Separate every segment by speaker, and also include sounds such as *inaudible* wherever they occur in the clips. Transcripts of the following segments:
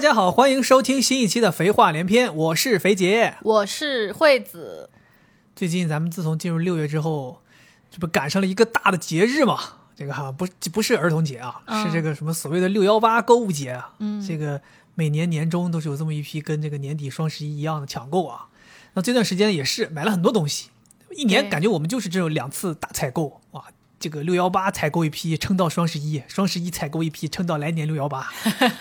Speaker 1: 家好，欢迎收听新一期的《肥话连篇》，我是肥杰。
Speaker 2: 我是惠子，
Speaker 1: 最近咱们自从进入六月之后，这不赶上了一个大的节日嘛？这个哈不不是儿童节啊，
Speaker 2: 嗯
Speaker 1: 是这个什么所谓的六幺八购物节啊。
Speaker 2: 嗯
Speaker 1: 这个每年年中都是有这么一批跟这个年底双十一一样的抢购啊。那这段时间也是买了很多东西，一年
Speaker 2: 对
Speaker 1: 感觉我们就是只有两次大采购哇。这个六幺八采购一批，撑到双十一；双十一采购一批，撑到来年六幺
Speaker 2: *laughs*
Speaker 1: 八。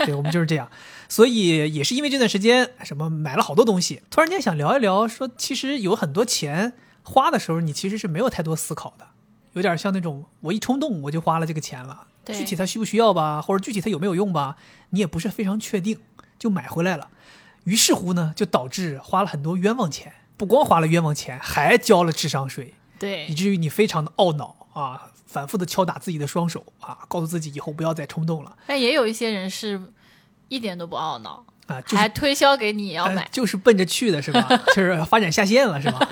Speaker 1: 对，我们就是这样。所以也是因为这段时间，什么买了好多东西，突然间想聊一聊，说其实有很多钱花的时候，你其实是没有太多思考的，有点像那种我一冲动我就花了这个钱了，
Speaker 2: 对
Speaker 1: 具体它需不需要吧，或者具体它有没有用吧，你也不是非常确定，就买回来了。于是乎呢，就导致花了很多冤枉钱，不光花了冤枉钱，还交了智商税。以
Speaker 2: 对
Speaker 1: 至于你非常的懊恼啊，反复的敲打自己的双手啊，告诉自己以后不要再冲动了
Speaker 2: 但也有一些人是一点都不懊恼，
Speaker 1: 啊，就是
Speaker 2: 还推销给你也要
Speaker 1: 呃
Speaker 2: 买。
Speaker 1: 就是奔着去的是
Speaker 2: *laughs*
Speaker 1: 吧？就是发展下线了是吧？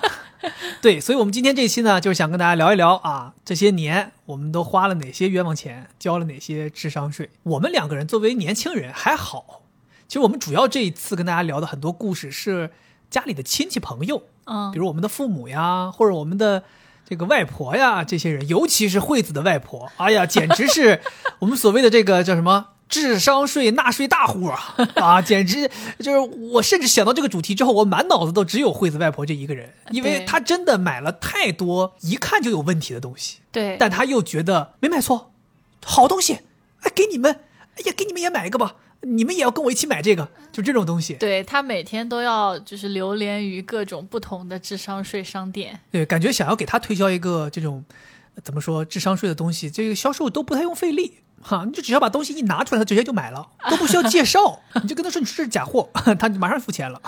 Speaker 1: 对，所以我们今天这期呢，就是想跟大家聊一聊啊，这些年我们都花了哪些冤枉钱，交了哪些智商税。我们两个人作为年轻人还好，其实我们主要这一次跟大家聊的很多故事是家里的亲戚朋友，
Speaker 2: 嗯
Speaker 1: 比，如我们的父母呀，或者我们的这个外婆呀，这些人，尤其是惠子的外婆，哎呀，简直
Speaker 2: *laughs*
Speaker 1: 是我们所谓的这个叫什么智商税纳税大户啊！啊，简直就是我甚至想到这个主题之后，我满脑子都只有惠子外婆这一个人，因为
Speaker 2: 对
Speaker 1: 她真的买了太多一看就有问题的东西，
Speaker 2: 对，
Speaker 1: 但她又觉得没买错，好东西，哎，给你们，哎呀，给你们也买一个吧，你们也要跟我一起买这个，就这种东西。
Speaker 2: 对他每天都要就是流连于各种不同的智商税商
Speaker 1: *laughs*
Speaker 2: 店。
Speaker 1: 对，感觉想要给他推销一个这种呃怎么说智商税的东西，这个销售都不太用费力哈，你就只要把东西一拿出来，他直接就买了，都不需要介绍，你就跟他说你这是假货，他就马上付钱了，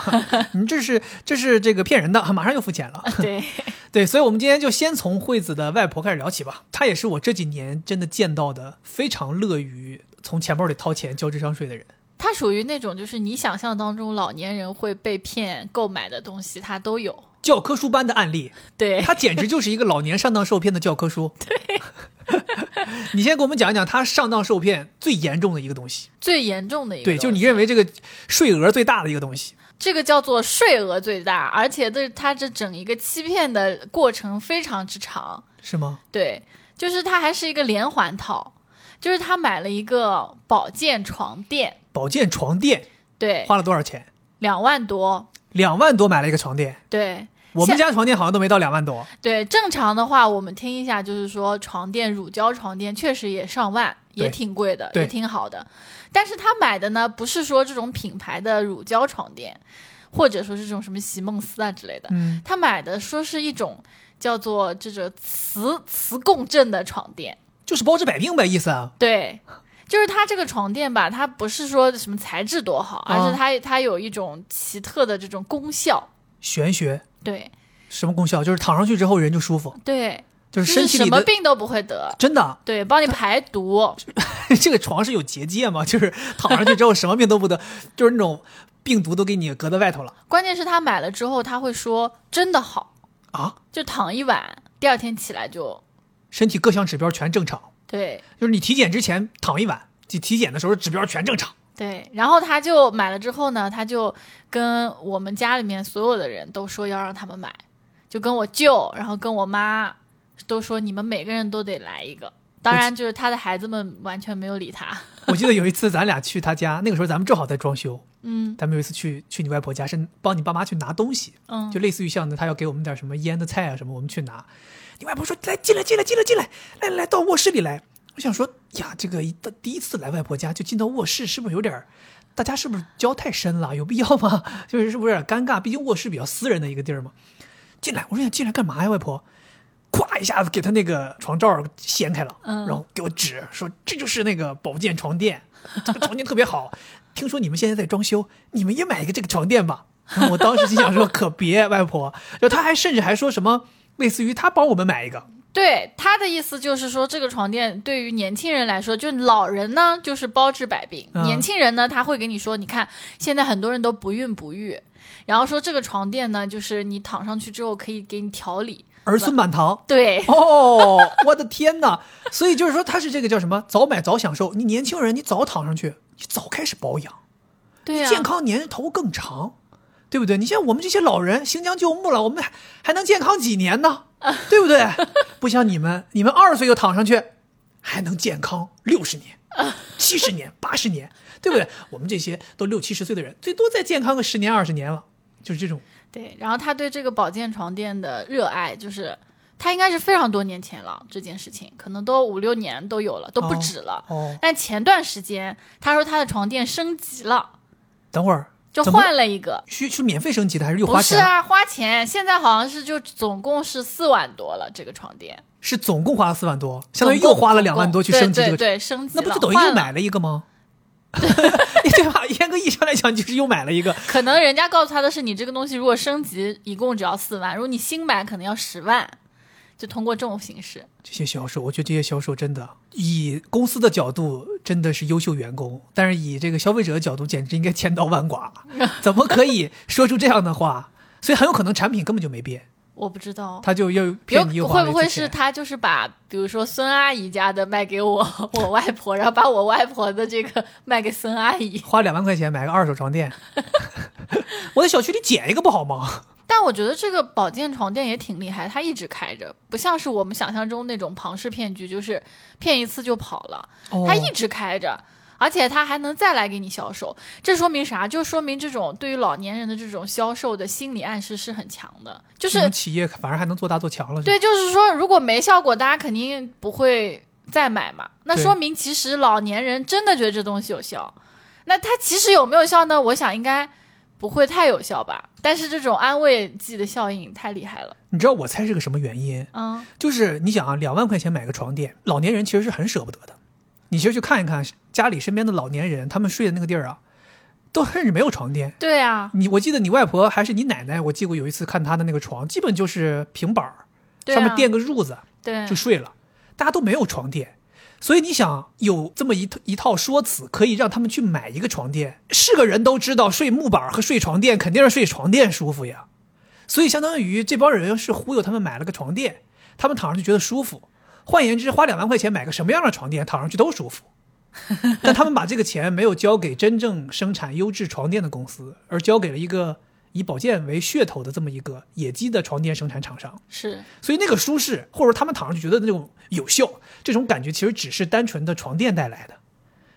Speaker 1: 你这是这是这个骗人的，马上就付钱了。
Speaker 2: 对，
Speaker 1: 对，所以我们今天就先从惠子的外婆开始聊起吧。她也是我这几年真的见到的非常乐于从钱包里掏钱交智商税的人。
Speaker 2: 它属于那种就是你想象当中老年人会被骗购买的东西，它都有。
Speaker 1: 教科书般的案例，
Speaker 2: 对，
Speaker 1: 他简直就是一个老年上当受骗的教科书。对，
Speaker 2: *laughs*
Speaker 1: 你先给我们讲一讲他上当受骗最严重的一个东西。
Speaker 2: 最严重的一个
Speaker 1: 对，
Speaker 2: 东
Speaker 1: 就是你
Speaker 2: 西
Speaker 1: 认为这个税额最大的一个东西。
Speaker 2: 这个叫做税额最大，而且这它这整一个欺骗的过程非常之长。
Speaker 1: 是吗？
Speaker 2: 对，就是它还是一个连环套，就是他买了一个保健床垫，
Speaker 1: 保健床垫
Speaker 2: 对，
Speaker 1: 花了多少钱？
Speaker 2: 两万多，
Speaker 1: 两万多买了一个床垫，
Speaker 2: 对
Speaker 1: 我们
Speaker 2: 现
Speaker 1: 家床垫好像都没到两万多。
Speaker 2: 对。正常的话，我们听一下，就是说床垫乳胶床垫确实也上万，也
Speaker 1: 对
Speaker 2: 挺贵的，
Speaker 1: 对
Speaker 2: 也挺好的。但是他买的呢，不是说这种品牌的乳胶床垫，或者说是这种什么席梦思啊之类的，
Speaker 1: 嗯，
Speaker 2: 他买的说是一种叫做这种磁磁共振的床垫。
Speaker 1: 就是包治百病呗，意思啊。
Speaker 2: 对，就是它这个床垫吧，它不是说什么材质多好，
Speaker 1: 嗯
Speaker 2: 而是它它有一种奇特的这种功效。
Speaker 1: 玄学
Speaker 2: 对
Speaker 1: 什么功效？就是躺上去之后人就舒服，
Speaker 2: 对，
Speaker 1: 就
Speaker 2: 就是
Speaker 1: 身
Speaker 2: 是
Speaker 1: 体
Speaker 2: 什
Speaker 1: 里
Speaker 2: 么
Speaker 1: 的。
Speaker 2: 病都不会得。
Speaker 1: *laughs* 真的啊，
Speaker 2: 对，帮你排毒。
Speaker 1: 这个床是有结界吗？就是躺上去之后什么病都不得， *laughs* 就是那种病毒都给你隔在外头了
Speaker 2: 关键是他买了之后，他会说真的好，
Speaker 1: 啊！
Speaker 2: 就躺一晚，第二天起来就
Speaker 1: 身体各项指标全正常，
Speaker 2: 对
Speaker 1: 就是你体检之前躺一晚，体体检的时候指标全正常。
Speaker 2: 对。然后他就买了之后呢，他就跟我们家里面所有的人都说要让他们买，就跟我舅，然后跟我妈都说你们每个人都得来一个。当然，就是他的孩子们完全没有理他。
Speaker 1: 我记得有一次咱俩去他家，那个时候咱们正好在装修，
Speaker 2: 嗯
Speaker 1: 咱们有一次去去你外婆家，是帮你爸妈去拿东西，
Speaker 2: 嗯，
Speaker 1: 就类似于像他要给我们点什么腌的菜啊什么，我们去拿。你外婆说：“来，进来，进来，进来，进来，来来到卧室里来。”我想说呀，这个一到第一次来外婆家就进到卧室，是不是有点儿？大家是不是交太深了？有必要吗？ *laughs* 就是是不是有点尴尬？毕竟卧室比较私人的一个地儿嘛。进来，我说你进来干嘛呀，外婆？咵一下子给他那个床罩掀开了，
Speaker 2: 嗯
Speaker 1: 然后给我指说这就是那个保健床垫， *laughs* 这个床垫特别好。听说你们现在在装修，你们也买一个这个床垫吧。 *laughs* 然后我当时心想说可别，外婆。然后他还甚至还说什么类似于他帮我们买一个，
Speaker 2: 对他的意思就是说，这个床垫对于年轻人来说，就是老人呢就是包治百病，
Speaker 1: 嗯
Speaker 2: 年轻人呢他会给你说，你看现在很多人都不孕不育，然后说这个床垫呢，就是你躺上去之后可以给你调理。
Speaker 1: 儿孙满堂。
Speaker 2: 对
Speaker 1: *laughs* 哦，我的天哪！ *laughs* 所以就是说，他是这个叫什么？早买早享受。你年轻人，你早躺上去，你早开始保养，
Speaker 2: 对啊呀
Speaker 1: 健康年头更长，对不对？你像我们这些老人行将就木了，我们还还能健康几年
Speaker 2: *laughs*
Speaker 1: 呢？对不对？不像你们，你们二十岁就躺上去，还能健康六十
Speaker 2: *laughs*
Speaker 1: 年、七十年、八十年，对不对？我们这些都六七十岁的人，最多再健康个十年二十年了，就是这种。
Speaker 2: 对，然后他对这个保健床垫的热爱，就是他应该是非常多年前了，这件事情可能都五六年都有了，都不
Speaker 1: 哦
Speaker 2: 止了。
Speaker 1: 哦，
Speaker 2: 但前段时间他说他的床垫升级了，
Speaker 1: 等会儿
Speaker 2: 就
Speaker 1: 怎么
Speaker 2: 换了一个。
Speaker 1: 需是免费升级的还是又
Speaker 2: 不
Speaker 1: 花
Speaker 2: 是
Speaker 1: 钱？
Speaker 2: 啊，花钱，现在好像是就总共是四万多了，这个床垫，
Speaker 1: 是总共花了四万多，相当于
Speaker 2: 总
Speaker 1: 又
Speaker 2: 共
Speaker 1: 花了
Speaker 2: 总
Speaker 1: 两万
Speaker 2: 共
Speaker 1: 多去升级这
Speaker 2: 对对
Speaker 1: 个
Speaker 2: 对，升级
Speaker 1: 那不
Speaker 2: 了
Speaker 1: 就等于
Speaker 2: 换
Speaker 1: 又买了一个吗？ *laughs* 对吧？严格意义上来讲，就是又买了一个。
Speaker 2: 可能人家告诉他的是，你这个东西如果升级，一共只要四万；如果你新买，可能要十万。就通过这种形式，
Speaker 1: 这些销售，我觉得这些销售真的以公司的角度真的是优秀员工，但是以这个消费者的角度，简直应该千刀万
Speaker 2: *laughs*
Speaker 1: 剐。怎么可以说出这样的话？所以很有可能产品根本就没变，
Speaker 2: 我不知道。
Speaker 1: 他就又
Speaker 2: 哦有
Speaker 1: 骗你又花
Speaker 2: 会
Speaker 1: 了
Speaker 2: 不会
Speaker 1: 一次
Speaker 2: 是
Speaker 1: 钱
Speaker 2: 他就是把，比如说孙阿姨家的卖给我我外婆，然后把我外婆的这个 *laughs* 卖给孙阿姨？
Speaker 1: 花两万块钱买个二手床垫？ *laughs* 我在小区里捡一个不好吗？
Speaker 2: 但我觉得这个保健床垫也挺厉害，它一直开着，不像是我们想象中那种庞氏骗局，就是骗一次就跑了。它哦一直开着，而且它还能再来给你销售，这说明啥？就说明这种对于老年人的这种销售的心理暗示是很强的，就
Speaker 1: 你
Speaker 2: 是
Speaker 1: 们企业反而还能做大做强了，是吧
Speaker 2: 对，就是说如果没效果，大家肯定不会再买嘛。那
Speaker 1: 对
Speaker 2: 说明其实老年人真的觉得这东西有效，那它其实有没有效呢？我想应该不会太有效吧。但是这种安慰剂的效应太厉害了，
Speaker 1: 你知道我猜是个什么原因？
Speaker 2: 嗯，
Speaker 1: 就是你想啊，两万块钱买个床垫，老年人其实是很舍不得的。你其实去看一看家里身边的老年人，他们睡的那个地儿啊，都甚至没有床垫。
Speaker 2: 对啊，
Speaker 1: 你我记得你外婆还是你奶奶，我记过有一次看她的那个床，基本就是平板儿，
Speaker 2: 对
Speaker 1: 上面
Speaker 2: 啊
Speaker 1: 垫个褥子
Speaker 2: 对
Speaker 1: 就睡了，大家都没有床垫。所以你想有这么一一套说辞，可以让他们去买一个床垫，是个人都知道睡木板儿和睡床垫肯定是睡床垫舒服呀。所以相当于这帮人是忽悠他们买了个床垫，他们躺上去觉得舒服。换言之，花两万块钱买个什么样的床垫，躺上去都舒服。但他们把这个钱没有交给真正生产优质床垫的公司，而交给了一个以保健为噱头的这么一个野鸡的床垫生产厂商。
Speaker 2: 是
Speaker 1: 所以那个舒适，或者说他们躺上去觉得那种有效，这种感觉其实只是单纯的床垫带来的，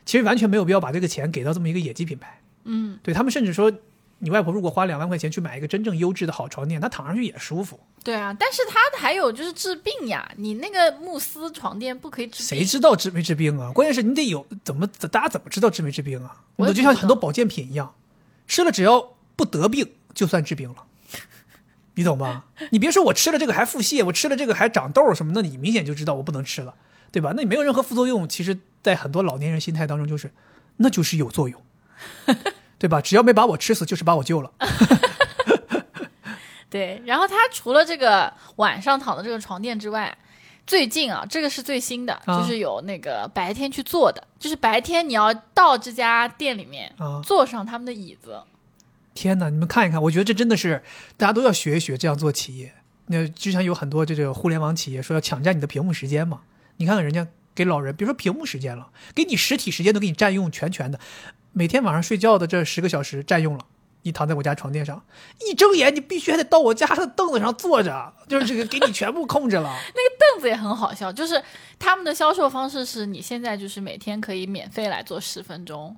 Speaker 1: 其实完全没有必要把这个钱给到这么一个野鸡品牌。
Speaker 2: 嗯，
Speaker 1: 对他们甚至说，你外婆如果花两万块钱去买一个真正优质的好床垫，她躺上去也舒服。
Speaker 2: 对啊，但是它还有就是治病呀，你那个慕斯床垫不可以治
Speaker 1: 谁
Speaker 2: 病，
Speaker 1: 知道治没治病啊？关键是你得有怎么大家怎么知道治没治病啊？
Speaker 2: 我
Speaker 1: 们
Speaker 2: 也不知道
Speaker 1: 就像很多保健品一样，吃了只要不得病就算治病了， *laughs* 你懂吗？你别说我吃了这个还腹泻，我吃了这个还长痘什么的，你明显就知道我不能吃了，对吧？那你没有任何副作用，其实，在很多老年人心态当中就是，那就是有作用，对吧？只要没把我吃死，就是把我救了。
Speaker 2: 对，然后它除了这个晚上躺的这个床垫之外，最近啊，这个是最新的，
Speaker 1: 啊
Speaker 2: 就是有那个白天去做的，就是白天你要到这家店里面
Speaker 1: 啊
Speaker 2: 坐上他们的椅子，
Speaker 1: 天哪，你们看一看，我觉得这真的是大家都要学一学这样做企业。那之前有很多这种互联网企业说要抢占你的屏幕时间嘛，你看看人家给老人，别说屏幕时间了，给你实体时间都给你占用全全的，每天晚上睡觉的这十个小时占用了。你躺在我家床垫上，一睁眼你必须还得到我家的凳子上坐着，就是这个给你全部控制了。
Speaker 2: 凳子也很好笑，就是他们的销售方式是你现在就是每天可以免费来做十分钟，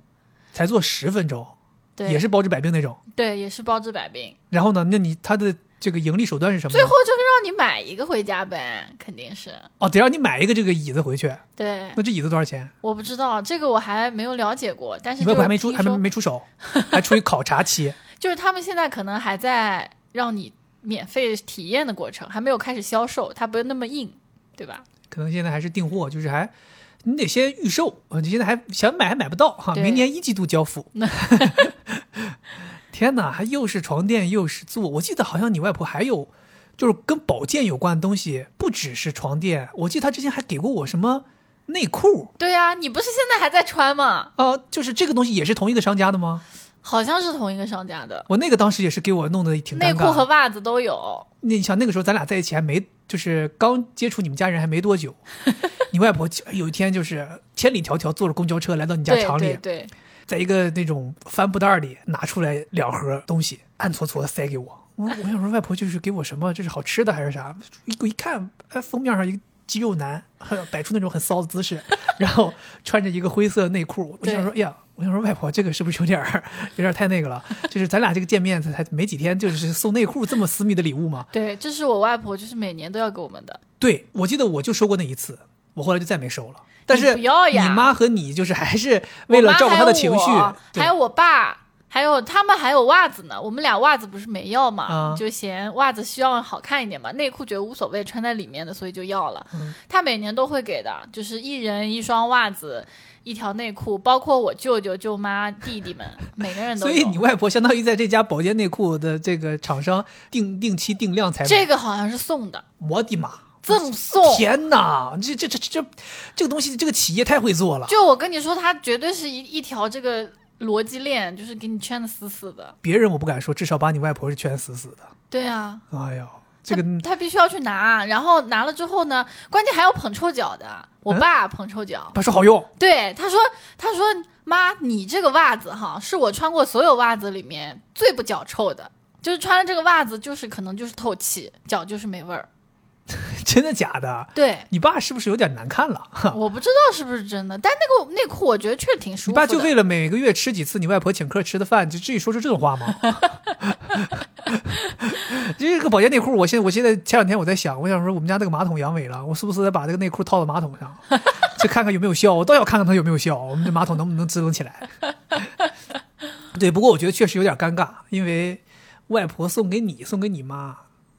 Speaker 1: 才坐十分钟，
Speaker 2: *laughs* 对，
Speaker 1: 也是嗯包治百病那种。
Speaker 2: 对，也是包治百病，
Speaker 1: 然后呢，那你他的这个盈利手段是什么
Speaker 2: 最
Speaker 1: 呢
Speaker 2: 后？就是让你买一个回家呗，肯定是。
Speaker 1: 哦，得让你买一个这个椅子回去。
Speaker 2: 对，
Speaker 1: 那这椅子多少钱？
Speaker 2: 我不知道这个我还没有了解过，但是
Speaker 1: 你外
Speaker 2: 就
Speaker 1: 婆还没出，
Speaker 2: 听
Speaker 1: 还没
Speaker 2: 说
Speaker 1: 没出手，
Speaker 2: *laughs*
Speaker 1: 还处于考察期。
Speaker 2: 就是他们现在可能还在让你免费体验的过程，还没有开始销售，它不那么硬，对吧？
Speaker 1: 可能现在还是订货，就是还你得先预售，啊你现在还想买还买不到哈，
Speaker 2: 对
Speaker 1: 明年一季度交
Speaker 2: *laughs*
Speaker 1: 付。天哪，还又是床垫又是做，我记得好像你外婆还有就是跟保健有关的东西，不只是床垫，我记得她之前还给过我什么内裤
Speaker 2: 对呀、你不是现在还在穿吗？
Speaker 1: 啊、就是这个东西也是同一个商家的吗？
Speaker 2: 好像是同一个商家的，
Speaker 1: 我那个当时也是给我弄得挺尴
Speaker 2: 内
Speaker 1: 尬。
Speaker 2: 裤和袜子都有。
Speaker 1: 那你想那个时候咱俩在一起还没，就是刚接触你们家人还没多
Speaker 2: *laughs*
Speaker 1: 久，你外婆就有一天就是千里迢迢坐着公交车来到你家
Speaker 2: 对
Speaker 1: 厂里，
Speaker 2: 对对，
Speaker 1: 在一个那种帆布袋里拿出来两盒东西，暗搓搓地塞给我。我我想说，外婆这是给我什么？这是好吃的还是啥？我一看，哎，封面上一个肌肉男，很摆出那种很骚的姿
Speaker 2: *laughs*
Speaker 1: 势，然后穿着一个灰色内裤。我
Speaker 2: 对
Speaker 1: 想说，哎呀，我想说，外婆这个是不是有点儿有点儿太那个了？就是咱俩这个见面才才没几天，就是送内裤这么私密的礼物吗？
Speaker 2: 对，这是我外婆，就是每年都要给我们的。
Speaker 1: 对，我记得我就收过那一次，我后来就再没收了。但是
Speaker 2: 不要
Speaker 1: 你
Speaker 2: 呀
Speaker 1: 妈和你就是还是为了照顾她的情绪
Speaker 2: 我妈还有，我
Speaker 1: 对
Speaker 2: 还有我爸，还有他们还有袜子呢。我们俩袜子不是没要嘛，
Speaker 1: 啊
Speaker 2: 就嫌袜子需要好看一点嘛，内裤觉得无所谓，穿在里面的，所以就要了。
Speaker 1: 嗯
Speaker 2: 他每年都会给的，就是一人一双袜子。一条内裤，包括我舅舅、舅妈、弟弟们，每个人都
Speaker 1: 所
Speaker 2: 有。
Speaker 1: 以你外婆相当于在这家保洁内裤的这个厂商定定期定量采买。
Speaker 2: 这个好像是送的，
Speaker 1: 我的妈！
Speaker 2: 赠送。
Speaker 1: 天哪，这这这这这这个东西，这个企业太会做了。
Speaker 2: 就我跟你说，它绝对是一一条这个逻辑链，就是给你圈的死死的。
Speaker 1: 别人我不敢说，至少把你外婆是圈死死的。
Speaker 2: 对啊，
Speaker 1: 哎呦，这个
Speaker 2: 他必须要去拿，然后拿了之后呢，关键还要捧臭脚的。我
Speaker 1: 嗯
Speaker 2: 爸捧臭脚，
Speaker 1: 他说好用，
Speaker 2: 对他说：“他说妈，你这个袜子哈，是我穿过所有袜子里面最不脚臭的，就是穿了这个袜子，就是可能就是透气，脚就是没味儿。
Speaker 1: 真的假的”？，
Speaker 2: 对
Speaker 1: 你爸是不是有点难看了？
Speaker 2: 我不知道是不是真的，但那个内裤我觉得确实挺舒
Speaker 1: 你
Speaker 2: 服的。
Speaker 1: 爸就为了每个月吃几次你外婆请客吃的饭，就至于说出这种话吗？ *laughs* 这个保洁内裤，我现我现在前两天我在想，我想说我们家那个马桶阳痿了，我是不是得把这个内裤套到马桶上， *laughs* 就看看有没有效？我倒要看看它有没有效，我们这马桶能不能支棱起来？ *laughs* 对，不过我觉得确实有点尴尬，因为外婆送给你，送给你妈，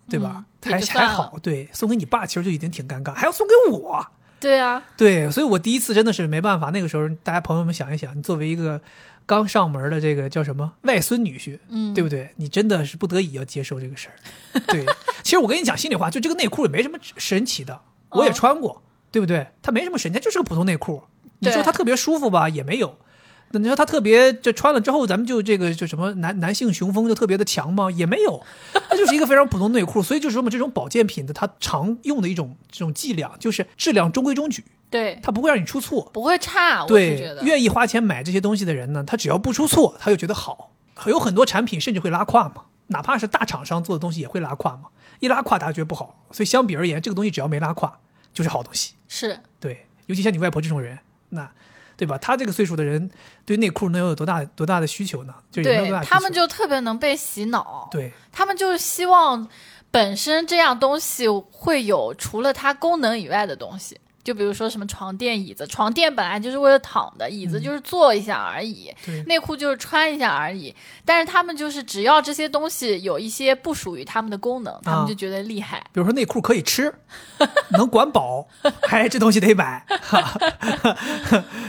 Speaker 1: 对吧？
Speaker 2: 嗯
Speaker 1: 还
Speaker 2: 也就
Speaker 1: 还
Speaker 2: 算
Speaker 1: 好，对，送给你爸其实就已经挺尴尬，还要送给我，
Speaker 2: 对啊，
Speaker 1: 对，所以我第一次真的是没办法。那个时候，大家朋友们想一想，你作为一个刚上门的这个叫什么外孙女婿，
Speaker 2: 嗯
Speaker 1: 对不对？你真的是不得已要接受这个事儿。对，其实我跟你讲心里话，就这个内裤也没什么神奇的，我也
Speaker 2: 哦
Speaker 1: 穿过，对不对？它没什么神奇，它就是个普通内裤。你说
Speaker 2: 对
Speaker 1: 它特别舒服吧，也没有。那你说它特别，这穿了之后，咱们就这个就什么男男性雄风就特别的强吗？也没有，它就是一个非常普通的内裤。所以就是我们这种保健品的，它常用的一种这种伎俩，就是质量中规中矩。
Speaker 2: 对，
Speaker 1: 他不会让你出错。
Speaker 2: 不会差，啊我是觉
Speaker 1: 对
Speaker 2: 得，。
Speaker 1: 愿意花钱买这些东西的人呢，他只要不出错，他就觉得好。有很多产品甚至会拉胯嘛，哪怕是大厂商做的东西也会拉胯嘛。一拉胯，大家觉得不好，所以相比而言，这个东西只要没拉胯，就是好东西。
Speaker 2: 是
Speaker 1: 对，尤其像你外婆这种人，那对吧？她这个岁数的人，对内裤能有多大多大的需求呢？就有没有
Speaker 2: 对
Speaker 1: 多大的需求
Speaker 2: 他们就特别能被洗脑，
Speaker 1: 对
Speaker 2: 他们就是希望本身这样东西会有除了它功能以外的东西，就比如说什么床垫、椅子，床垫本来就是为了躺的，椅子就是坐一下而已，
Speaker 1: 对
Speaker 2: 内裤就是穿一下而已。但是他们就是只要这些东西有一些不属于他们的功能，他们就觉得厉害。
Speaker 1: 比如说内裤可以吃， *laughs* 能管
Speaker 2: *laughs*
Speaker 1: 饱，哎，这东西得买， *laughs* 哈哈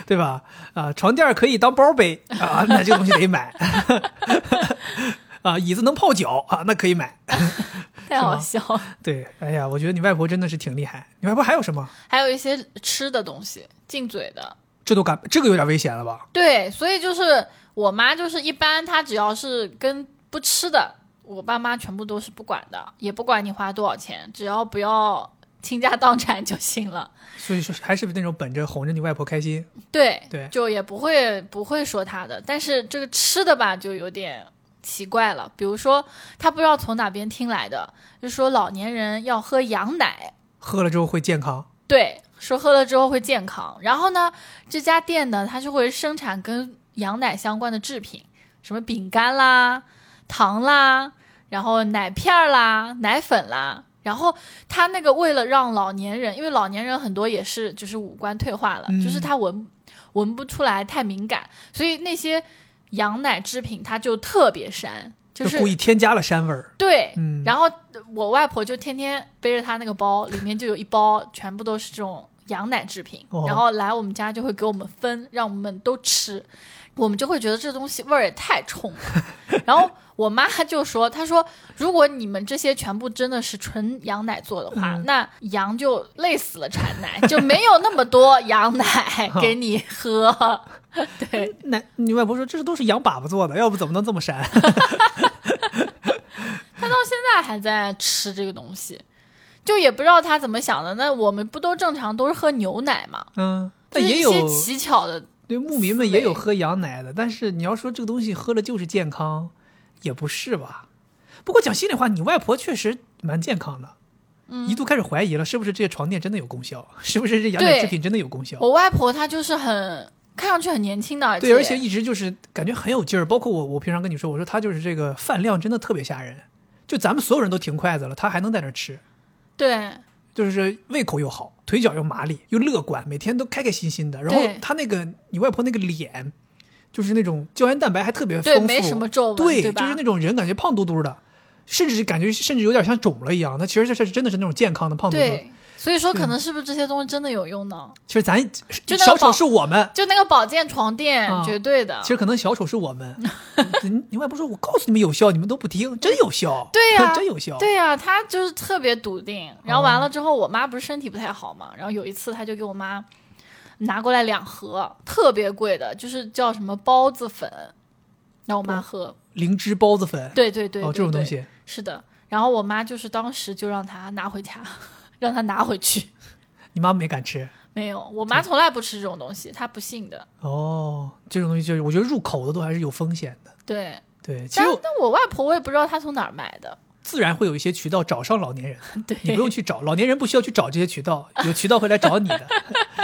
Speaker 1: 对吧？啊、床垫可以当包背啊，那这个东西得买。 *laughs* 啊，椅子能泡脚啊，那可以买。
Speaker 2: 太好笑了。
Speaker 1: 对，哎呀，我觉得你外婆真的是挺厉害。你外婆还有什么？
Speaker 2: 还有一些吃的东西，进嘴的，
Speaker 1: 这都敢，这个有点危险了吧？
Speaker 2: 对，所以就是我妈就是一般她只要是跟不吃的，我爸妈全部都是不管的，也不管你花多少钱，只要不要倾家荡产就行了。
Speaker 1: 所以说，还是那种本着哄着你外婆开心。
Speaker 2: 对
Speaker 1: 对
Speaker 2: 就也不会不会说她的，但是这个吃的吧就有点。奇怪了，比如说她不知道从哪边听来的，就说老年人要喝羊奶，
Speaker 1: 喝了之后会健康，
Speaker 2: 对，说喝了之后会健康。然后呢，这家店呢，它就会生产跟羊奶相关的制品，什么饼干啦、糖啦，然后奶片儿啦、奶粉啦。然后它那个为了让老年人，因为老年人很多也是就是五官退化了，
Speaker 1: 嗯
Speaker 2: 就是他闻闻不出来太敏感，所以那些羊奶制品它就特别膻，
Speaker 1: 就是故意添加了膻味儿。
Speaker 2: 对，
Speaker 1: 嗯
Speaker 2: 哎然后我外婆就天天背着她那个包，里面就有一包，全部都是这种羊奶制品。
Speaker 1: 哦
Speaker 2: 然后来我们家就会给我们分，让我们都吃，我们就会觉得这东西味儿也太冲
Speaker 1: *laughs*
Speaker 2: 了。然后我妈就说：“她说如果你们这些全部真的是纯羊奶做的话，
Speaker 1: 嗯
Speaker 2: 那羊就累死了产奶，就没有那么多羊
Speaker 1: *laughs*
Speaker 2: 奶
Speaker 1: 哦
Speaker 2: 给你喝。 *laughs* 对，
Speaker 1: 那你外婆说，这都是羊粑粑做的，要不怎么能这么膻？
Speaker 2: 他到现在还在吃这个东西，就也不知道他怎么想的。那我们不都正常都是喝牛奶嘛？
Speaker 1: 嗯，
Speaker 2: 就
Speaker 1: 但
Speaker 2: 是
Speaker 1: 也
Speaker 2: 一
Speaker 1: 有
Speaker 2: 些奇巧的
Speaker 1: 对，牧民们
Speaker 2: 思维
Speaker 1: 也有喝羊奶的，但是你要说这个东西喝了就是健康，也不是吧？不过讲心里话，你外婆确实蛮健康的，
Speaker 2: 嗯
Speaker 1: 一度开始怀疑了，是不是这些床垫真的有功效？ *laughs* 是不是这羊奶
Speaker 2: 对
Speaker 1: 制品真的有功效？
Speaker 2: 我外婆她就是很看上去很年轻的，
Speaker 1: 对，而且一直就是感觉很有劲儿。包括我，我平常跟你说，我说她就是这个饭量真的特别吓人，就咱们所有人都停筷子了，她还能在那儿吃，
Speaker 2: 对
Speaker 1: 就是胃口又好，腿脚又麻利，又乐观，每天都开开心心的。然后
Speaker 2: 对
Speaker 1: 她那个你外婆那个脸，就是那种胶原蛋白还特别丰
Speaker 2: 对，
Speaker 1: 富，
Speaker 2: 没什么皱纹，
Speaker 1: 对，
Speaker 2: 对吧？
Speaker 1: 就是那种人感觉胖嘟嘟的，甚至感觉甚至有点像肿了一样。那其实这是真的是那种健康的嗯胖嘟嘟。
Speaker 2: 对，所以说
Speaker 1: 对
Speaker 2: 可能是不是这些东西真的有用呢？
Speaker 1: 其实咱
Speaker 2: 就那个
Speaker 1: 小丑
Speaker 2: 宝
Speaker 1: 是我们，
Speaker 2: 就那个保健床垫，
Speaker 1: 啊
Speaker 2: 绝对的
Speaker 1: 其。实可能小丑是我们。 *laughs* 你你外婆说，我告诉你们有效，你们都不听，真有效。
Speaker 2: 对呀
Speaker 1: 真有效。
Speaker 2: 对呀、她就是特别笃定。
Speaker 1: 哦
Speaker 2: 然后完了之后，我妈不是身体不太好嘛，然后有一次她就给我妈拿过来两盒，特别贵的，就是叫什么孢子粉，让我妈喝。
Speaker 1: 灵芝孢子粉，
Speaker 2: 对对对
Speaker 1: 哦，
Speaker 2: 对
Speaker 1: 这种东
Speaker 2: 对
Speaker 1: 西，
Speaker 2: 是的。然后我妈就是当时就让她拿回家， *laughs* 让她拿回去。 *laughs*
Speaker 1: 你妈没敢吃。
Speaker 2: 没有，我妈从来不吃这种东西，她不信的。
Speaker 1: 哦，这种东西就是我觉得入口的都还是有风险的。
Speaker 2: 对，
Speaker 1: 对，其
Speaker 2: 但
Speaker 1: 实
Speaker 2: 但我外婆我也不知道她从哪儿买的。 *laughs*
Speaker 1: 自然会有一些渠道找上老年人， *laughs*
Speaker 2: 对，
Speaker 1: 你不用去找，老年人不需要去找这些渠
Speaker 2: *laughs*
Speaker 1: 道，有渠道会来找你的。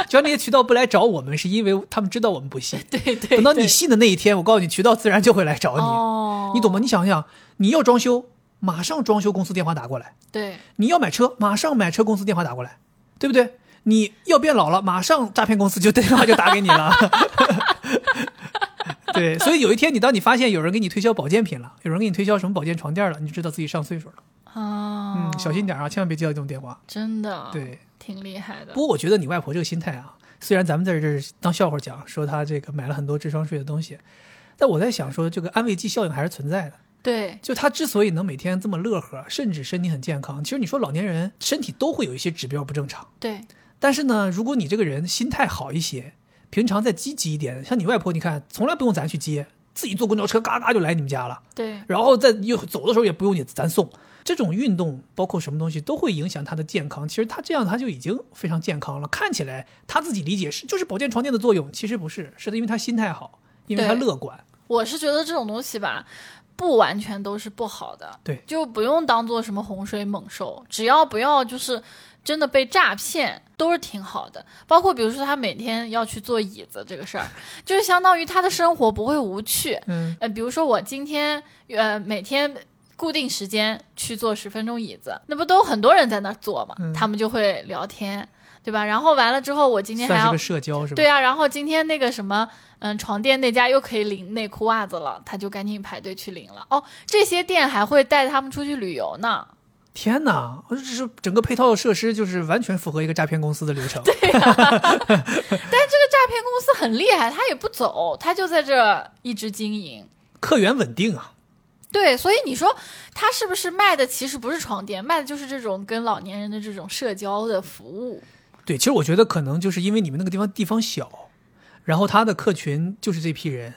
Speaker 1: 只要那些渠道不来找我们，是因为他们知道我们不信。
Speaker 2: 对对。
Speaker 1: 等到
Speaker 2: 对
Speaker 1: 你信的那一天，我告诉你，渠道自然就会来找你，
Speaker 2: 哦，
Speaker 1: 你懂吗？？你想想，你要装修，马上装修公司电话打过来；
Speaker 2: 对
Speaker 1: 你要买车，马上买车公司电话打过来，对不对？你要变老了，马上诈骗公司就电话就打给你了。 *laughs* 对，所以有一天你当你发现有人给你推销保健品了，有人给你推销什么保健床垫了，你就知道自己上岁数了。
Speaker 2: 啊，
Speaker 1: 嗯，小心点啊，千万别接到这种电话。
Speaker 2: 真的，，
Speaker 1: 对，
Speaker 2: 挺厉害的
Speaker 1: 不。过我觉得你外婆这个心态啊，虽然咱们在这儿当笑话讲，说她这个买了很多智商税的东西，但我在想说，这个安慰剂效应还是存在的。
Speaker 2: 对，
Speaker 1: 就她之所以能每天这么乐呵，甚至身体很健康，其实你说老年人身体都会有一些指标不正常，
Speaker 2: 对，
Speaker 1: 但是呢，如果你这个人心态好一些，平常再积极一点，像你外婆，你看从来不用咱去接，自己坐公交车嘎嘎就来你们家了。
Speaker 2: 对，
Speaker 1: 然后再又走的时候也不用你咱送。这种运动包括什么东西都会影响他的健康。其实他这样他就已经非常健康了，看起来他自己理解是就是保健床垫的作用，其实不是，是因为他心态好，因为他
Speaker 2: 对
Speaker 1: 乐观。
Speaker 2: 我是觉得这种东西吧，不完全都是不好的，
Speaker 1: 对
Speaker 2: 就不用当做什么洪水猛兽，只要不要就是真的被诈骗，都是挺好的。包括比如说他每天要去坐椅子这个事儿，就是相当于他的生活不会无趣。
Speaker 1: 嗯，
Speaker 2: 呃，比如说我今天呃每天固定时间去坐十分钟椅子，那不都很多人在那儿坐嘛，
Speaker 1: 嗯
Speaker 2: 他们就会聊天，对吧？然后完了之后，我今天还
Speaker 1: 算是
Speaker 2: 要
Speaker 1: 个社交是吧？
Speaker 2: 对啊，然后今天那个什么，嗯，床垫那家又可以领内裤袜子了，他就赶紧排队去领了。哦，这些店还会带他们出去旅游呢。
Speaker 1: 天哪，这是整个配套设施就是完全符合一个诈骗公司的流程。对，
Speaker 2: 诈骗公司很厉害，他也不走，他就在这儿一直经营。
Speaker 1: 客源稳定啊。
Speaker 2: 对，所以你说他是不是卖的其实不是床垫，卖的就是这种跟老年人的这种社交的服务。
Speaker 1: 对，其实我觉得可能就是因为你们那个地方地方小，然后他的客群就是这批人，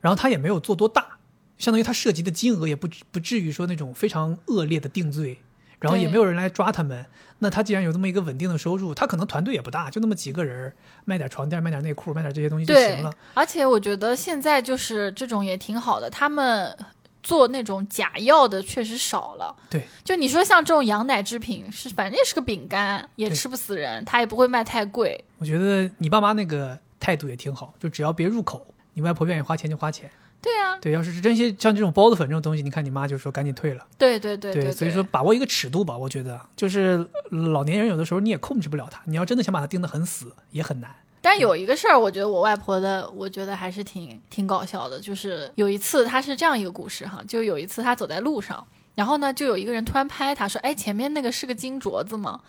Speaker 1: 然后他也没有做多大，相当于他涉及的金额也不不至于说那种非常恶劣的定罪，然后也
Speaker 2: 对
Speaker 1: 没有人来抓他们。那他既然有这么一个稳定的收入，他可能团队也不大，就那么几个人儿，卖点床垫，卖点内裤，卖点这些东西就行
Speaker 2: 对
Speaker 1: 了。，
Speaker 2: 而且我觉得现在就是这种也挺好的，他们做那种假药的确实少了。
Speaker 1: 对，
Speaker 2: 就你说像这种羊奶制品，是反正也是个饼干，也
Speaker 1: 对
Speaker 2: 吃不死人，它也不会卖太贵。
Speaker 1: 我觉得你爸妈那个态度也挺好，就只要别入口，你外婆愿意花钱就花钱。
Speaker 2: 对啊，
Speaker 1: 对，要是真些像这种包子粉这种东西，你看你妈就说赶紧退了。
Speaker 2: 对对对对，
Speaker 1: 所以说把握一个尺度吧，我觉得就是老年人有的时候你也控制不了他，你要真的想把他盯得很死也很难。
Speaker 2: 但有一个事儿，我觉得我外婆的，我觉得还是挺挺搞笑的。就是有一次，她是这样一个故事哈，就有一次她走在路上，然后呢，就有一个人突然拍她说：“哎，前面那个是个金镯子吗？”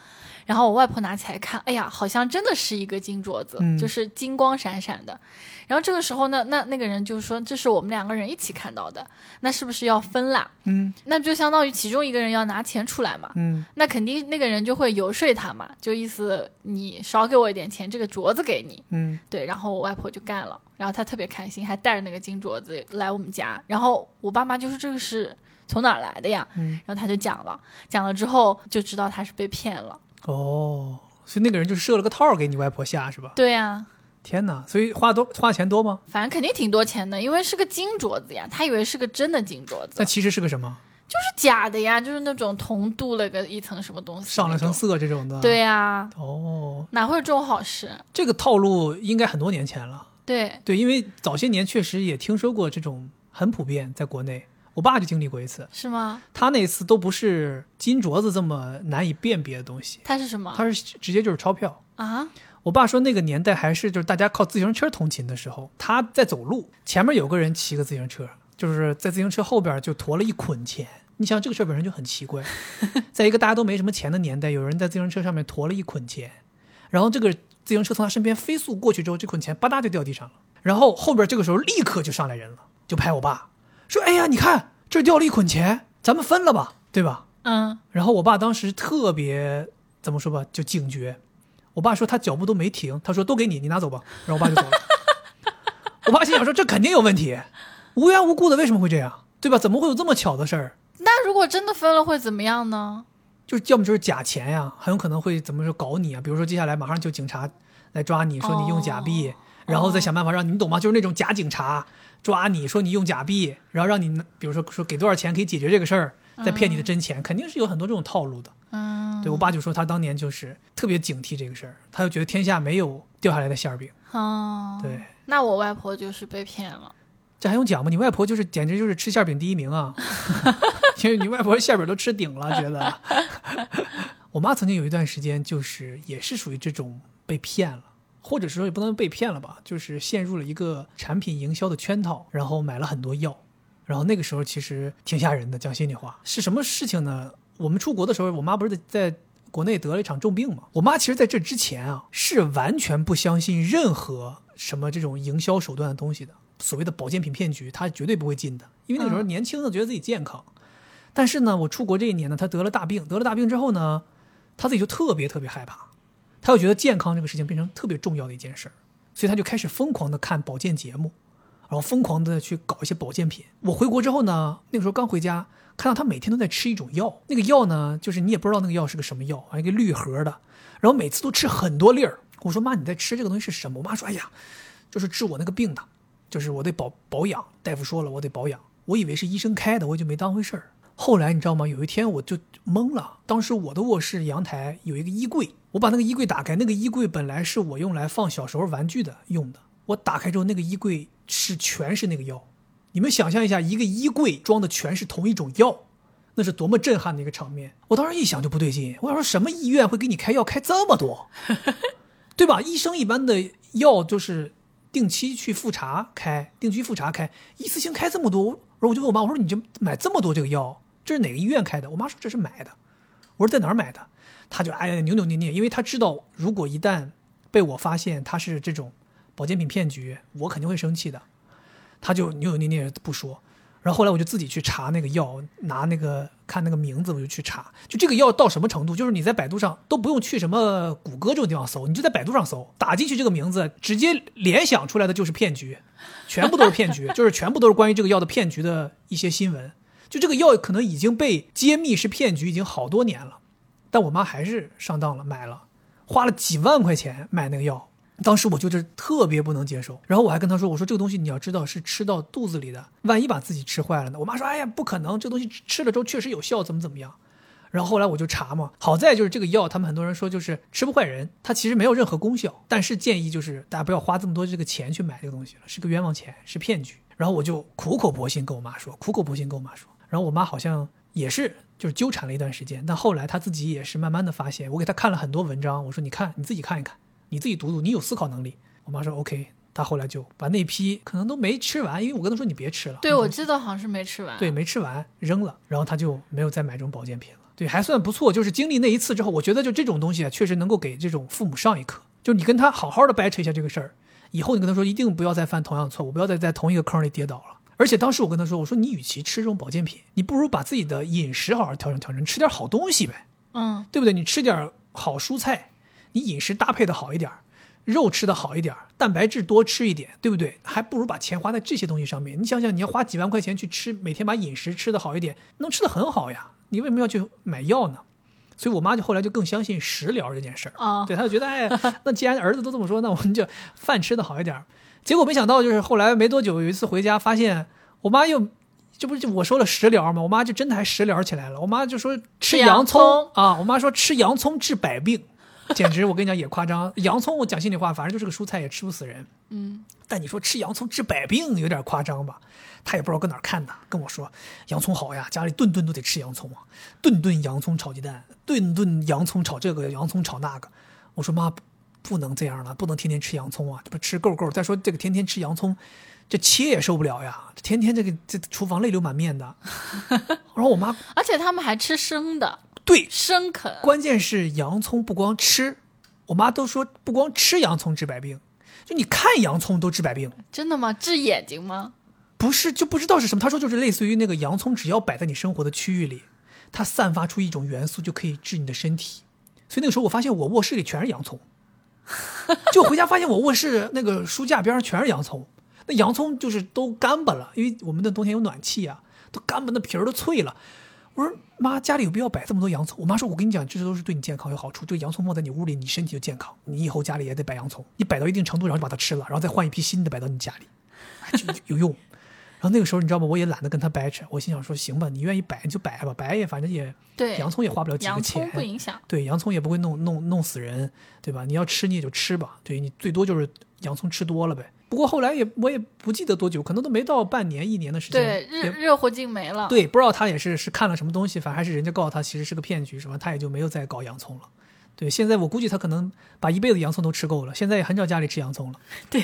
Speaker 2: 然后我外婆拿起来看，哎呀，好像真的是一个金镯子，
Speaker 1: 嗯
Speaker 2: 就是金光闪闪的。然后这个时候呢，那那个人就说：“这是我们两个人一起看到的，那是不是要分啦？
Speaker 1: 嗯
Speaker 2: 那就相当于其中一个人要拿钱出来嘛。”
Speaker 1: 嗯，
Speaker 2: 那肯定那个人就会游说他嘛，就意思你少给我一点钱，这个镯子给你。
Speaker 1: 嗯，
Speaker 2: 对，然后我外婆就干了，然后她特别开心，还带着那个金镯子来我们家。然后我爸妈就说这个是从哪儿来的呀？
Speaker 1: 嗯
Speaker 2: 然后他就讲了，讲了之后就知道他是被骗了。
Speaker 1: 哦，所以那个人就设了个套儿给你外婆下是吧？
Speaker 2: 对呀、
Speaker 1: 天哪！所以花多花钱多吗？
Speaker 2: 反正肯定挺多钱的，因为是个金镯子呀，他以为是个真的金镯子，
Speaker 1: 那其实是个什么？
Speaker 2: 就是假的呀，就是那种铜镀了个一层什么东西，
Speaker 1: 上了层。色这种的。。
Speaker 2: 对呀、
Speaker 1: 哦，
Speaker 2: 哪会有这种好事？
Speaker 1: 这个套路应该很多年前了。
Speaker 2: 对，
Speaker 1: 对，因为早些年确实也听说过这种很普遍，在国内，我爸就经历过一次。
Speaker 2: 是吗？
Speaker 1: 他那次都不是金镯子这么难以辨别的东西，
Speaker 2: 它是什么？
Speaker 1: 他是直接就是钞票。
Speaker 2: 啊，
Speaker 1: 我爸说那个年代还是就是大家靠自行车通勤的时候，他在走路，前面有个人骑个自行车，就是在自行车后边就驮了一捆钱。你想这个事儿本身就很奇怪，在一个大家都没什么钱的年代，有人在自行车上面驮了一捆钱，然后这个自行车从他身边飞速过去之后，这捆钱吧嗒就掉地上了。然后后边这个时候立刻就上来人了，就拍我爸说：“哎呀，你看这儿掉了一捆钱，咱们分了吧，对吧？”
Speaker 2: 嗯，
Speaker 1: 然后我爸当时特别怎么说吧，就警觉。我爸说他脚步都没停，他说都给你，你拿走吧。然后我爸就走了。 *laughs* 我爸心想说这肯定有问题，无缘无故的为什么会这样，对吧？怎么会有这么巧的事儿？
Speaker 2: 那如果真的分了会怎么样呢？
Speaker 1: 就是要么就是假钱呀、很有可能会怎么说搞你啊？比如说接下来马上就警察来抓你，说你用假币，然后再想办法让你你懂吗？就是那种假警察抓你说你用假币，然后让你比如说说给多少钱可以解决这个事儿，再骗你的真钱，肯定是有很多这种套路的。
Speaker 2: 嗯，
Speaker 1: 对我爸就说他当年就是特别警惕这个事儿，他就觉得天下没有掉下来的馅儿饼。
Speaker 2: 哦，
Speaker 1: 对，
Speaker 2: 那我外婆就是被骗了。
Speaker 1: 这还用讲吗？你外婆就是简直就是吃馅儿饼第一名
Speaker 2: *laughs*
Speaker 1: 啊！因为你外婆馅儿饼都吃顶了，觉得。 *laughs* 我妈曾经有一段时间就是也是属于这种被骗了，或者说也不能被骗了吧，就是陷入了一个产品营销的圈套，然后买了很多药，然后那个时候其实挺吓人的。讲心里话，是什么事情呢？我们出国的时候，我妈不是在在国内得了一场重病嘛？我妈其实在这之前啊，是完全不相信任何什么这种营销手段的东西的。所谓的保健品骗局，她绝对不会进的，因为那个时候年轻的觉得自己健康。但是呢，我出国这一年呢，她得了大病，得了大病之后呢，她自己就特别特别害怕，她就觉得健康这个事情变成特别重要的一件事儿，所以她就开始疯狂的看保健节目。然后疯狂的去搞一些保健品。我回国之后呢，那个时候刚回家，看到他每天都在吃一种药，那个药呢，就是你也不知道那个药是个什么药，还一个绿盒的，然后每次都吃很多粒儿。我说妈，你在吃这个东西是什么？我妈说，哎呀，就是治我那个病的，就是我得保保养。大夫说了，我得保养。我以为是医生开的，我就没当回事儿。后来你知道吗？有一天我就懵了。当时我的卧室阳台有一个衣柜，我把那个衣柜打开，那个衣柜本来是我用来放小时候玩具的用的。我打开之后，那个衣柜是全是那个药。你们想象一下，一个衣柜装的全是同一种药，那是多么震撼的一个场面！我当时一想就不对劲，我想说什么医院会给你开药开这么多，对吧？医生一般的药就是定期去复查开，定期复查开，一次性开这么多。然后我就问我妈，我说你这买这么多这个药，这是哪个医院开的？我妈说这是买的。我说在哪儿买的？她就哎呀扭扭捏捏，因为她知道如果一旦被我发现她是这种保健品骗局，我肯定会生气的。他就扭扭捏捏不说。然后后来我就自己去查那个药，拿那个看那个名字，我就去查，就这个药到什么程度，就是你在百度上都不用去什么谷歌这种地方搜，你就在百度上搜，打进去这个名字，直接联想出来的就是骗局，全部都是骗局，就是全部都是关于这个药的骗局的一些新闻。就这个药可能已经被揭秘是骗局，已经好多年了，但我妈还是上当了，买了。花了几万块钱买那个药，当时我就是特别不能接受。然后我还跟他说：“我说这个东西你要知道是吃到肚子里的，万一把自己吃坏了呢？”我妈说：“哎呀，不可能，这东西吃吃了之后确实有效，怎么怎么样。”然后后来我就查嘛，好在就是这个药，他们很多人说就是吃不坏人，它其实没有任何功效，但是建议就是大家不要花这么多这个钱去买这个东西了，是个冤枉钱，是骗局。然后我就苦口婆心跟我妈说，苦口婆心跟我妈说，然后我妈好像也是就是纠缠了一段时间，但后来她自己也是慢慢的发现，我给她看了很多文章，我说你看你自己看一看，你自己读读，你有思考能力。我妈说 OK，她后来就把那批可能都没吃完，因为我跟她说你别吃了，
Speaker 2: 对，我记得好像是没吃完。
Speaker 1: 嗯
Speaker 2: 啊
Speaker 1: 对，没吃完扔了，然后他就没有再买这种保健品了。对，还算不错，就是经历那一次之后，我觉得就这种东西啊，确实能够给这种父母上一课，就是你跟他好好的掰扯一下这个事儿，以后你跟他说一定不要再犯同样的错误，不要再在同一个坑里跌倒了。而且当时我跟他说，我说你与其吃这种保健品，你不如把自己的饮食好好调整调整，吃点好东西呗。
Speaker 2: 嗯，
Speaker 1: 对不对？你吃点儿好蔬菜，你饮食搭配的好一点儿，肉吃的好一点儿，蛋白质多吃一点，对不对？还不如把钱花在这些东西上面。你想想，你要花几万块钱去吃，每天把饮食吃的好一点，能吃的很好呀。你为什么要去买药呢？所以我妈就后来就更相信食疗这件事儿。
Speaker 2: 啊，
Speaker 1: 对，他就觉得哎，那既然儿子都这么说，那我们就饭吃的好一点儿。结果没想到，就是后来没多久，有一次回家发现，我妈又，这不就我说了食疗吗？我妈就真的还食疗起来了。我妈就说吃
Speaker 2: 洋
Speaker 1: 洋
Speaker 2: 葱
Speaker 1: 啊，我妈说吃洋葱治百病，简直我跟你讲也夸张。洋葱我讲心里话，反正就是个蔬菜，也吃不死人。
Speaker 2: 嗯，
Speaker 1: 但你说吃洋葱治百病有点夸张吧？他也不知道搁哪儿看的，跟我说洋葱好呀，家里顿顿都得吃洋葱啊，顿顿洋葱炒鸡蛋，顿顿洋葱炒这个，洋葱炒那个。我说妈，不不能这样了，不能天天吃洋葱啊，这不吃够够。再说这个天天吃洋葱，这切也受不了呀，这天天这个这厨房泪流满面的。然后我妈
Speaker 2: 而且他们还吃生的，
Speaker 1: 对
Speaker 2: 生啃，
Speaker 1: 关键是洋葱不光吃，我妈都说不光吃洋葱治百病，就你看洋葱都治百病。
Speaker 2: 真的吗？治眼睛吗？
Speaker 1: 不是就不知道是什么。他说就是类似于那个洋葱，只要摆在你生活的区域里，它散发出一种元素就可以治你的身体。所以那个时候我发现我卧室里全是洋葱， *laughs* 就回家发现我卧室那个书架边上全是洋葱，那洋葱就是都干巴了，因为我们的冬天有暖气啊，都干巴，那皮儿都脆了。我说妈，家里有必要摆这么多洋葱？我妈说，我跟你讲，这都是对你健康有好处。这个洋葱放在你屋里，你身体就健康。你以后家里也得摆洋葱，你摆到一定程度，然后就把它吃了，然后再换一批新的摆到你家里， *laughs* 就就有用。然后那个时候你知道吗？我也懒得跟他掰扯，我心想说，行吧，你愿意摆就摆吧，摆也反正也
Speaker 2: 对，
Speaker 1: 洋葱也花不了几个
Speaker 2: 洋葱
Speaker 1: 钱，
Speaker 2: 不影响。
Speaker 1: 对，洋葱也不会弄弄弄死人，对吧？你要吃你也就吃吧，对你最多就是洋葱吃多了呗。不过后来也我也不记得多久，可能都没到半年一年的时间，
Speaker 2: 对，热
Speaker 1: 也
Speaker 2: 热乎劲没了。
Speaker 1: 对，不知道他也是是看了什么东西，反正还是人家告诉他其实是个骗局什么，他也就没有再搞洋葱了。对，现在我估计他可能把一辈子洋葱都吃够了，现在也很少家里吃洋葱了。
Speaker 2: 对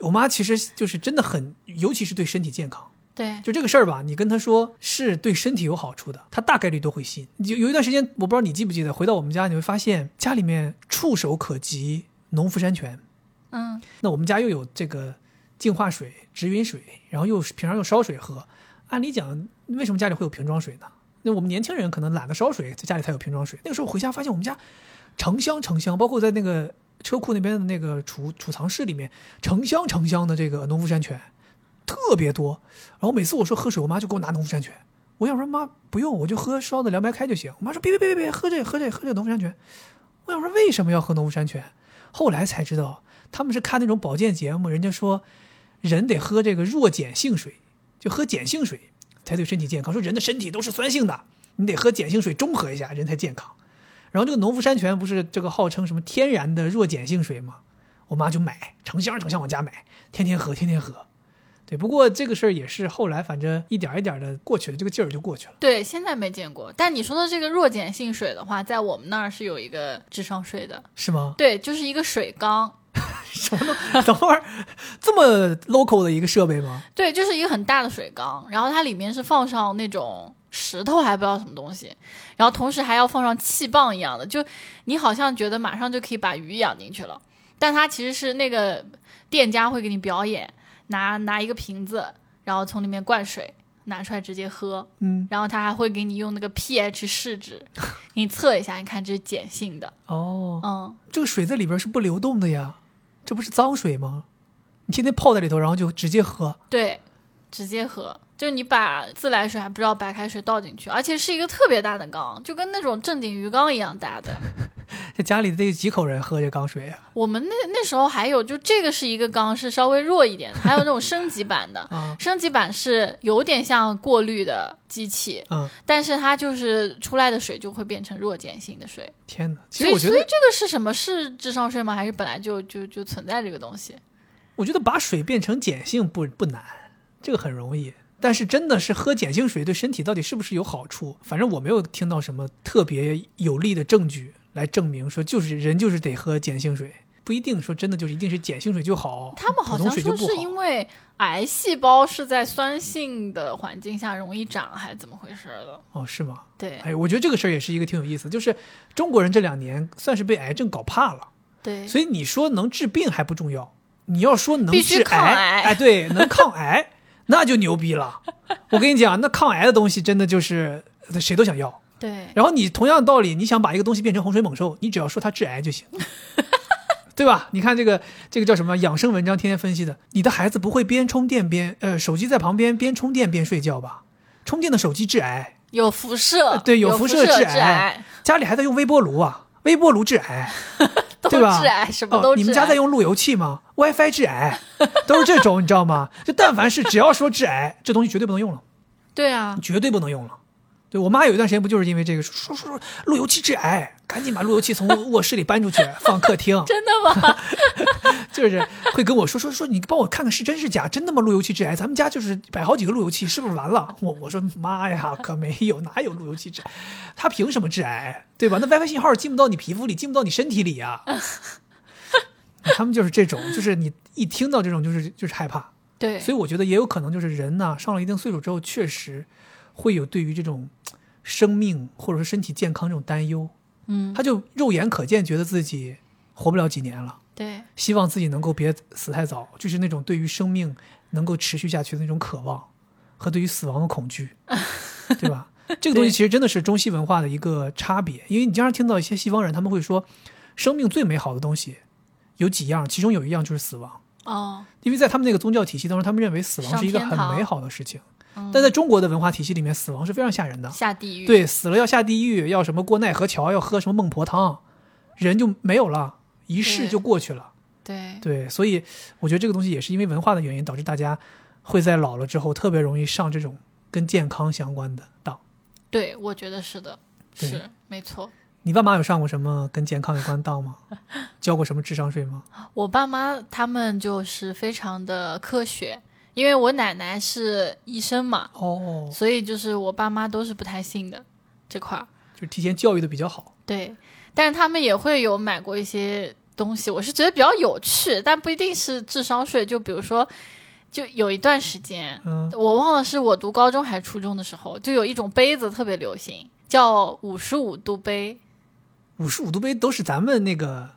Speaker 1: 我妈其实就是真的很，尤其是对身体健康，
Speaker 2: 对
Speaker 1: 就这个事儿吧，你跟他说是对身体有好处的，他大概率都会信。有有一段时间，我不知道你记不记得，回到我们家你会发现家里面触手可及农夫山泉，
Speaker 2: 嗯，
Speaker 1: 那我们家又有这个净化水、直饮水，然后又是平常又烧水喝。按理讲，为什么家里会有瓶装水呢？那我们年轻人可能懒得烧水，在家里才有瓶装水。那个时候回家发现我们家成箱成箱，包括在那个车库那边的那个储储藏室里面，成箱成箱的这个农夫山泉，特别多。然后每次我说喝水，我妈就给我拿农夫山泉。我想说妈不用，我就喝烧的凉白开就行。我妈说别别别别别，喝这喝这喝这个农夫山泉。我想说为什么要喝农夫山泉？后来才知道，他们是看那种保健节目，人家说人得喝这个弱碱性水，就喝碱性水才对身体健康。说人的身体都是酸性的，你得喝碱性水中和一下，人才健康。然后这个农夫山泉不是这个号称什么天然的弱碱性水吗？我妈就买成箱成箱往家买，天天喝，天天喝。对，不过这个事儿也是后来，反正一点儿一点的过去了，这个劲儿就过去了。
Speaker 2: 对，现在没见过。但你说的这个弱碱性水的话，在我们那儿是有一个智商税的。
Speaker 1: 是吗？ *laughs*
Speaker 2: 对，就是一个水缸，
Speaker 1: 什么都？等会儿这么 local 的一个设备吗？
Speaker 2: 对，就是一个很大的水缸，然后它里面是放上那种石头，还不知道什么东西，然后同时还要放上气棒一样的，就你好像觉得马上就可以把鱼养进去了，但它其实是那个店家会给你表演，拿拿一个瓶子，然后从里面灌水。拿出来直接喝，
Speaker 1: 嗯，
Speaker 2: 然后他还会给你用那个 pH 试纸，给你测一下，你看这是碱性的，
Speaker 1: 哦，
Speaker 2: 嗯，
Speaker 1: 这个水在里边是不流动的呀，这不是脏水吗？你天天泡在里头，然后就直接喝。
Speaker 2: 对，直接喝。就你把自来水还不知道白开水倒进去，而且是一个特别大的缸，就跟那种正经鱼缸一样大的。
Speaker 1: 这家里得几口人喝这缸水啊？。
Speaker 2: 我们那那时候还有，就这个是一个缸，是稍微弱一点的，还有那种升级版的
Speaker 1: 啊，
Speaker 2: 升级版是有点像过滤的机器，
Speaker 1: 嗯，
Speaker 2: 但是它就是出来的水就会变成弱碱性的水。
Speaker 1: 天哪！其
Speaker 2: 所
Speaker 1: 实
Speaker 2: 以，
Speaker 1: 我觉
Speaker 2: 所以
Speaker 1: 得，
Speaker 2: 这个是什么？是智商税吗？还是本来就就就存在这个东西？
Speaker 1: 我觉得把水变成碱性不不难，这个很容易。但是真的是喝碱性水对身体到底是不是有好处？反正我没有听到什么特别有力的证据来证明说，就是人就是得喝碱性水，不一定说真的就是一定是碱性水就好。
Speaker 2: 他们好
Speaker 1: 普通
Speaker 2: 像
Speaker 1: 水就
Speaker 2: 说
Speaker 1: 不
Speaker 2: 是
Speaker 1: 好
Speaker 2: 因为癌细胞是在酸性的环境下容易长，还是怎么回事儿的？
Speaker 1: 哦，是吗？
Speaker 2: 对
Speaker 1: 哎，我觉得这个事儿也是一个挺有意思，就是中国人这两年算是被癌症搞怕了，
Speaker 2: 对，
Speaker 1: 所以你说能治病还不重要，你要说能
Speaker 2: 必须
Speaker 1: 治
Speaker 2: 抗癌
Speaker 1: 哎，对，能抗癌，那就牛逼了。我跟你讲，那抗癌的东西真的就是呃谁都想要。
Speaker 2: 对
Speaker 1: 然后你同样的道理，你想把一个东西变成洪水猛兽，你只要说它致癌就
Speaker 2: *laughs*
Speaker 1: 行，对吧？你看这个这个叫什么养生文章，天天分析的，你的孩子不会边充电边呃手机在旁边边充电边睡觉吧？充电的手机致癌，
Speaker 2: 有辐射，
Speaker 1: 对有
Speaker 2: 有
Speaker 1: 辐
Speaker 2: 辐
Speaker 1: 射
Speaker 2: 致
Speaker 1: 致癌，家里还在用微波炉啊，微波炉致
Speaker 2: *laughs*
Speaker 1: 癌，
Speaker 2: 都
Speaker 1: 对吧
Speaker 2: 致癌，什么
Speaker 1: 哦
Speaker 2: 都致癌。，
Speaker 1: 你们家在用路由器吗？WiFi 致癌，都是这种，你知道
Speaker 2: *laughs*
Speaker 1: 吗？就但凡是只要说致癌，这东西绝对不能用了，
Speaker 2: 对啊，
Speaker 1: 绝对不能用了。对我妈有一段时间不就是因为这个说说说路由器致癌，赶紧把路由器从卧室里搬出去放客厅，
Speaker 2: 真的吗？
Speaker 1: 就是会跟我说说说你帮我看看是真是假，真的吗？路由器致癌，咱们家就是摆好几个路由器，是不是完了？我我说妈呀，可没有，哪有路由器致癌？它凭什么致癌？对吧？那 WiFi 信号进不到你皮肤里，进不到你身体里呀、他们就是这种，就是你一听到这种就是就是害怕，
Speaker 2: 对，
Speaker 1: 所以我觉得也有可能就是人呐，上了一定岁数之后，确实会有对于这种生命或者说身体健康这种担忧，
Speaker 2: 嗯，
Speaker 1: 他就肉眼可见觉得自己活不了几年了。
Speaker 2: 对，
Speaker 1: 希望自己能够别死太早，就是那种对于生命能够持续下去的那种渴望，和对于死亡的恐
Speaker 2: *laughs*
Speaker 1: 惧，对吧？这个东西其实真的是中西文化的一个差别，因为你经常听到一些西方人他们会说，生命最美好的东西有几样，其中有一样就是死亡，
Speaker 2: 哦，
Speaker 1: 因为在他们那个宗教体系当中，他们认为死亡是一个
Speaker 2: 上
Speaker 1: 很
Speaker 2: 天堂
Speaker 1: 美好的事情，
Speaker 2: 嗯
Speaker 1: 但在中国的文化体系里面，死亡是非常吓人的，
Speaker 2: 下地狱，，
Speaker 1: 对，死了要下地狱，要什么过奈何桥，要喝什么孟婆汤，人就没有了，一世
Speaker 2: 对
Speaker 1: 就过去了。
Speaker 2: 对，
Speaker 1: 对，所以我觉得这个东西也是因为文化的原因，导致大家会在老了之后特别容易上这种跟健康相关的当。
Speaker 2: 对，我觉得是的，
Speaker 1: 对
Speaker 2: 是没错。
Speaker 1: 你爸妈有上过什么跟健康有关的当吗？交过什么智商税吗？
Speaker 2: 我爸妈他们就是非常的科学，因为我奶奶是医生嘛，
Speaker 1: 哦，
Speaker 2: 所以就是我爸妈都是不太信的这块儿。
Speaker 1: 就是提前教育的比较好。
Speaker 2: 对，但是他们也会有买过一些东西，我是觉得比较有趣，但不一定是智商税。就比如说，就有一段时间，
Speaker 1: 嗯，
Speaker 2: 我忘了是我读高中还是初中的时候，就有一种杯子特别流行，叫五十五度杯
Speaker 1: 五十五度杯都是咱们那个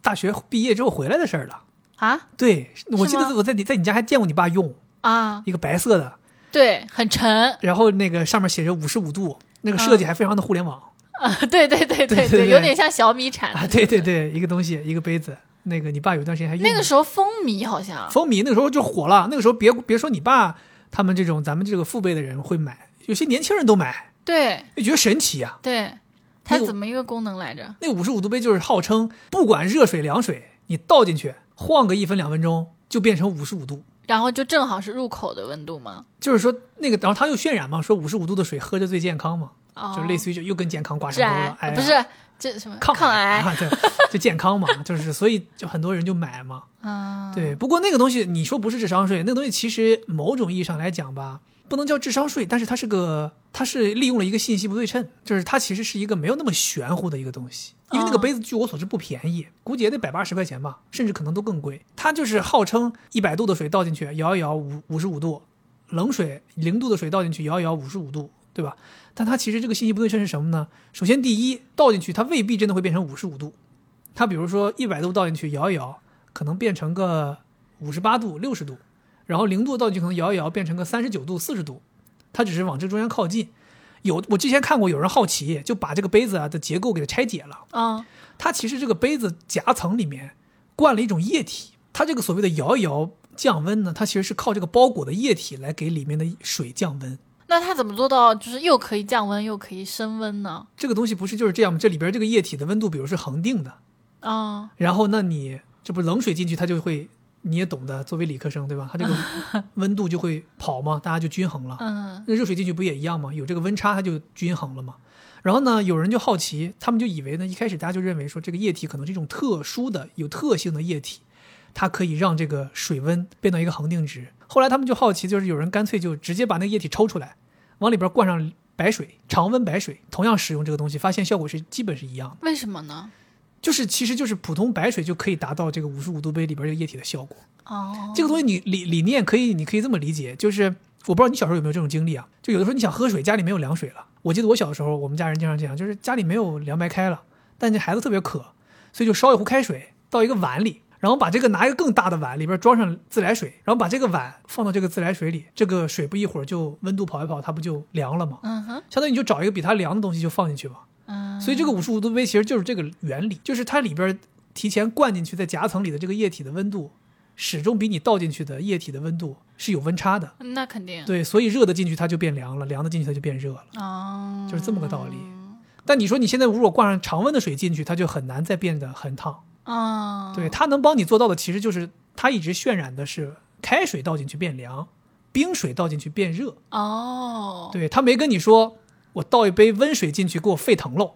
Speaker 1: 大学毕业之后回来的事儿了。
Speaker 2: 啊
Speaker 1: 对，我记
Speaker 2: 吗
Speaker 1: 得我在你在你家还见过你爸用
Speaker 2: 啊，
Speaker 1: 一个白色的，
Speaker 2: 对，很沉 *laughs*
Speaker 1: 然后那个上面写着五十五度，那个设计还非常的互联网、
Speaker 2: 啊，对对
Speaker 1: 对
Speaker 2: 对
Speaker 1: 对
Speaker 2: 对，
Speaker 1: 对
Speaker 2: 有点像小米产
Speaker 1: 啊。
Speaker 2: 的
Speaker 1: *laughs* 对对对，一个东西一个杯子，那个你爸有段时间还用
Speaker 2: 那
Speaker 1: 过
Speaker 2: 个时候风靡好像，
Speaker 1: 风靡那个时候就火了。那个时候别别说你爸他们这种咱们这个父辈的人会买，有些年轻人都买，
Speaker 2: 对
Speaker 1: 就觉得神奇啊。
Speaker 2: 对，它
Speaker 1: 那个
Speaker 2: 怎么一个功能来着？
Speaker 1: 那五十五度杯就是号称不管热水凉水，你倒进去晃个一分两分钟就变成五十五度，
Speaker 2: 然后就正好是入口的温度吗？
Speaker 1: 就是说那个，然后他又渲染嘛，说五十五度的水喝着最健康嘛，
Speaker 2: 哦，
Speaker 1: 就类似于就又跟健康挂
Speaker 2: 致
Speaker 1: 上钩
Speaker 2: 癌
Speaker 1: 了，哎呀，
Speaker 2: 不是这什么
Speaker 1: 抗
Speaker 2: 抗癌
Speaker 1: *laughs* 啊，对，就健康嘛，就是所以就很多人就买嘛。
Speaker 2: *laughs* 啊，
Speaker 1: 对，不过那个东西你说不是智商税，那个东西其实某种意义上来讲吧，不能叫智商税，但是它是个，它是利用了一个信息不对称，就是它其实是一个没有那么玄乎的一个东西。因为那个
Speaker 2: 哦
Speaker 1: 杯子，据我所知不便宜，估计也得百八十块钱吧，甚至可能都更贵。它就是号称一百度的水倒进去摇一摇五五十五度，冷水零度的水倒进去摇一摇五十五度，对吧？但它其实这个信息不对称是什么呢？首先，第一，倒进去它未必真的会变成五十五度，它比如说一百度倒进去摇一摇，可能变成个五十八度、六十度，然后零度倒进去可能摇一摇变成个三十九度、四十度，它只是往这中间靠近。有我之前看过有人好奇，就把这个杯子啊的结构给它拆解了。
Speaker 2: 嗯，
Speaker 1: 它其实这个杯子夹层里面灌了一种液体，它这个所谓的摇一摇降温呢，它其实是靠这个包裹的液体来给里面的水降温。
Speaker 2: 那它怎么做到就是又可以降温又可以升温呢？
Speaker 1: 这个东西不是就是这样吗？这里边这个液体的温度，比如是恒定的，
Speaker 2: 啊、
Speaker 1: 然后那你这不冷水进去，它就会，你也懂得，作为理科生对吧？它这个温度就会跑嘛，大家就均衡了。
Speaker 2: 嗯，
Speaker 1: 那热水进去不也一样吗？有这个温差，它就均衡了嘛。然后呢，有人就好奇，他们就以为呢，一开始大家就认为说这个液体可能是一种特殊的、有特性的液体，它可以让这个水温变到一个恒定值。后来他们就好奇，就是有人干脆就直接把那个液体抽出来，往里边灌上白水，常温白水，同样使用这个东西，发现效果是基本是一样的。
Speaker 2: 为什么呢？
Speaker 1: 就是其实就是普通白水就可以达到这个五十五度杯里边这个液体的效果。
Speaker 2: 哦，
Speaker 1: 这个东西你理理念可以，你可以这么理解，就是我不知道你小时候有没有这种经历啊？就有的时候你想喝水，家里没有凉水了。我记得我小时候，我们家人经常这样，就是家里没有凉白开了，但这孩子特别渴，所以就烧一壶开水到一个碗里，然后把这个拿一个更大的碗里边装上自来水，然后把这个碗放到这个自来水里，这个水不一会儿就温度跑一跑，它不就凉了吗？
Speaker 2: 嗯哼，
Speaker 1: 相当于你就找一个比它凉的东西就放进去嘛。
Speaker 2: 嗯，
Speaker 1: 所以这个五十五度杯其实就是这个原理，就是它里边提前灌进去在夹层里的这个液体的温度，始终比你倒进去的液体的温度是有温差的。
Speaker 2: 那肯定。
Speaker 1: 对，所以热的进去它就变凉了，凉的进去它就变热了，
Speaker 2: 哦，
Speaker 1: 就是这么个道理。但你说你现在如果灌上常温的水进去，它就很难再变得很烫。
Speaker 2: 哦，
Speaker 1: 对，它能帮你做到的其实就是它一直渲染的是开水倒进去变凉，冰水倒进去变热。
Speaker 2: 哦，
Speaker 1: 对，它没跟你说我倒一杯温水进去给我沸腾
Speaker 2: *laughs*
Speaker 1: 喽，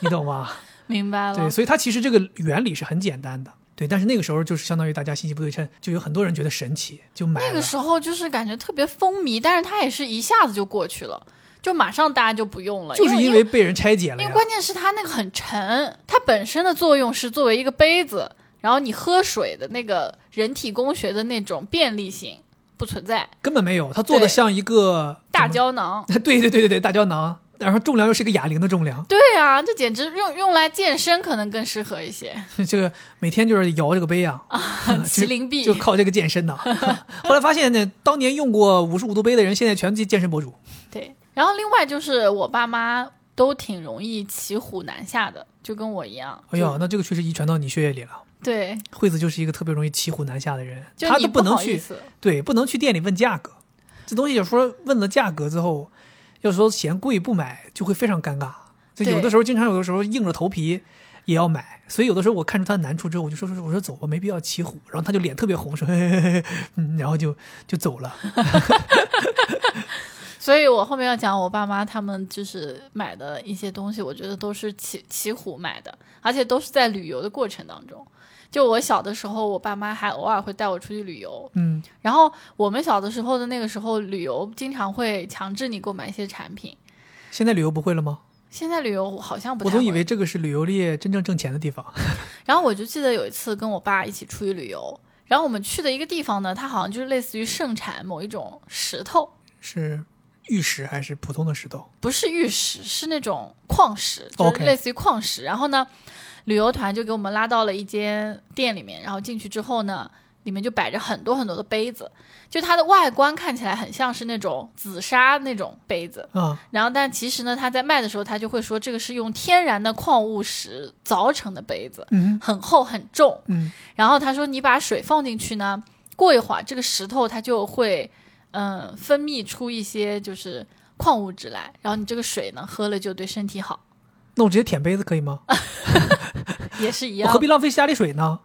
Speaker 1: 你懂吗？
Speaker 2: 明白了。
Speaker 1: 对，所以它其实这个原理是很简单的。对，但是那个时候就是相当于大家信息不对称，就有很多人觉得神奇，就买了。
Speaker 2: 那个时候就是感觉特别风靡，但是它也是一下子就过去了，就马上大家就不用了，
Speaker 1: 就是
Speaker 2: 因
Speaker 1: 因
Speaker 2: 为
Speaker 1: 为被人拆解了
Speaker 2: 因为
Speaker 1: 呀。
Speaker 2: 关键是它那个很沉，它本身的作用是作为一个杯子，然后你喝水的那个人体工学的那种便利性不存在，
Speaker 1: 根本没有，它做的
Speaker 2: 对
Speaker 1: 像一个
Speaker 2: 大，胶囊。
Speaker 1: 怎么 *laughs* 对对对对对，大胶囊，然后重量又是一个哑铃的重量，
Speaker 2: 对啊，这简直用用来健身可能更适合一些。
Speaker 1: 这个每天就是摇这个杯 *laughs* 啊，
Speaker 2: 麒麟臂
Speaker 1: 就靠这个健身呐、 *laughs* 后来发现呢，当年用过五十五度杯的人，现在全健身博主。
Speaker 2: 对，然后另外就是我爸妈都挺容易骑虎难下的，就跟我一样。
Speaker 1: 哎呀，那这个确实遗传到你血液里了。
Speaker 2: 对，
Speaker 1: 惠子就是一个特别容易骑虎难下的人，
Speaker 2: 就
Speaker 1: 他
Speaker 2: 你
Speaker 1: 都不能
Speaker 2: 好意
Speaker 1: 去
Speaker 2: 思。
Speaker 1: 对，不能去店里问价格，这东西有时候问了价格之后，要说嫌贵不买，就会非常尴尬。就有
Speaker 2: 对
Speaker 1: 的时候，经常有的时候硬着头皮也要买，所以有的时候我看出他的难处之后，我就说说我说走吧，没必要骑虎。然后他就脸特别红，说嘿嘿嘿嘿，嗯，然后就就走了。
Speaker 2: 所以我后面要讲我爸妈他们就是买的一些东西，我觉得都是骑骑虎买的，而且都是在旅游的过程当中。就我小的时候，我爸妈还偶尔会带我出去旅游，
Speaker 1: 嗯，
Speaker 2: 然后我们小的时候的那个时候，旅游经常会强制你购买一些产品。
Speaker 1: 现在旅游不会了吗？
Speaker 2: 现在旅游好像不
Speaker 1: 我
Speaker 2: 太会。
Speaker 1: 总以为这个是旅游业真正挣钱的地方。
Speaker 2: 然后我就记得有一次跟我爸一起出去旅游，然后我们去的一个地方呢，它好像就是类似于盛产某一种石头，
Speaker 1: 是玉石还是普通的石头？
Speaker 2: 不是玉石，是那种矿石，就是
Speaker 1: OK
Speaker 2: 类似于矿石。然后呢，旅游团就给我们拉到了一间店里面，然后进去之后呢，里面就摆着很多很多的杯子，就它的外观看起来很像是那种紫砂那种杯子，
Speaker 1: 啊、
Speaker 2: 然后但其实呢，它在卖的时候，它就会说这个是用天然的矿物石凿成的杯子，
Speaker 1: 嗯
Speaker 2: 很厚很重。
Speaker 1: 嗯，
Speaker 2: 然后他说你把水放进去呢，过一会儿这个石头它就会嗯分泌出一些就是矿物质来，然后你这个水呢喝了就对身体好， *laughs*
Speaker 1: 那我直接舔杯子可以吗？
Speaker 2: 也是一
Speaker 1: 我
Speaker 2: 样
Speaker 1: 何。必浪费家里水
Speaker 2: *laughs*
Speaker 1: 呢？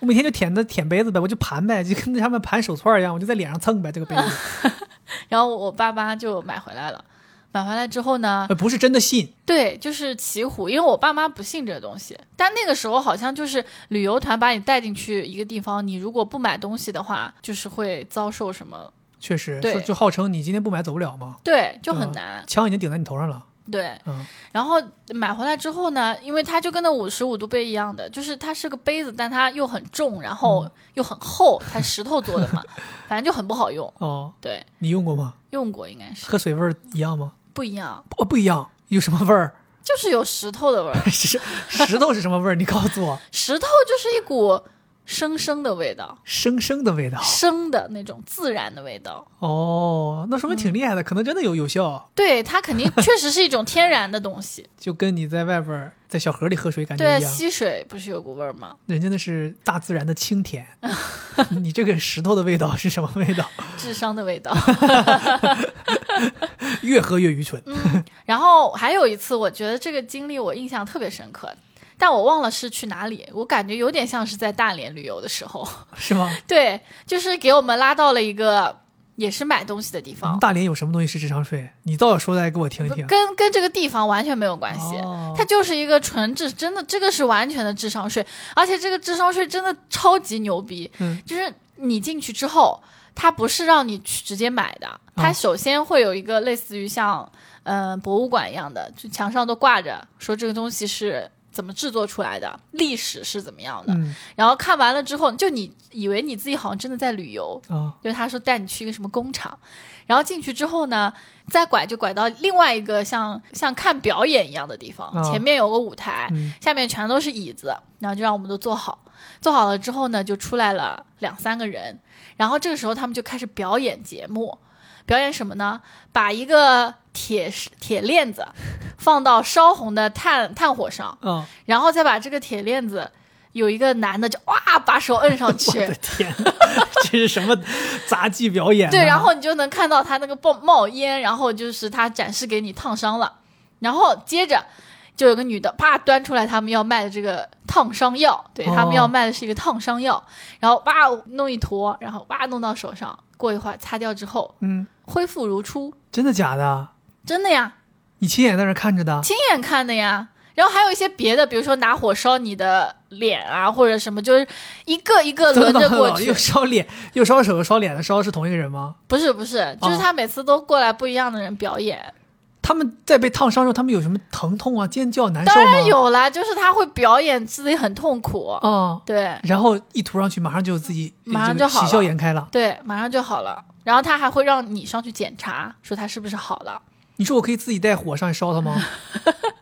Speaker 1: 我每天就舔着舔杯子呗，我就盘呗，就跟他们盘手串一样，我就在脸上蹭呗。这个杯子、
Speaker 2: *laughs* 然后我爸妈就买回来了。买回来之后呢，
Speaker 1: 呃不是真的信，
Speaker 2: 对，就是骑虎，因为我爸妈不信这东西。但那个时候好像就是旅游团把你带进去一个地方，你如果不买东西的话，就是会遭受什么，
Speaker 1: 确实，
Speaker 2: 对
Speaker 1: 就就号称你今天不买走不了嘛，
Speaker 2: 对，就
Speaker 1: 嗯
Speaker 2: 很难。
Speaker 1: 枪已经顶在你头上了。
Speaker 2: 对，
Speaker 1: 嗯
Speaker 2: 然后买回来之后呢，因为它就跟那五十五度杯一样的，就是它是个杯子，但它又很重，然
Speaker 1: 嗯
Speaker 2: 后又很厚，它石头做的嘛，反正就很不好用。
Speaker 1: 哦，
Speaker 2: 对，
Speaker 1: 你用过吗？
Speaker 2: 用过应该是
Speaker 1: 和水味儿一样吗？
Speaker 2: 不一样，
Speaker 1: 不、不一样，有什么味儿？，
Speaker 2: 就是有石头的味儿
Speaker 1: 石石头是什么味儿？你告诉我，
Speaker 2: 石头就是一股生生的味道，
Speaker 1: 生生的味道。
Speaker 2: 生的那种自然的味道。
Speaker 1: 哦，那说明挺厉害的，可能真的有有效，
Speaker 2: 对，它肯定确实是一种天然的东西。
Speaker 1: 就跟你在外边儿在小河里喝水 *laughs* 感觉
Speaker 2: 对，
Speaker 1: 一样。
Speaker 2: 溪水不是有股味儿吗？
Speaker 1: 人家那是大自然的清甜，
Speaker 2: *laughs*
Speaker 1: 你这个石头的味道是什么味道？
Speaker 2: 智商的味道。
Speaker 1: 越喝越愚蠢。
Speaker 2: 然后还有一次，我觉得这个经历我印象特别深刻，但我忘了是去哪里，我感觉有点像是在大连旅游的时候， *laughs*
Speaker 1: 是吗？
Speaker 2: 对，就是给我们拉到了一个也是买东西的地
Speaker 1: 我们
Speaker 2: 方，
Speaker 1: 大连有什么东西是智商税？你倒要说来给我嗯听一
Speaker 2: 不
Speaker 1: 听。
Speaker 2: 跟跟这个地方完全没有关系。
Speaker 1: 哦
Speaker 2: 它就是一个纯智，真的，这个是完全的智商税，而且这个智商税真的超级牛逼，
Speaker 1: 嗯
Speaker 2: 就是你进去之后，它不是让你去直接买
Speaker 1: 哦
Speaker 2: 的，它首先会有一个类似于像嗯、呃博物馆一样的，就墙上都挂着说这个东西是怎么制作出来的，历史是怎么样的。
Speaker 1: 嗯
Speaker 2: 然后看完了之后，就你以为你自己好像真的在旅游，
Speaker 1: 啊
Speaker 2: 就是他说带你去一个什么工厂，然后进去之后呢，再拐就拐到另外一个像像看表演一样的地方，
Speaker 1: 哦
Speaker 2: 前面有个舞台，
Speaker 1: 嗯
Speaker 2: 下面全都是椅子，然后就让我们都坐好。坐好了之后呢，就出来了两三个人，然后这个时候他们就开始表演节目，表演什么呢？把一个铁铁链子放到烧红的炭炭火上，
Speaker 1: 啊
Speaker 2: *laughs* 然后再把这个铁链子有一个男的就哇把手摁上
Speaker 1: 我的
Speaker 2: 去，
Speaker 1: 天， *laughs* 这是什么杂技表演、啊？
Speaker 2: 对，然后你就能看到他那个冒冒烟，然后就是他展示给你烫伤了，然后接着就有个女的啪端出来他们要卖的这个烫伤药，对
Speaker 1: 哦
Speaker 2: 他们要卖的是一个烫伤药，然后哇弄一坨，然后哇弄到手上，过一会儿擦掉之后
Speaker 1: 嗯，
Speaker 2: 恢复如初，
Speaker 1: 真的假的？
Speaker 2: 真的呀，
Speaker 1: 你亲眼在那儿看着的？
Speaker 2: 亲眼看的呀。然后还有一些别的，比如说拿火烧你的脸啊，或者什么，就是一个一个轮
Speaker 1: 等
Speaker 2: 着
Speaker 1: 等
Speaker 2: 过
Speaker 1: 等，
Speaker 2: 去
Speaker 1: *laughs* 又。烧脸，又烧手，又烧脸的烧是同一个人吗？
Speaker 2: 不是不是，就是
Speaker 1: 哦
Speaker 2: 他每次都过来不一样的人表演。
Speaker 1: 他们在被烫伤之后，他们有什么疼痛啊、尖叫、难受吗？
Speaker 2: 当然有啦，就是他会表演自己很痛苦，
Speaker 1: 哦，
Speaker 2: 对
Speaker 1: 然后一涂上去，马上就自己
Speaker 2: 马上
Speaker 1: 这个
Speaker 2: 就好了
Speaker 1: 喜笑颜开了。
Speaker 2: 对，马上就好了。然后他还会让你上去检查，说他是不是好了。
Speaker 1: 你说我可以自己带火上去烧它
Speaker 2: *laughs*
Speaker 1: 吗？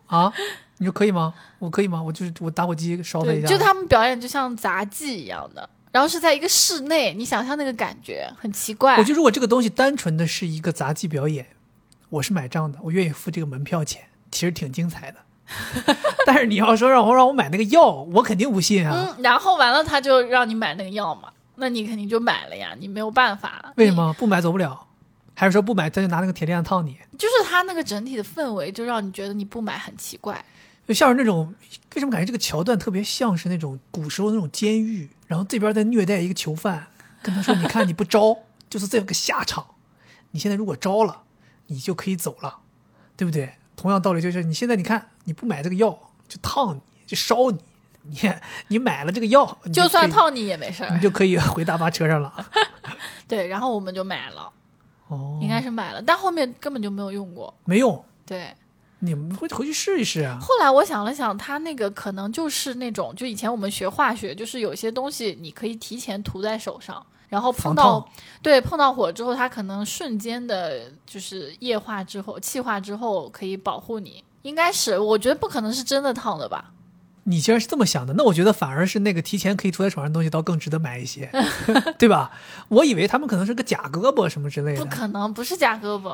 Speaker 1: 啊？你说可以吗？我可以吗？我就是我打火机烧它
Speaker 2: 对，
Speaker 1: 一下。
Speaker 2: 就他们表演就像杂技一样的，然后是在一个室内，你想象那个感觉很奇怪
Speaker 1: 我。觉得如果这个东西单纯的是一个杂技表演，我是买账的，我愿意付这个门票钱，其实挺精
Speaker 2: *laughs*
Speaker 1: 彩的。但是你要说让我让我买那个药，我肯定不信啊。
Speaker 2: 嗯，然后完了他就让你买那个药嘛，那你肯定就买了呀，你没有办法。
Speaker 1: 为什么不买走不了？还是说不买他就拿那个铁链子烫你？
Speaker 2: 你？就是他那个整体的氛围就让你觉得你不买很奇怪。
Speaker 1: 就像是那种，为什么感觉这个桥段特别像是那种古时候那种监狱，然后这边在虐待一个囚犯，跟他说：“你看你不招，就是这个下场。你现在如果招了，你就可以走了，对不对？同样道理就是，你现在你看你不买这个药，就烫你，就烧你，你你买了这个药，你
Speaker 2: 就
Speaker 1: 就嗯
Speaker 2: 算
Speaker 1: 可以，
Speaker 2: 套你也没事儿
Speaker 1: 你。就可以回大巴车上了。
Speaker 2: 对，然后我们就买了，
Speaker 1: 哦，
Speaker 2: 应该是买了，但后面根本就没有用过。
Speaker 1: 没用，
Speaker 2: 对，
Speaker 1: 你们回回去试一试啊。
Speaker 2: 后来我想了想，它那个可能就是那种，就以前我们学化学，就是有些东西你可以提前涂在手上，然后碰
Speaker 1: 防
Speaker 2: 到
Speaker 1: 烫
Speaker 2: 对碰到火之后，它可能瞬间的就是液化之后、气化之后可以保护你。应该是，我觉得不可能是真的烫的吧？
Speaker 1: 你既然是这么想的，那我觉得反而是那个提前可以涂在手上的东西，倒更值得买一些， *laughs* 对吧？我以为他们可能是个假胳膊什么之类
Speaker 2: 不
Speaker 1: 的，
Speaker 2: 可能，不是假胳膊。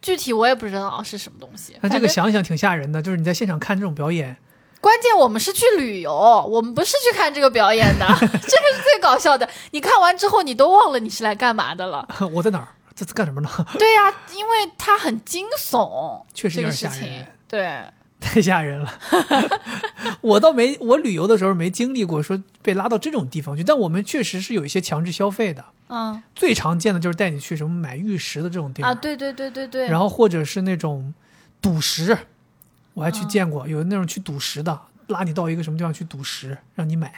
Speaker 2: 具体我也不知道是什么东西。
Speaker 1: 但这
Speaker 2: 反
Speaker 1: 个
Speaker 2: 正
Speaker 1: 想一想挺吓人的，就是你在现场看这种表演， *laughs*
Speaker 2: 关键我们是去旅游，我们不是去看这个表演的， *laughs* 这个是最搞笑的。你看完之后，你都忘了你是来干嘛的了。
Speaker 1: 我在哪儿？这次干什么呢？ *laughs*
Speaker 2: 对呀、因为它很惊悚，
Speaker 1: 确实
Speaker 2: 这
Speaker 1: 有
Speaker 2: 个
Speaker 1: 点
Speaker 2: 事
Speaker 1: 吓
Speaker 2: 情
Speaker 1: 人。
Speaker 2: 对，
Speaker 1: 太吓人
Speaker 2: *laughs*
Speaker 1: 了！我倒没，我旅游的时候没经历过说被拉到这种地方去，但我们确实是有一些强制消费的，
Speaker 2: 嗯
Speaker 1: 最常见的就是带你去什么买玉石的这种地方
Speaker 2: 啊，对对对对对，
Speaker 1: 然后或者是那种赌石，我还
Speaker 2: 嗯
Speaker 1: 去见过，有那种去赌石的，拉你到一个什么地方去赌石，让你买。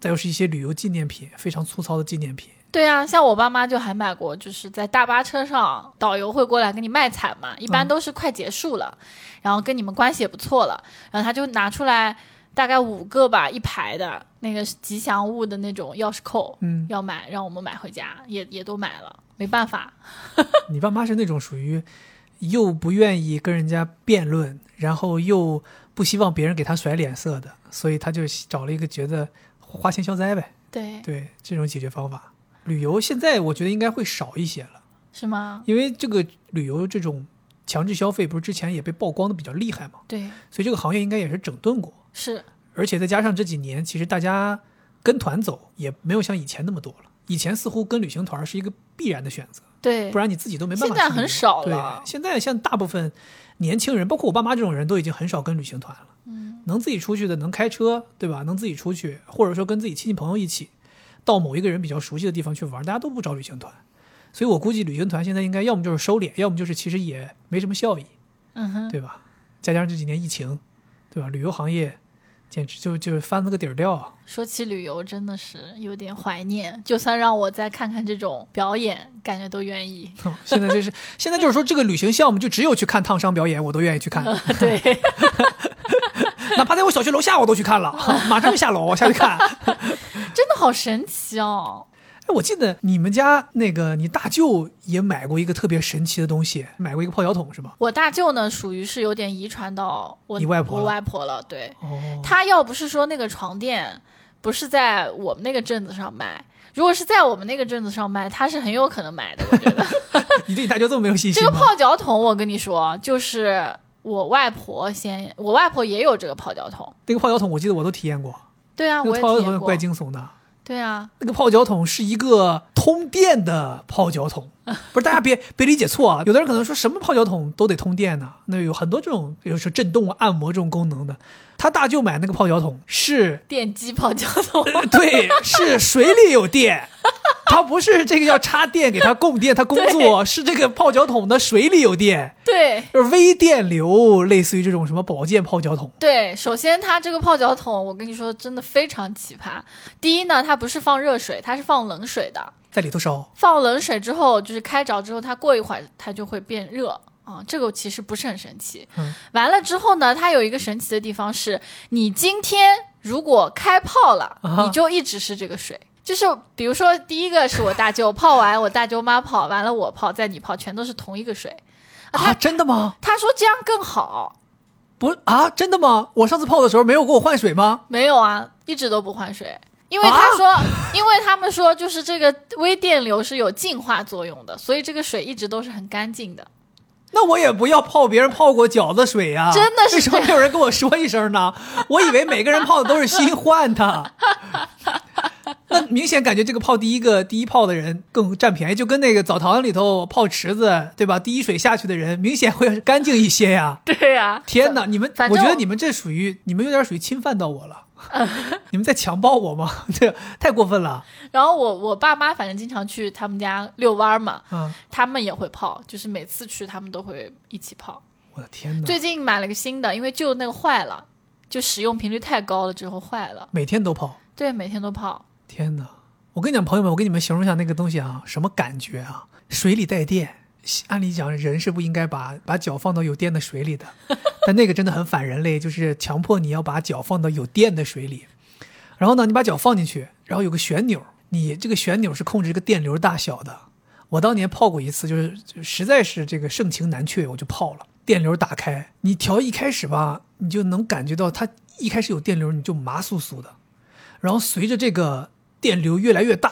Speaker 1: 再又是一些旅游纪念品，非常粗糙的纪
Speaker 2: *laughs*
Speaker 1: 念品。
Speaker 2: 对啊，像我爸妈就还买过，就是在大巴车上，导游会过来给你卖惨嘛，一般
Speaker 1: 嗯
Speaker 2: 都是快结束了，然后跟你们关系也不错了，然后他就拿出来大概五个吧，一排的那个吉祥物的那种钥匙扣，
Speaker 1: 嗯，
Speaker 2: 要买让我们买回家，也也都买了，没办法，
Speaker 1: 你爸妈是那种属于又不愿意跟人家辩论，然后又不希望别人给他甩脸色的，所以他就找了一个觉得花钱消灾呗，
Speaker 2: 对，
Speaker 1: 对这种解决方法。旅游现在我觉得应该会少一些了。
Speaker 2: 是吗？
Speaker 1: 因为这个旅游这种强制消费，不是之前也被曝光的比较厉害嘛，
Speaker 2: 对，
Speaker 1: 所以这个行业应该也是整顿过，
Speaker 2: 是，
Speaker 1: 而且再加上这几年，其实大家跟团走也没有像以前那么多了。以前似乎跟旅行团是一个必然的选择，
Speaker 2: 对
Speaker 1: 不，然你自己都没办法去旅游。
Speaker 2: 现在很少了
Speaker 1: 对，现在像大部分年轻人，包括我爸妈这种人都已经很少跟旅行团了。嗯，能自己出去的，能开车，对吧？能自己出去，或者说跟自己亲戚朋友一起，到某一个人比较熟悉的地方去玩，大家都不找旅行团。所以我估计旅行团现在应该要么就是收敛，要么就是其实也没什么效益，
Speaker 2: 嗯哼，
Speaker 1: 对吧？再加上这几年疫情，对吧？旅游行业简直就就是翻了个底儿掉啊。 *laughs*
Speaker 2: 说起旅游，真的是有点怀念。就算让我再看看这种表演，感觉都
Speaker 1: *laughs*
Speaker 2: 愿意。
Speaker 1: 现在就是现在就是说这个旅行项目就只有去看烫伤表演，我都愿意去看。
Speaker 2: 对，
Speaker 1: 哪怕在我小区楼下我都去
Speaker 2: *laughs*
Speaker 1: 看了，马上就下楼下去看。 *laughs* 哎，
Speaker 2: 真的好神奇哦！
Speaker 1: 我记得你们家那个你大舅也买过一个特别神奇的东西，买过一个泡脚桶是吧？
Speaker 2: 我大舅呢，属于是有点遗传到我
Speaker 1: 你外婆了
Speaker 2: 我外婆了。对，
Speaker 1: 哦，
Speaker 2: 他要不是说那个床垫不是在我们那个镇子上卖，如果是在我们那个镇子上卖，他是很有可能买
Speaker 1: *laughs*
Speaker 2: 的。我觉得
Speaker 1: 你对你大舅这么没有信
Speaker 2: 这
Speaker 1: 心
Speaker 2: 个
Speaker 1: 吗？
Speaker 2: 泡脚桶，我跟你说，就是我外婆先，我外婆也有这个泡脚桶。
Speaker 1: 那个泡脚桶我记得我都体验过，
Speaker 2: 对啊，
Speaker 1: 那
Speaker 2: 我
Speaker 1: 个
Speaker 2: 也
Speaker 1: 泡
Speaker 2: 体
Speaker 1: 脚桶
Speaker 2: 验
Speaker 1: 也
Speaker 2: 过
Speaker 1: 怪。惊悚的。
Speaker 2: 对啊，
Speaker 1: 那个泡脚桶是一个通电的泡脚桶，不是大家别别理解错啊！有的人可能说什么泡脚桶都得通电呢、那有很多这种，比如说震动啊、按摩这种功能的。他大舅买那个泡脚桶是 *laughs*
Speaker 2: 电击泡脚桶 *laughs*
Speaker 1: 呃对，是水里有电，它不是这个要插电给它供电，它工作是这个泡脚桶的水里有电，
Speaker 2: 对
Speaker 1: 就是微电流，类似于这种什么保健泡脚桶。
Speaker 2: 对，首先它这个泡脚桶，我跟你说真的非常奇葩。第一呢，它不是放热水，它是放冷水的。
Speaker 1: 在里头烧，
Speaker 2: 放冷水之后，就是开着之后，它过一会儿它就会变热啊、这个其实不是很神奇。
Speaker 1: 嗯
Speaker 2: 完了之后呢，它有一个神奇的地方是，你今天如果开泡了，
Speaker 1: 啊哈
Speaker 2: 你就一直是这个水。就是比如说，第一个是我大舅泡完，我大舅妈泡完了，我泡再你泡，全都是同一个水。
Speaker 1: 啊，真的吗？
Speaker 2: 他说这样更好，
Speaker 1: 不啊，真的吗？我上次泡的时候没有给我换水吗？
Speaker 2: 没有啊，一直都不换水，因为他说，因为他们说就是这个微电流是有净化作用的，所以这个水一直都是很干净的。
Speaker 1: 那我也不要泡别人泡过饺子水呀、
Speaker 2: 真的是
Speaker 1: 为什么没有人跟我说一声
Speaker 2: *laughs*
Speaker 1: 呢？我以为每个人泡的都是新换的。那明显感觉这个泡第一个第一泡的人更占便宜，就跟那个澡堂里头泡池子，对吧？第一水下去的人明显会干净一些呀、
Speaker 2: 对啊呀、
Speaker 1: 天哪，你们，
Speaker 2: 反
Speaker 1: 我
Speaker 2: 正
Speaker 1: 觉得
Speaker 2: 我
Speaker 1: 你们这属于你们有点属于侵犯到我了， *laughs* 你们在强暴我吗？ *laughs* 这太过分了
Speaker 2: 然后我我爸妈反正经常去他们家遛弯儿嘛，
Speaker 1: 啊！
Speaker 2: 他们也会泡，就是每次去他们都会一起泡。
Speaker 1: 我的天哪，
Speaker 2: 最近买了个新的，因为旧的那个坏了，就使用频率太高了之后坏了。
Speaker 1: 每天都泡。
Speaker 2: 对，每天都泡。
Speaker 1: 天哪！我跟你讲，朋友们，我给你们形容一下那个东西啊，什么感觉啊？水里带电，按理讲人是不应该把把脚放到有电的水里的，但那个真的很反人类，就是强迫你要把脚放到有电的水里。然后呢，你把脚放进去，然后有个旋钮，你这个旋钮是控制这个电流大小的。我当年泡过一次，就是就实在是这个盛情难却，我就泡了。电流打开，你调一开始吧，你就能感觉到它一开始有电流，你就麻酥酥的。然后随着这个电流越来越大，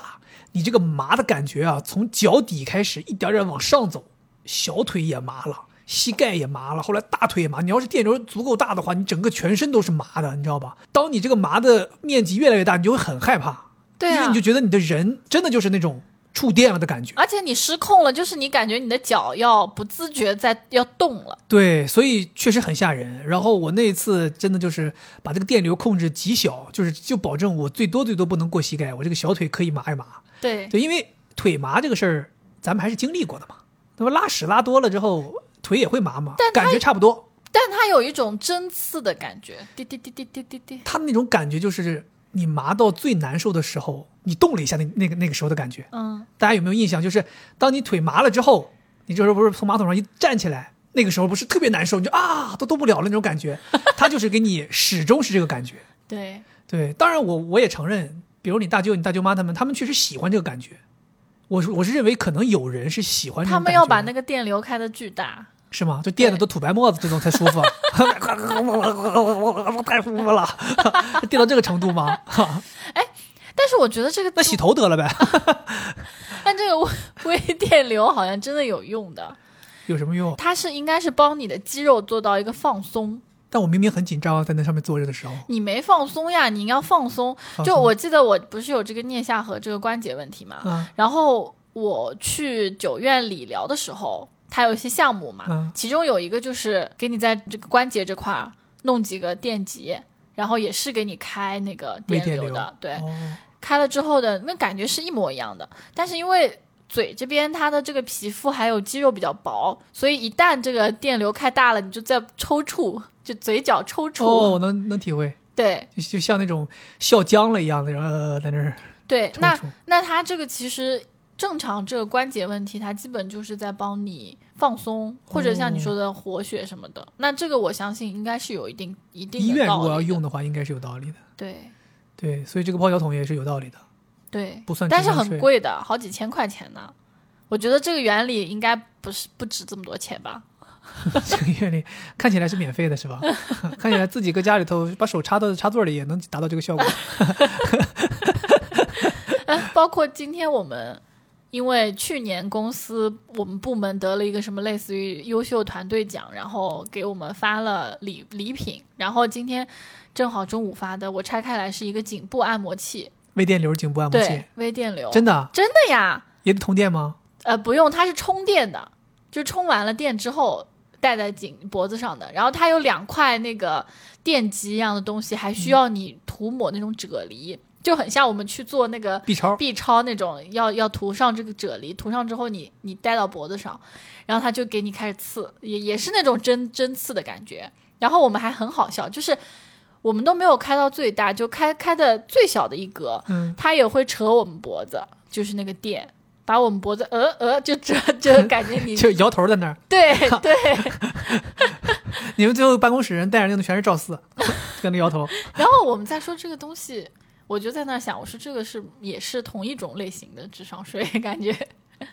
Speaker 1: 你这个麻的感觉啊，从脚底开始一点点往上走，小腿也麻了，膝盖也麻了，后来大腿也麻。你要是电流足够大的话，你整个全身都是麻的，你知道吧？当你这个麻的面积越来越大，你就会很害怕，
Speaker 2: 对
Speaker 1: 因为
Speaker 2: 啊
Speaker 1: 你就，觉得你的人真的就是那种触电了的感觉。
Speaker 2: 而且你失控了，就是你感觉你的脚要不自觉在要动了。
Speaker 1: 对，所以确实很吓人。然后我那一次真的就是把这个电流控制极小，就是就保证我最多最多不能过膝盖，我这个小腿可以麻一麻。
Speaker 2: 对，
Speaker 1: 对，因为腿麻这个事儿，咱们还是经历过的嘛。那么拉屎拉多了之后，腿也会麻嘛，
Speaker 2: 但它
Speaker 1: 感觉差不多。
Speaker 2: 但它有一种针刺的感觉，滴滴滴滴滴滴滴。
Speaker 1: 他那种感觉就是你麻到最难受的时候，你动了一下那那个那个时候的感觉。
Speaker 2: 嗯，
Speaker 1: 大家有没有印象？就是当你腿麻了之后，你这时候不是从马桶上一站起来，那个时候不是特别难受，你就啊都动不了了那种感
Speaker 2: *laughs*
Speaker 1: 觉。他就是给你始终是这个感觉。
Speaker 2: 对，
Speaker 1: 对，当然我我也承认，比如你大舅、你大舅妈他们，他们确实喜欢这个感觉。我是我是认为可能有人是喜欢这种
Speaker 2: 他
Speaker 1: 感觉
Speaker 2: 们要把
Speaker 1: 的
Speaker 2: 那个电流开的巨大。
Speaker 1: 是吗？就电的都吐白沫子，这种才舒
Speaker 2: *laughs*
Speaker 1: 服。啊 *laughs* 太舒服 *laughs* 了，电到这个程度吗？
Speaker 2: 但是我觉得这个
Speaker 1: 那洗头得了呗？
Speaker 2: 但这个微 *laughs* 微电流好像真的有用的，
Speaker 1: 有什么用？
Speaker 2: 它是应该是帮你的肌肉做到一个放松。
Speaker 1: 但我明明很紧张，啊在那上面坐着的时候，
Speaker 2: 你没放松呀，你应该放松。
Speaker 1: 放
Speaker 2: 就
Speaker 1: 松
Speaker 2: 我记得我不是有这个颞下颌这个关节问题嘛，
Speaker 1: 啊
Speaker 2: 然后我去九院理疗的时候，它有一些项目嘛，
Speaker 1: 嗯
Speaker 2: 其中有一个就是给你在这个关节这块儿弄几个电极，然后也是给你开那个
Speaker 1: 微
Speaker 2: 电
Speaker 1: 电
Speaker 2: 流
Speaker 1: 流
Speaker 2: 的，对，
Speaker 1: 哦，
Speaker 2: 开了之后的那感觉是一模一样的，但是因为嘴这边它的这个皮肤还有肌肉比较薄，所以一旦这个电流开大了，你就在抽搐，就嘴角抽搐。
Speaker 1: 哦，能能体会，
Speaker 2: 对
Speaker 1: 就就像那种笑僵了一样的，然后呃在那儿
Speaker 2: 对，
Speaker 1: 抽
Speaker 2: 那
Speaker 1: 搐。
Speaker 2: 那它这个其实正常这个关节问题，它基本就是在帮你放松，或者像你说的活血什么的。那这个我相信应该是有一定一定
Speaker 1: 医
Speaker 2: 的
Speaker 1: 院如
Speaker 2: 道理
Speaker 1: 果
Speaker 2: 的
Speaker 1: 要用的话，应该是有道理的。
Speaker 2: 对
Speaker 1: 对，所以这个泡脚桶也是有道理的。 *laughs*
Speaker 2: 对，
Speaker 1: 不算
Speaker 2: 但是
Speaker 1: 智商
Speaker 2: 很
Speaker 1: 税
Speaker 2: 贵的，好几千块钱呢。我觉得这个原理应该不是不值这么多钱吧。
Speaker 1: 这个院里看起来是免费的，是吧？ *laughs* 看起来自己搁家里头把手插到插座里也能
Speaker 2: *laughs*
Speaker 1: 达到这个效果。
Speaker 2: 包括今天我们因为去年公司我们部门得了一个什么类似于优秀团队奖，然后给我们发了礼礼品，然后今天正好中午发的，我拆开来是一个颈部按摩器，
Speaker 1: 微电流颈部按摩器
Speaker 2: 对，，微电流，
Speaker 1: 真的啊
Speaker 2: 真的呀，
Speaker 1: 也得通电吗？
Speaker 2: 呃，不用，它是充电的，就充完了电之后戴在颈脖子上的。然后它有两块那个电极一样的东西，还需要你涂抹那种啫喱，就很像我们去做那个
Speaker 1: B 超
Speaker 2: B 超那种，要要涂上这个啫喱，涂上之后你你戴到脖子上，然后它就给你开始刺，也也是那种针针刺的感觉。然后我们还很好笑，就是我们都没有开到最大，就开开的最小的一格，
Speaker 1: 嗯，
Speaker 2: 它也会扯我们脖子，就是那个电，把我们脖子呃呃就扯，就感觉
Speaker 1: *laughs*
Speaker 2: 你
Speaker 1: 就摇头在那儿。
Speaker 2: 对对，
Speaker 1: 你们最后办公室人戴着那个全是赵四， *laughs* 跟那摇头。
Speaker 2: 然后我们再说这个东西，我就在那儿想，我说这个是也是同一种类型的智商税，感觉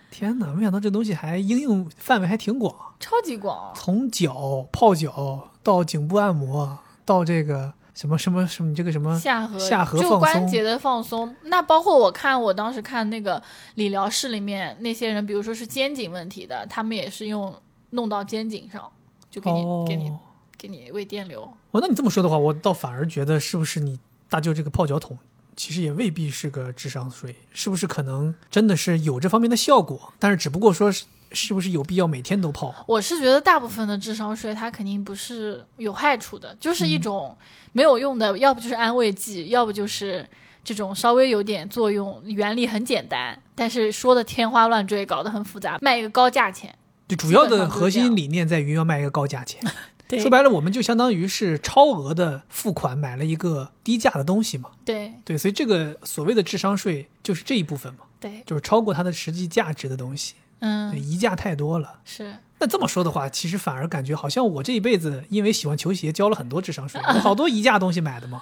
Speaker 1: 天哪，没想到这东西还应用范围还挺广，
Speaker 2: 超级广，
Speaker 1: 从脚泡脚到颈部按摩，到这个什么什么什么，你这个什么
Speaker 2: 下颌
Speaker 1: 下颌
Speaker 2: 就
Speaker 1: 放
Speaker 2: 关
Speaker 1: 松
Speaker 2: 节的放松，那包括我看我当时看那个理疗室里面那些人，比如说是肩颈问题的，他们也是用弄到肩颈上，就给你、
Speaker 1: 哦，
Speaker 2: 给你给你喂电流，
Speaker 1: 哦，那你这么说的话，我倒反而觉得是不是你大舅这个泡脚桶，其实也未必是个智商税，是不是可能真的是有这方面的效果，但是只不过说是是不是有必要每天都泡？
Speaker 2: 我是觉得大部分的智商税它肯定不是有害处的，就是
Speaker 1: 嗯
Speaker 2: 一种没有用的，要不就是安慰剂，要不就是这种稍微有点作用，原理很简单，但是说的天花乱坠，搞得很复杂，卖一个高价钱。
Speaker 1: 就主要
Speaker 2: 基本
Speaker 1: 的
Speaker 2: 上就是
Speaker 1: 核
Speaker 2: 这
Speaker 1: 心
Speaker 2: 样
Speaker 1: 理念在于要卖一个高价钱，
Speaker 2: 对
Speaker 1: 说白了，我们就相当于是超额的付款买了一个低价的东西嘛。
Speaker 2: 对
Speaker 1: 对，所以这个所谓的智商税就是这一部分嘛，
Speaker 2: 对，
Speaker 1: 就是超过它的实际价值的东西，对，
Speaker 2: 嗯，
Speaker 1: 溢价太多了。
Speaker 2: 是
Speaker 1: 那这么说的话，其实反而感觉好像我这一辈子因为喜欢球鞋交了很多智商税，我好多宜家东西买的
Speaker 2: *laughs*
Speaker 1: 嘛，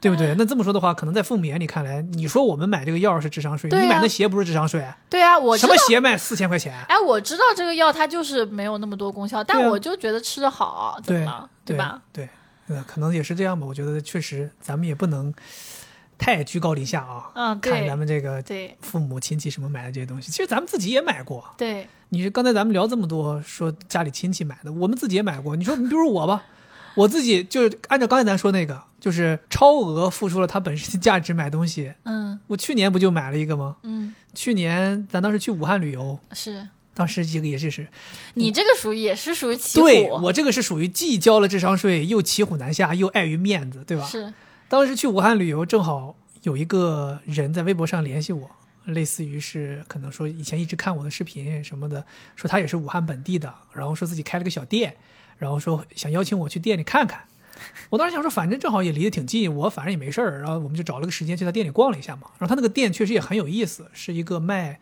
Speaker 1: 对不对？那这么说的话，可能在父母眼里看来，你说我们买这个药是智商税，
Speaker 2: 对啊
Speaker 1: 你买那鞋不是智商税，
Speaker 2: 对啊，我知
Speaker 1: 什
Speaker 2: 道
Speaker 1: 么。鞋卖四千块钱？
Speaker 2: 哎，我知道这个药它就是没有那么多功效，但
Speaker 1: 对啊
Speaker 2: 我就觉得吃的好，怎么
Speaker 1: 对
Speaker 2: 了？
Speaker 1: 对
Speaker 2: 吧？？
Speaker 1: 对，呃，可能也是这样吧。我觉得确实咱们也不能太居高临下啊，
Speaker 2: 嗯，
Speaker 1: 看
Speaker 2: 对
Speaker 1: 咱们这个
Speaker 2: 对
Speaker 1: 父母亲戚什么买的这些东西，其实咱们自己也买过。
Speaker 2: 对，
Speaker 1: 你是刚才咱们聊这么多，说家里亲戚买的，我们自己也买过。你说，你比如我吧，我自己就是按照刚才咱说那个，就是超额付出了它本身价值买东西。
Speaker 2: 嗯
Speaker 1: 我去年不就买了一个吗？
Speaker 2: 嗯，
Speaker 1: 去年咱当时去武汉旅游，
Speaker 2: 是
Speaker 1: 当时这个也是是，
Speaker 2: 你这个属于也是属于起
Speaker 1: 对
Speaker 2: 火，
Speaker 1: 我这个是属于既交了智商税，又骑虎难下，又碍于面子，对吧？
Speaker 2: 是
Speaker 1: 当时去武汉旅游，正好有一个人在微博上联系我，类似于是可能说以前一直看我的视频什么的，说他也是武汉本地的，然后说自己开了个小店，然后说想邀请我去店里看看。我当时想说，反正正好也离得挺近，我反正也没事儿，然后我们就找了个时间去他店里逛了一下嘛。然后他那个店确实也很有意思，是一个卖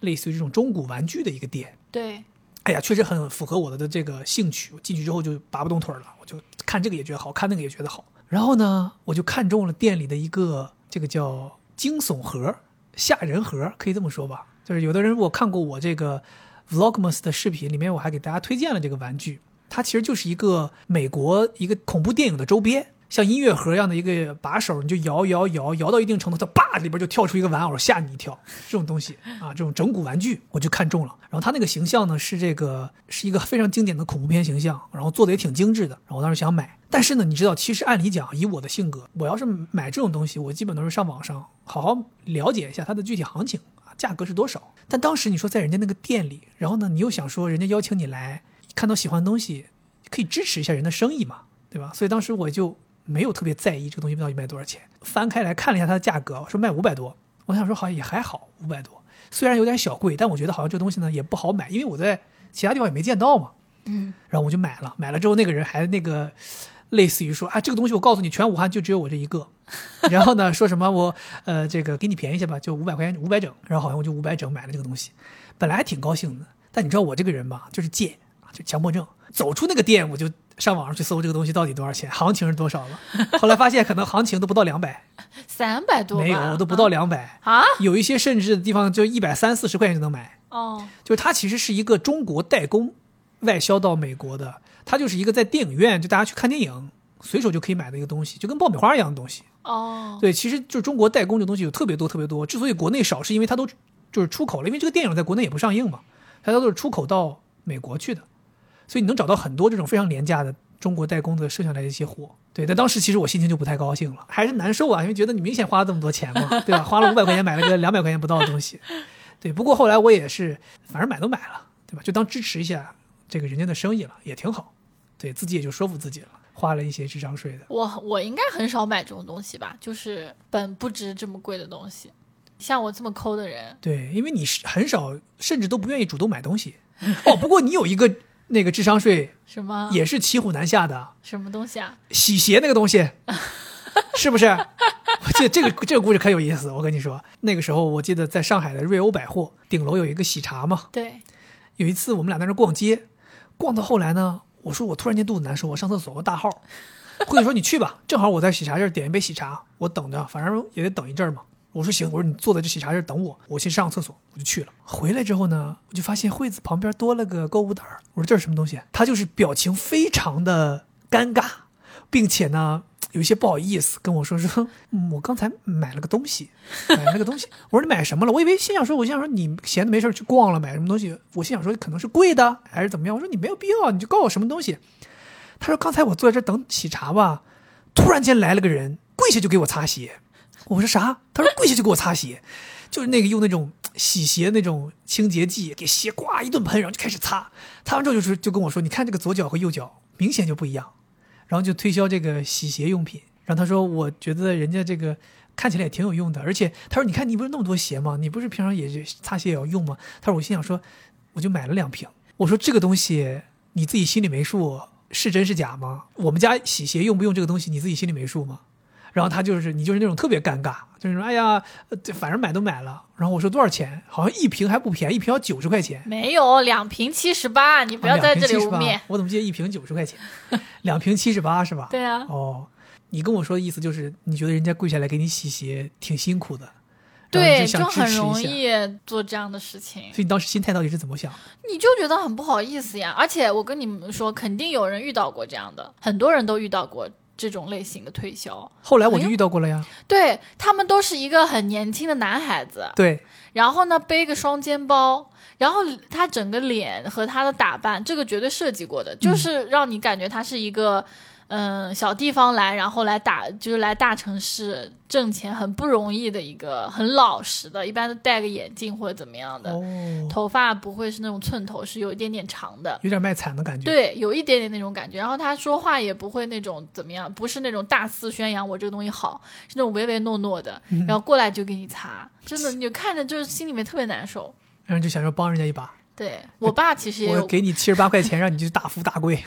Speaker 1: 类似于这种中古玩具的一个店。
Speaker 2: 对。
Speaker 1: 哎呀，确实很符合我的的这个兴趣。我进去之后就拔不动腿儿了，我就看这个也觉得好看，那个也觉得好。然后呢，我就看中了店里的一个这个叫惊悚盒、吓人盒，可以这么说吧。就是有的人我看过我这个 Vlogmas 的视频，里面我还给大家推荐了这个玩具，它其实就是一个美国一个恐怖电影的周边。像音乐盒一样的一个把手，你就摇摇摇摇到一定程度，它叭里边就跳出一个玩偶，吓你一跳。这种东西啊，这种整蛊玩具，我就看中了。然后它那个形象呢，是这个是一个非常经典的恐怖片形象，然后做的也挺精致的。然后我当时想买，但是呢，你知道，其实按理讲，以我的性格，我要是买这种东西，我基本都是上网上好好了解一下它的具体行情啊，价格是多少。但当时你说在人家那个店里，然后呢，你又想说人家邀请你来，看到喜欢的东西，可以支持一下人的生意嘛，对吧？所以当时我就没有特别在意这个东西到底卖多少钱，翻开来看了一下它的价格，我说卖五百多，我想说好像也还好，五百多虽然有点小贵，但我觉得好像这个东西呢也不好买，因为我在其他地方也没见到嘛。
Speaker 2: 嗯，
Speaker 1: 然后我就买了，买了之后那个人还那个。类似于说啊，这个东西我告诉你，全武汉就只有我这一
Speaker 2: *laughs*
Speaker 1: 个。然后呢，说什么我呃这个给你便宜一些吧，就五百块钱五百整。然后好像我就五百整买了这个东西，本来还挺高兴的。但你知道我这个人吧，就是贱啊，就强迫症。走出那个店，我就上网上去搜这个东西到底多少钱，行情是多少了。后来发现可能行情都不到两百，
Speaker 2: 三百多吧
Speaker 1: 没有，都不到两百。
Speaker 2: 啊
Speaker 1: 有一些甚至的地方就一百三四十块钱就能买，
Speaker 2: 哦，
Speaker 1: 就是它其实是一个中国代工外销到美国的，它就是一个在电影院就大家去看电影随手就可以买的一个东西，就跟爆米花一样的东西。
Speaker 2: 哦，
Speaker 1: 对，其实就中国代工这东西有特别多特别多，之所以国内少，是因为它都就是出口了，因为这个电影在国内也不上映嘛，它都是出口到美国去的，所以你能找到很多这种非常廉价的中国代工的剩下来的一些货。对，但当时其实我心情就不太高兴了，还是难受啊，因为觉得你明显花了这么多钱嘛，对吧？花了五百块钱买了个两百块钱不到的东西，对。不过后来我也是，反正买都买了，对吧？就当支持一下这个人家的生意了，也挺好。对自己也就说服自己了，花了一些智商税的。
Speaker 2: 我我应该很少买这种东西吧，就是本不值这么贵的东西。像我这么抠的人，
Speaker 1: 对，因为你是很少，甚至都不愿意主动买东西。哦，不过你有一个那个智商税
Speaker 2: 什么
Speaker 1: 也是骑虎难下的，
Speaker 2: 什么东西啊？
Speaker 1: 洗鞋那个东西，是不是？我记得这个这个故事可有意思。我跟你说，那个时候我记得在上海的瑞欧百货顶楼有一个喜茶嘛。
Speaker 2: 对，
Speaker 1: 有一次我们俩在那儿逛街，逛到后来呢，我说我突然间肚子难受，我上厕所，我大号。 *laughs* 慧子说你去吧，正好我在喜茶这儿点一杯喜茶，我等着，反正也得等一阵儿嘛。我说行，我说你坐在这喜茶这儿等我，我先上厕所，我就去了。回来之后呢，我就发现惠子旁边多了个购物袋儿，我说这是什么东西？她就是表情非常的尴尬，并且呢有一些不好意思跟我说说， *laughs* 嗯，我刚才买了个东西，买了个东西。我说你买什么了？我以为心想说，我心想说你闲的没事儿去逛了，买什么东西？我心想说可能是贵的还是怎么样？我说你没有必要，你就告诉我什么东西。他说：“刚才我坐在这儿等喜茶吧，突然间来了个人，跪下就给我擦鞋。”我说：“啥？”他说：“跪下就给我擦鞋，就是那个用那种洗鞋那种清洁剂，给鞋呱一顿喷，然后就开始擦。擦完之后就是就跟我说：‘你看这个左脚和右脚明显就不一样。’然后就推销这个洗鞋用品。然后他说：‘我觉得人家这个看起来也挺有用的，而且他说你看你不是那么多鞋吗？你不是平常也擦鞋也要用吗？’他说：‘我心想说，我就买了两瓶。’我说：‘这个东西你自己心里没数。’是真是假吗？我们家洗鞋用不用这个东西，你自己心里没数吗？然后他就是你就是那种特别尴尬，就是说哎呀，呃对反正买都买了。然后我说多少钱？好像一瓶还不便宜，一瓶要九十块钱。
Speaker 2: 没有两瓶七十八，你不要在这里污
Speaker 1: 啊两瓶78
Speaker 2: 蔑。
Speaker 1: 我怎么记得一瓶九十块钱，两瓶七十八是吧？
Speaker 2: 对 *laughs* 啊，
Speaker 1: 哦，你跟我说的意思就是你觉得人家跪下来给你洗鞋挺辛苦的，然后你
Speaker 2: 对，
Speaker 1: 想
Speaker 2: 就
Speaker 1: 支持一
Speaker 2: 很
Speaker 1: 下
Speaker 2: 容。易做这样的事情，
Speaker 1: 所以你当时心态到底是怎么想？
Speaker 2: 你就觉得很不好意思呀。而且我跟你们说，肯定有人遇到过这样的，很多人都遇到过这种类型的推销。
Speaker 1: 后来我就
Speaker 2: 哎呦
Speaker 1: 遇到过了
Speaker 2: *laughs*
Speaker 1: 呀，
Speaker 2: 对他们都是一个很年轻的男孩子，
Speaker 1: 对，
Speaker 2: 然后呢背个双肩包，然后他整个脸和他的打扮，这个绝对设计过的，
Speaker 1: 嗯
Speaker 2: 就是让你感觉他是一个。嗯，小地方来，然后来打，就是来大城市挣钱很不容易的一个，很老实的，一般都戴个眼镜或者怎么样的，
Speaker 1: 哦，
Speaker 2: 头发不会是那种寸头，是有一点点长的，
Speaker 1: 有点卖惨的感觉。
Speaker 2: 对，有一点点那种感觉。然后他说话也不会那种怎么样，不是那种大肆宣扬我这个东西好，是那种唯唯诺诺的，
Speaker 1: 嗯
Speaker 2: 然后过来就给你擦，真的你看着就是心里面特别难受。
Speaker 1: 然后就想说帮人家一把，
Speaker 2: 对我爸其实也
Speaker 1: 嗯我
Speaker 2: 有，
Speaker 1: 给你七十八块钱，让你去大富大
Speaker 2: *laughs*
Speaker 1: 贵。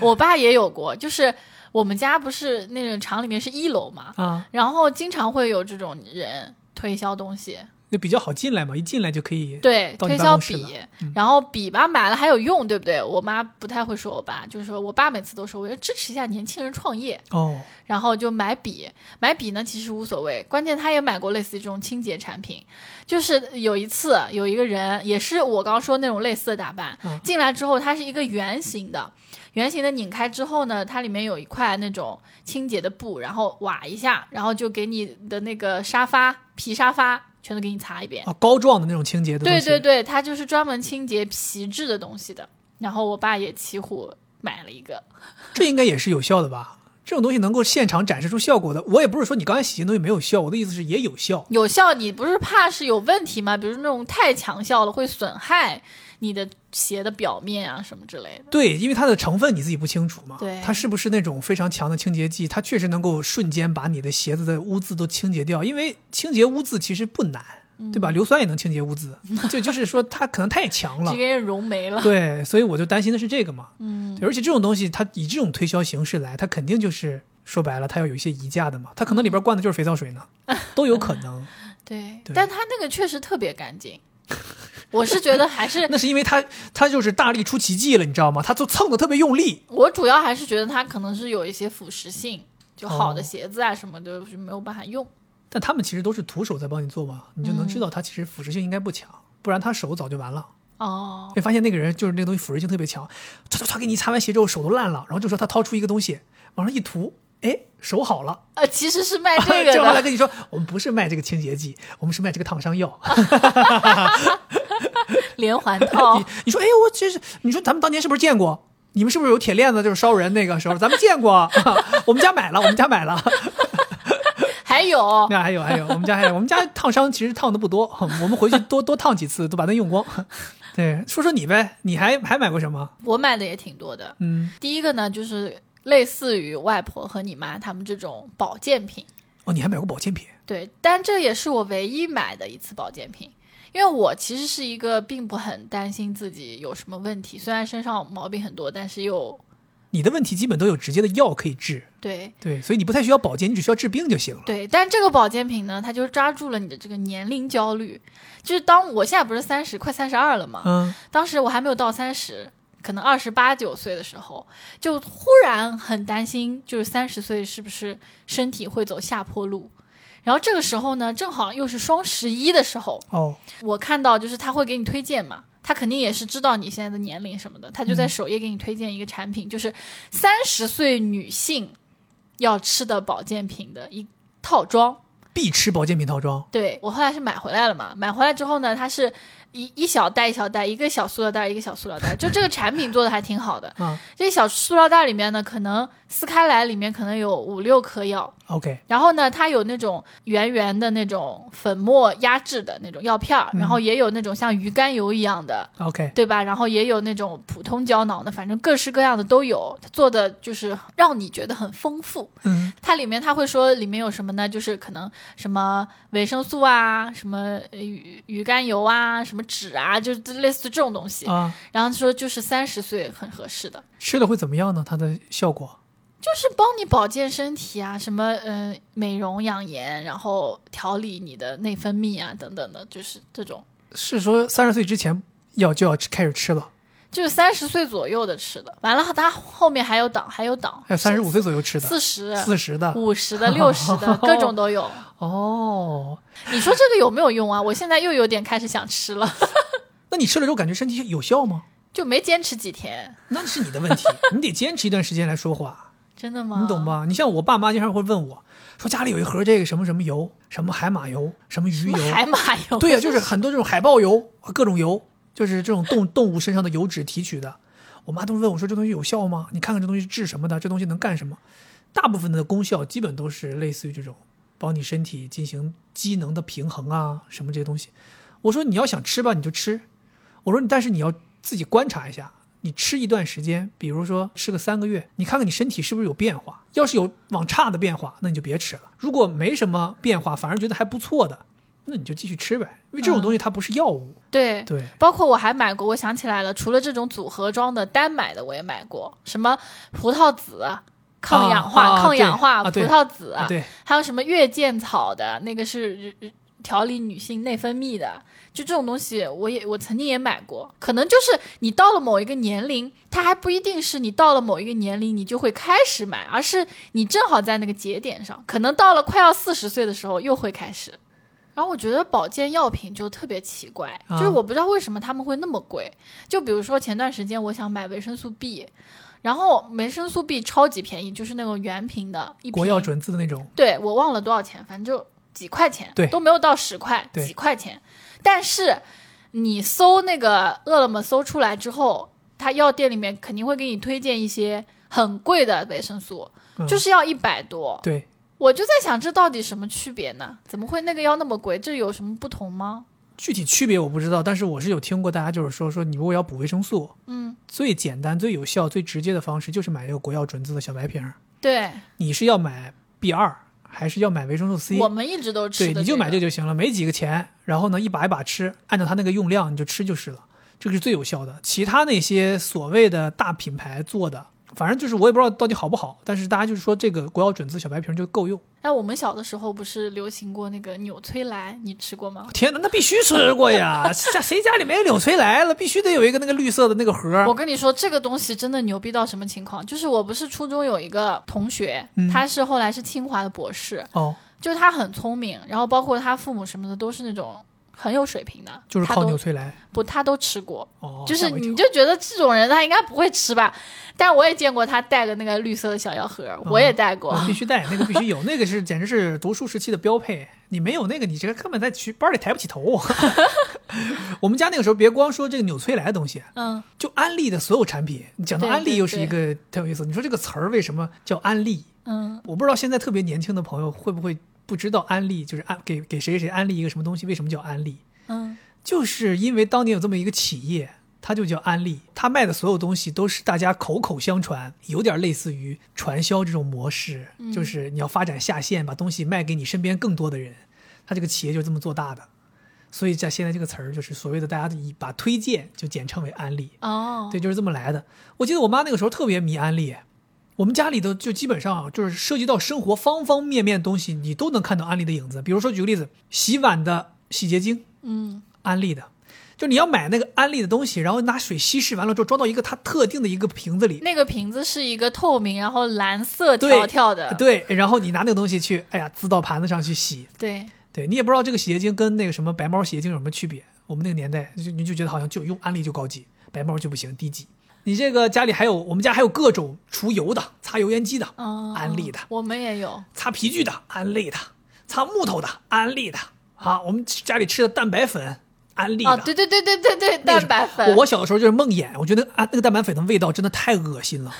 Speaker 2: 我爸也有过，就是我们家不是那种厂里面是一楼嘛，
Speaker 1: 啊，
Speaker 2: 然后经常会有这种人推销东西，
Speaker 1: 那比较好进来嘛，一进来就可以。
Speaker 2: 对，
Speaker 1: 到你
Speaker 2: 推
Speaker 1: 办
Speaker 2: 销
Speaker 1: 公室嗯
Speaker 2: 笔，然后笔吧买了还有用，对不对？我妈不太会说我爸，就是说我爸每次都说我要支持一下年轻人创业，
Speaker 1: 哦，
Speaker 2: 然后就买笔，买笔呢其实无所谓，关键他也买过类似于这种清洁产品，就是有一次有一个人也是我刚说那种类似的打扮，
Speaker 1: 嗯
Speaker 2: 进来之后它是一个圆形的，圆形的拧开之后呢，它里面有一块那种清洁的布，然后挖一下，然后就给你的那个沙发皮沙发全都给你擦一遍。
Speaker 1: 啊，膏状的那种清洁的东
Speaker 2: 对
Speaker 1: 西。
Speaker 2: 对对，它就是专门清洁皮质的东西的。然后我爸也骑虎买了一个，
Speaker 1: 这应该也是有效的吧？这种东西能够现场展示出效果的，我也不是说你刚才洗的东西没有效，我的意思是也有效。
Speaker 2: 有效，你不是怕是有问题吗？比如那种太强效了，会损害你的鞋的表面啊什么
Speaker 1: *laughs*
Speaker 2: 之类的。
Speaker 1: 对，因为它的成分你自己不清楚嘛，
Speaker 2: 对
Speaker 1: 它是不是那种非常强的清洁剂？它确实能够瞬间把你的鞋子的污渍都清洁掉，因为清洁污渍其实不难，
Speaker 2: 嗯
Speaker 1: 对吧？硫酸也能清洁污渍，就就是说它可能太强了
Speaker 2: *laughs* 这，边融没了，
Speaker 1: 对，所以我就担心的是这个嘛。
Speaker 2: 嗯，
Speaker 1: 对而且这种东西，它以这种推销形式来，它肯定就是说白了，它要有一些溢价的嘛。它可能里
Speaker 2: 嗯
Speaker 1: 边灌的就是肥皂水呢，都有可能。
Speaker 2: 对。
Speaker 1: 对
Speaker 2: 但他那个确实特别
Speaker 1: *laughs*
Speaker 2: 干净，我是觉得还是
Speaker 1: 那是因为它它就是大力出奇迹了，你知道吗？它就蹭的特别用力。
Speaker 2: 我主要还是觉得它可能是有一些腐蚀性，就好的
Speaker 1: 哦
Speaker 2: 鞋子啊什么的就是没有办法用。
Speaker 1: 但他们其实都是徒手在帮你做嘛，你就能知道它其实腐蚀性应该不强，不然他手早就完了。
Speaker 2: 嗯哦，
Speaker 1: 会发现那个人就是那个东西腐蚀性特别强，唰唰唰给你擦完鞋之后手都烂了，然后就说他掏出一个东西往上一涂，哎，手好了，
Speaker 2: 呃，其实是
Speaker 1: *laughs*
Speaker 2: 卖这个
Speaker 1: 就后来
Speaker 2: 的，
Speaker 1: 跟你说，我们不是卖这个清洁剂，我们是卖这个烫伤药。
Speaker 2: 连环
Speaker 1: *laughs*
Speaker 2: 哦套
Speaker 1: 你，你说，哎，我这是，你说咱们当年是不是见过？你们是不是有铁链子就是烧人那个时候？咱们见过， *laughs* 我们家买了，我们家买了。
Speaker 2: 还有
Speaker 1: *laughs* 那还有还有，我们家还
Speaker 2: *laughs*
Speaker 1: 有，我们家烫伤其实烫的不多，我们回去多多烫几次，都把它用光。对，说说你呗，你还还买过什么？
Speaker 2: 我买的也挺多的。
Speaker 1: 嗯，
Speaker 2: 第一个呢，就是类似于外婆和你妈他们这种保健品，
Speaker 1: 哦，你还买过保健品？
Speaker 2: 对，但这也是我唯一买的一次保健品，因为我其实是一个并不很担心自己有什么问题，虽然身上毛病很多，但是又
Speaker 1: 你的问题基本都有直接的药可以治，
Speaker 2: 对
Speaker 1: 对，所以你不太需要保健，你只需要治病就行了。
Speaker 2: 对，但这个保健品呢，它就抓住了你的这个年龄焦虑，就是当我现在不是三十，快三十二了嘛，
Speaker 1: 嗯，
Speaker 2: 当时我还没有到三十，可能二十八九岁的时候，就忽然很担心，就是三十岁是不是身体会走下坡路。然后这个时候呢，正好又是双十一的时候，
Speaker 1: 哦，
Speaker 2: 我看到就是他会给你推荐嘛，他肯定也是知道你现在的年龄什么的，他就在首页给你推荐一个产品，就是三十岁女性要吃的保健品的一套装。
Speaker 1: 必吃保健品套装。
Speaker 2: 对我后来是买回来了嘛，买回来之后呢，它是一一小袋一小袋，一个小塑料袋一个小塑料袋，就这个产品做的还挺好的。
Speaker 1: 啊
Speaker 2: 这小塑料袋里面呢，可能撕开来里面可能有五六颗药，
Speaker 1: ，OK，
Speaker 2: 然后呢，它有那种圆圆的那种粉末压制的那种药片儿，然后也有那种像鱼肝油一样的。
Speaker 1: OK，
Speaker 2: 对吧？然后也有那种普通胶囊的，反正各式各样的都有，它做的就是让你觉得很丰富。
Speaker 1: 嗯，
Speaker 2: 它里面它会说里面有什么呢？就是可能什么维生素啊，什么呃鱼鱼肝油啊，什么脂啊，就是类似这种东西。
Speaker 1: 啊，
Speaker 2: 然后说就是三十岁很合适的，
Speaker 1: 吃了会怎么样呢？它的效果？
Speaker 2: 就是帮你保健身体啊，什么嗯、呃美容养颜，然后调理你的内分泌啊等等的，就是这种，
Speaker 1: 是说三十岁之前要就要吃开始吃了，
Speaker 2: 就是三十岁左右的吃的。完了，它后面还有档，还有档，
Speaker 1: 还有三十五岁左右吃的，
Speaker 2: 四十、
Speaker 1: 四十的。
Speaker 2: 五十的、六十
Speaker 1: *laughs*
Speaker 2: 的，各种都有。
Speaker 1: 哦，
Speaker 2: 你说这个有没有用啊？我现在又有点开始想吃了，
Speaker 1: 那你吃了之后感觉身体有效吗？
Speaker 2: 就没坚持几天。
Speaker 1: 那是你的 *laughs* 问题，你得坚持一段时间来说话，
Speaker 2: 真的吗？
Speaker 1: 你懂？吧？你像我爸妈经常会问我，说家里有一盒这个什么什么油，什么海马油，什么鱼油，
Speaker 2: 海马油，
Speaker 1: 对呀、就是很多这种海豹油，各种油，就是这种动动物身上的油脂提取的。我妈都问我说这东西有效吗？你看看这东西治什么的，这东西能干什么？大部分的功效基本都是类似于这种，帮你身体进行机能的平衡啊，什么这些东西。我说你要想吃吧，你就吃。我说你但是你要自己观察一下，你吃一段时间，比如说吃个三个月，你看看你身体是不是有变化。要是有往差的变化，那你就别吃了；如果没什么变化，反而觉得还不错的，那你就继续吃呗。因为这种东西它不是药物，
Speaker 2: 嗯对
Speaker 1: 对，
Speaker 2: 包括我还买过，我想起来了，除了这种组合装的单买的，我也买过，什么葡萄籽抗氧化、
Speaker 1: 啊啊啊
Speaker 2: 抗氧化、
Speaker 1: 对啊对
Speaker 2: 葡萄籽，
Speaker 1: 啊对，
Speaker 2: 还有什么月见草的那个是呃调理女性内分泌的，就这种东西，我也我曾经也买过。可能就是你到了某一个年龄，它还不一定是你到了某一个年龄你就会开始买，而是你正好在那个节点上，可能到了快要四十岁的时候又会开始。然后我觉得保健药品就特别奇怪，
Speaker 1: 啊
Speaker 2: 就是我不知道为什么他们会那么贵。就比如说前段时间我想买维生素 B，然后维生素 B 超级便宜，就是那种原瓶的，一瓶
Speaker 1: 国药准字的那种，
Speaker 2: 对我忘了多少钱，反正就几块钱，
Speaker 1: 对
Speaker 2: 都没有到十块，
Speaker 1: 对
Speaker 2: 几块钱。但是你搜那个饿了么搜出来之后，它药店里面肯定会给你推荐一些很贵的维生素，
Speaker 1: 嗯
Speaker 2: 就是要一百多。
Speaker 1: 对。
Speaker 2: 我就在想，这到底什么区别呢？怎么会那个要那么贵？这有什么不同吗？
Speaker 1: 具体区别我不知道，但是我是有听过大家就是说说你如果要补维生素，
Speaker 2: 嗯，
Speaker 1: 最简单、最有效、最直接的方式就是买这个国药准字的小白瓶儿。
Speaker 2: 对
Speaker 1: 你是要买 B 二还是要买维生素 C？
Speaker 2: 我们一直都吃
Speaker 1: 对，
Speaker 2: 的、
Speaker 1: 你就买
Speaker 2: 这
Speaker 1: 这就行了，没几个钱。然后呢，一把一把吃，按照它那个用量你就吃就是了，这个是最有效的。其他那些所谓的大品牌做的，反正就是我也不知道到底好不好，但是大家就是说这个国药准字小白瓶就够
Speaker 2: *laughs*
Speaker 1: 用。
Speaker 2: 哎，我们小的时候不是流行过那个纽崔莱，你吃过吗？
Speaker 1: 天哪，那必须吃过
Speaker 2: *laughs*
Speaker 1: 呀！家谁家里没有纽崔莱了，必须得有一个那个绿色的那个盒
Speaker 2: 我
Speaker 1: 儿。
Speaker 2: 跟你说，这个东西真的牛逼到什么情况？就是我不是初中有一个同学，
Speaker 1: 嗯
Speaker 2: 他是后来是清华的博士，
Speaker 1: 哦，
Speaker 2: 就是他很聪明，然后包括他父母什么的都是那种很有水平的，
Speaker 1: 就是
Speaker 2: 他
Speaker 1: 靠
Speaker 2: 都
Speaker 1: 纽崔莱。
Speaker 2: 不，他都吃过，
Speaker 1: 哦，
Speaker 2: 就是
Speaker 1: 吓我一
Speaker 2: 你
Speaker 1: 跳
Speaker 2: 就觉得这种人他应该不会吃吧？但是我也见过他带个那个绿色的小药盒，我也带过，
Speaker 1: 啊必须带那个必须有，那个是简直是读书时期的标配。你没有那个，你这个根本在去班里抬不起头。 *laughs* 我们家那个时候，别光说这个纽崔莱的东西，
Speaker 2: *laughs* 嗯，
Speaker 1: 就安利的所有产品。你讲到
Speaker 2: 对
Speaker 1: 安利，
Speaker 2: 对
Speaker 1: 又是一个挺有意思。你说这个词儿为什么叫安利？
Speaker 2: 嗯，
Speaker 1: 我不知道现在特别年轻的朋友会不会不知道安利，就是安给给谁谁安利一个什么东西，为什么叫安利？
Speaker 2: 嗯，
Speaker 1: 就是因为当年有这么一个企业，它就叫安利，它卖的所有东西都是大家口口相传，有点类似于传销这种模式，就是你要发展下线，把东西卖给你身边更多的人，它这个企业就这么做大的。所以在现在这个词儿，就是所谓的大家以把推荐就简称为安利，
Speaker 2: 哦，
Speaker 1: 对，就是这么来的。我记得我妈那个时候特别迷安利，我们家里头就基本上就是涉及到生活方方面面的东西，你都能看到安利的影子。比如说举个例子，洗碗的洗洁精，
Speaker 2: 嗯，
Speaker 1: 安利的，就你要买那个安利的东西，然后拿水稀释完了之后装到一个它特定的一个瓶子里，
Speaker 2: 那个瓶子是一个透明，然后蓝色
Speaker 1: 对
Speaker 2: 条条的，
Speaker 1: 对，然后你拿那个东西去，哎呀，滋到盘子上去洗，
Speaker 2: 对
Speaker 1: 对你也不知道这个洗洁精跟那个什么白猫洗洁精有什么区别。我们那个年代就你就觉得好像就用安利就高级，白猫就不行，低级。你这个家里还有我们家还有各种除油的，擦油烟机的，
Speaker 2: 嗯，
Speaker 1: 安利的
Speaker 2: 我们也有，
Speaker 1: 擦皮具的安利的，擦木头的安利的，啊，我们家里吃的蛋白粉安利的，
Speaker 2: 哦，对对对对对对，
Speaker 1: 那个是
Speaker 2: 蛋白
Speaker 1: 我
Speaker 2: 粉，
Speaker 1: 我小的时候就是梦魇，我觉得啊，那个蛋白粉的味道真的太恶心
Speaker 2: *laughs*
Speaker 1: 了，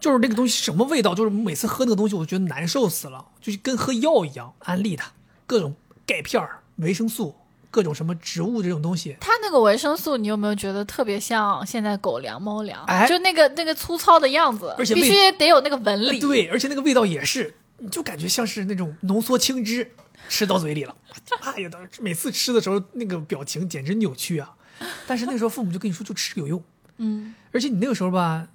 Speaker 1: 就是那个东西什么味道，就是每次喝那个东西，我觉得难受死了，就是跟喝药一样。安利的各种钙片儿、维生素、各种什么植物这种东西，
Speaker 2: 它那个维生素，你有没有觉得特别像现在狗粮、猫粮？
Speaker 1: 哎
Speaker 2: 就那个那个粗糙的样子，
Speaker 1: 而且哎
Speaker 2: 必
Speaker 1: 味
Speaker 2: 须得有那个纹理。
Speaker 1: 呃对，而且那个味道也是，你就感觉像是那种浓缩青汁吃到嘴里
Speaker 2: *laughs*
Speaker 1: 了。哎呀，当时每次吃的时候那个表情简直扭曲啊！但是那个时候父母就跟你说，就吃有用。
Speaker 2: *laughs* 嗯，
Speaker 1: 而且你那个时候吧，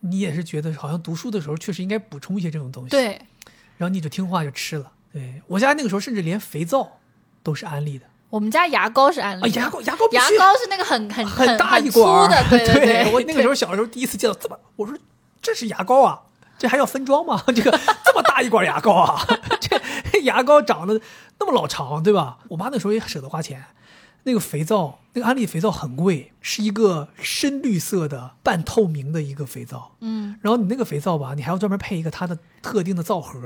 Speaker 1: 你也是觉得好像读书的时候确实应该补充一些这种东西。
Speaker 2: 对，
Speaker 1: 然后你就听话就吃了。对我家那个时候甚至连肥皂都是安利的
Speaker 2: 我们家牙膏是安
Speaker 1: 啊，
Speaker 2: 利的，
Speaker 1: 牙膏牙膏必
Speaker 2: 嗯牙
Speaker 1: 须
Speaker 2: 膏是那个很很
Speaker 1: 很大一
Speaker 2: 粗
Speaker 1: 管儿
Speaker 2: 的，
Speaker 1: *laughs*
Speaker 2: 对对。
Speaker 1: 我那个时
Speaker 2: 候
Speaker 1: 候小时候第一次见到这么，我说这是牙膏啊，这还要分装吗？ *laughs* 这个这么大一管牙膏啊， *laughs* 这牙膏长得那么老长，对吧？我妈那时候也舍得花钱。那个肥皂，那个安利肥皂很贵，是一个深绿色的半透明的一个肥皂。
Speaker 2: 嗯，
Speaker 1: 然后你那个肥皂吧，你还要专门配一个它的特定的皂盒，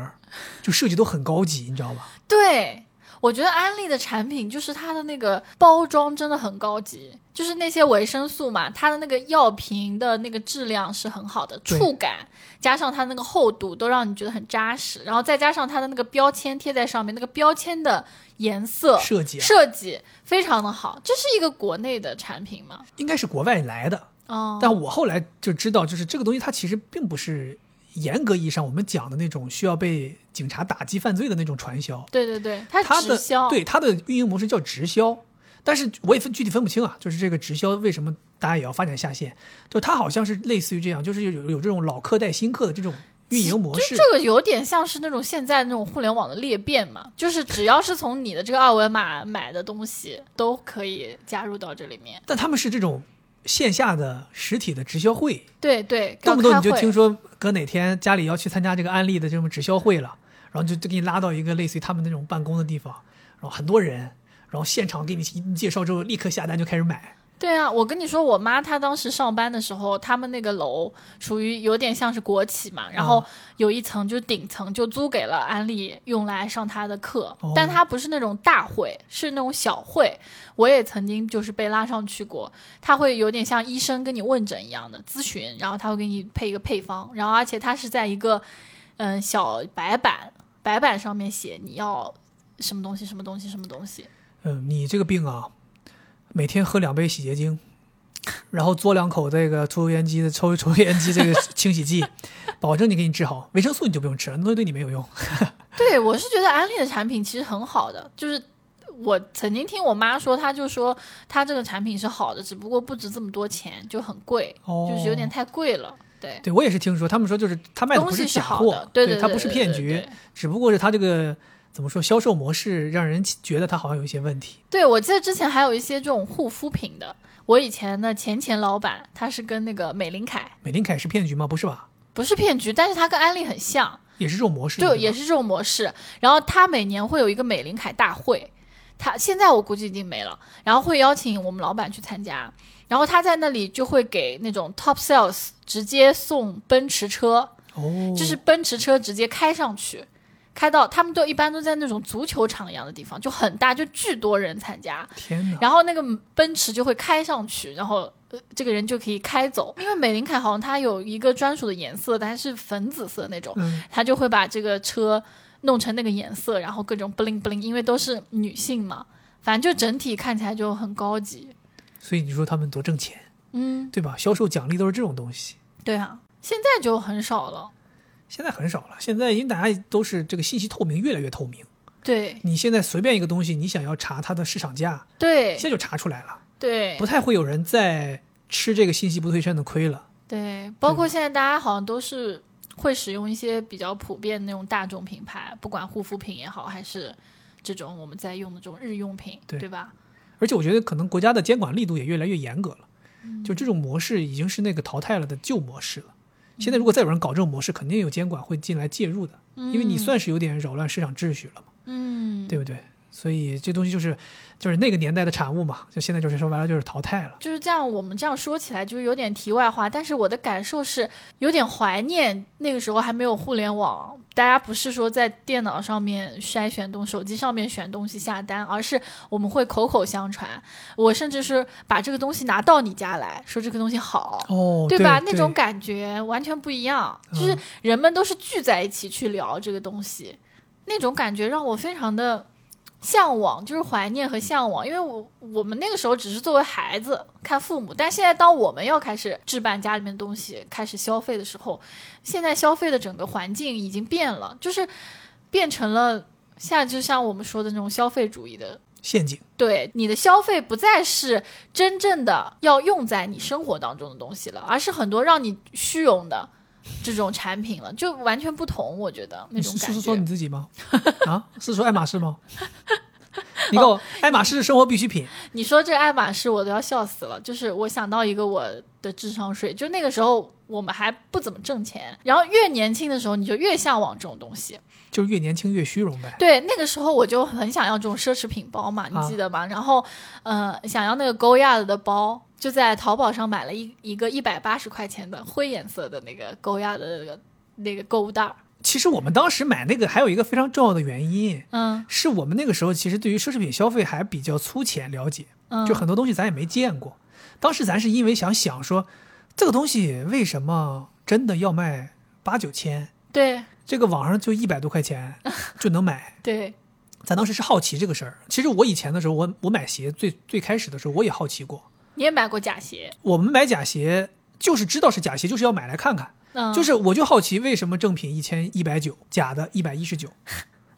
Speaker 1: 就设计都很高级，你知道吧？
Speaker 2: 对。我觉得安利的产品就是它的那个包装真的很高级，就是那些维生素嘛，它的那个药瓶的那个质量是很好的，
Speaker 1: 对
Speaker 2: 触感加上它那个厚度都让你觉得很扎实，然后再加上它的那个标签贴在上面，那个标签的颜色
Speaker 1: 设计啊
Speaker 2: 设计非常的好，这是一个国内的产品嘛？
Speaker 1: 应该是国外来的，
Speaker 2: 哦，
Speaker 1: 但我后来就知道，就是这个东西它其实并不是严格意义上我们讲的那种需要被警察打击犯罪的那种传销，
Speaker 2: 对对对，它
Speaker 1: 它
Speaker 2: 直
Speaker 1: 的
Speaker 2: 销，
Speaker 1: 对它的运营模式叫直销。但是我也分具体分不清啊，就是这个直销为什么大家也要发展下线？就它好像是类似于这样，就是有有这种老客带新客的这种运营模
Speaker 2: 就
Speaker 1: 式
Speaker 2: 这。个有点像是那种现在那种互联网的裂变嘛，就是只要是从你的这个二维码买的东西，都可以加入到这里面。
Speaker 1: 但他们是这种线下的实体的直销会，
Speaker 2: 对对，
Speaker 1: 动不动你就听
Speaker 2: 说，
Speaker 1: 说哥哪天家里要去参加这个安利的这种直销会了，然后就就给你拉到一个类似于他们那种办公的地方，然后很多人，然后现场给你一介绍之后，立刻下单就开始买。
Speaker 2: 对啊，我跟你说，我妈她当时上班的时候，他们那个楼属于有点像是国企嘛，然后有一层就顶层就租给了安利用来上她的课，
Speaker 1: 哦
Speaker 2: 但她不是那种大会，是那种小会。我也曾经就是被拉上去过，他会有点像医生跟你问诊一样的咨询，然后他会给你配一个配方，然后而且他是在一个嗯小白板白板上面写你要什么东西什么东西什么东西，
Speaker 1: 嗯，你这个病啊，每天喝两杯洗洁精，然后嘬两口这个抽油烟机的抽抽油烟机
Speaker 2: *laughs*
Speaker 1: 这个清洗剂，保证你给你治好。维生素你就不用吃了，那东西对你没有用。
Speaker 2: 对，我是觉得安利的产品其实很好的，就是我曾经听我妈说，她就说她这个产品是好的，只不过不值这么多钱，就很贵，
Speaker 1: 哦，
Speaker 2: 就是有点太贵了。对，
Speaker 1: 对我也是听说，他们说就是他卖的
Speaker 2: 东
Speaker 1: 不
Speaker 2: 西
Speaker 1: 假
Speaker 2: 好
Speaker 1: 货
Speaker 2: 的，，对对，
Speaker 1: 它不是骗局。
Speaker 2: 对对对
Speaker 1: 只不过是他这个怎么说销售模式让人觉得他好像有一些问题。
Speaker 2: 对，我记得之前还有一些这种护肤品的，我以前的前前老板他是跟那个美林凯
Speaker 1: 美林凯是骗局吗？不是吧？
Speaker 2: 不是骗局，但是他跟安利很像。
Speaker 1: 也是这种模式。
Speaker 2: 就
Speaker 1: 对吧
Speaker 2: 也是这种模式。然后他每年会有一个美林凯大会，他现在我估计已经没了，然后会邀请我们老板去参加，然后他在那里就会给那种 top sales 直接送奔驰车，
Speaker 1: 哦，
Speaker 2: 就是奔驰车直接开上去，开到他们都一般都在那种足球场一样的地方，就很大，就巨多人参加。
Speaker 1: 天哪，
Speaker 2: 然后那个奔驰就会开上去，然后、呃、这个人就可以开走，因为美林凯好像它有一个专属的颜色，但是粉紫色那种，
Speaker 1: 嗯，
Speaker 2: 他就会把这个车弄成那个颜色，然后各种 bling bling，因为都是女性嘛，反正就整体看起来就很高级。
Speaker 1: 所以你说他们多挣钱，
Speaker 2: 嗯，
Speaker 1: 对吧？销售奖励都是这种东西，
Speaker 2: 对啊，现在就很少了。
Speaker 1: 现在很少了。现在因为大家都是这个信息透明越来越透明，
Speaker 2: 对
Speaker 1: 你现在随便一个东西，你想要查它的市场价，
Speaker 2: 对
Speaker 1: 现在就查出来了，
Speaker 2: 对
Speaker 1: 不太会有人再吃这个信息不对称的亏了。
Speaker 2: 对，包
Speaker 1: 嗯
Speaker 2: 括现在大家好像都是会使用一些比较普遍的那种大众品牌，不管护肤品也好，还是这种我们在用的这种日用品，
Speaker 1: 对
Speaker 2: 吧？
Speaker 1: 而且我觉得可能国家的监管力度也越来越严格了，
Speaker 2: 嗯
Speaker 1: 就这种模式已经是那个淘汰了的旧模式了。
Speaker 2: 嗯
Speaker 1: 现在如果再有人搞这种模式，肯定有监管会进来介入的，因为你算是有点扰乱市场秩序了嘛，
Speaker 2: 嗯，
Speaker 1: 对不对？所以这东西就是就是那个年代的产物嘛，就现在就是说白了就是淘汰了。
Speaker 2: 就是这样。我们这样说起来就是有点题外话，但是我的感受是有点怀念那个时候还没有互联网，大家不是说在电脑上面筛选东西，手机上面选东西下单，而是我们会口口相传。我甚至是把这个东西拿到你家来说这个东西好，
Speaker 1: 哦，
Speaker 2: 对嗯吧？那种感觉完全不一样，就是人们都是聚在一起去聊这个东西，那种感觉让我非常的向往，就是怀念和向往。因为我我们那个时候只是作为孩子看父母，但现在当我们要开始置办家里面的东西，开始消费的时候，现在消费的整个环境已经变了，就是变成了现在就像我们说的那种消费主义的
Speaker 1: 陷阱，
Speaker 2: 对你的消费不再是真正的要用在你生活当中的东西了，而是很多让你虚荣的这种产品了，就完全不同。我觉
Speaker 1: *laughs*
Speaker 2: 得那
Speaker 1: 你
Speaker 2: 种
Speaker 1: 是
Speaker 2: 感
Speaker 1: 是
Speaker 2: 觉，
Speaker 1: 说你自己
Speaker 2: *laughs*
Speaker 1: 吗？啊，是说爱马仕吗？你
Speaker 2: 哦
Speaker 1: 告诉我，爱马仕是生活必需品，
Speaker 2: 你说这爱马仕我都要笑死了。就是我想到一个我的智商税，就那个时候我们还不怎么挣钱，然后越年轻的时候你就越向往这种东西。
Speaker 1: 就是越年轻越虚荣呗。
Speaker 2: 对，那个时候我就很想要这种奢侈品包嘛，你
Speaker 1: 啊
Speaker 2: 记得吗？然后，呃，想要那个 Goyard 的包，就在淘宝上买了一一个一百八十块钱的灰颜色的那个 Goyard 的那个那个购物袋儿。
Speaker 1: 其实我们当时买那个还有一个非常重要的原因，
Speaker 2: 嗯
Speaker 1: 是我们那个时候其实对于奢侈品消费还比较粗浅了解，
Speaker 2: 嗯，
Speaker 1: 就很多东西咱也没见过。当时咱是因为想想说，这个东西为什么真的要卖八九千？
Speaker 2: 对
Speaker 1: 这个网上就一百多块钱就能买，
Speaker 2: 对，
Speaker 1: 咱当时是好奇这个事儿。其实我以前的时候，我我买鞋最最开始的时候我也好奇过，
Speaker 2: 你也买过假鞋，
Speaker 1: 我们买假鞋就是知道是假鞋，就是要买来看看。
Speaker 2: 嗯，
Speaker 1: 就是我就好奇为什么正品一千一百九，假的一百一
Speaker 2: *laughs*
Speaker 1: 十九，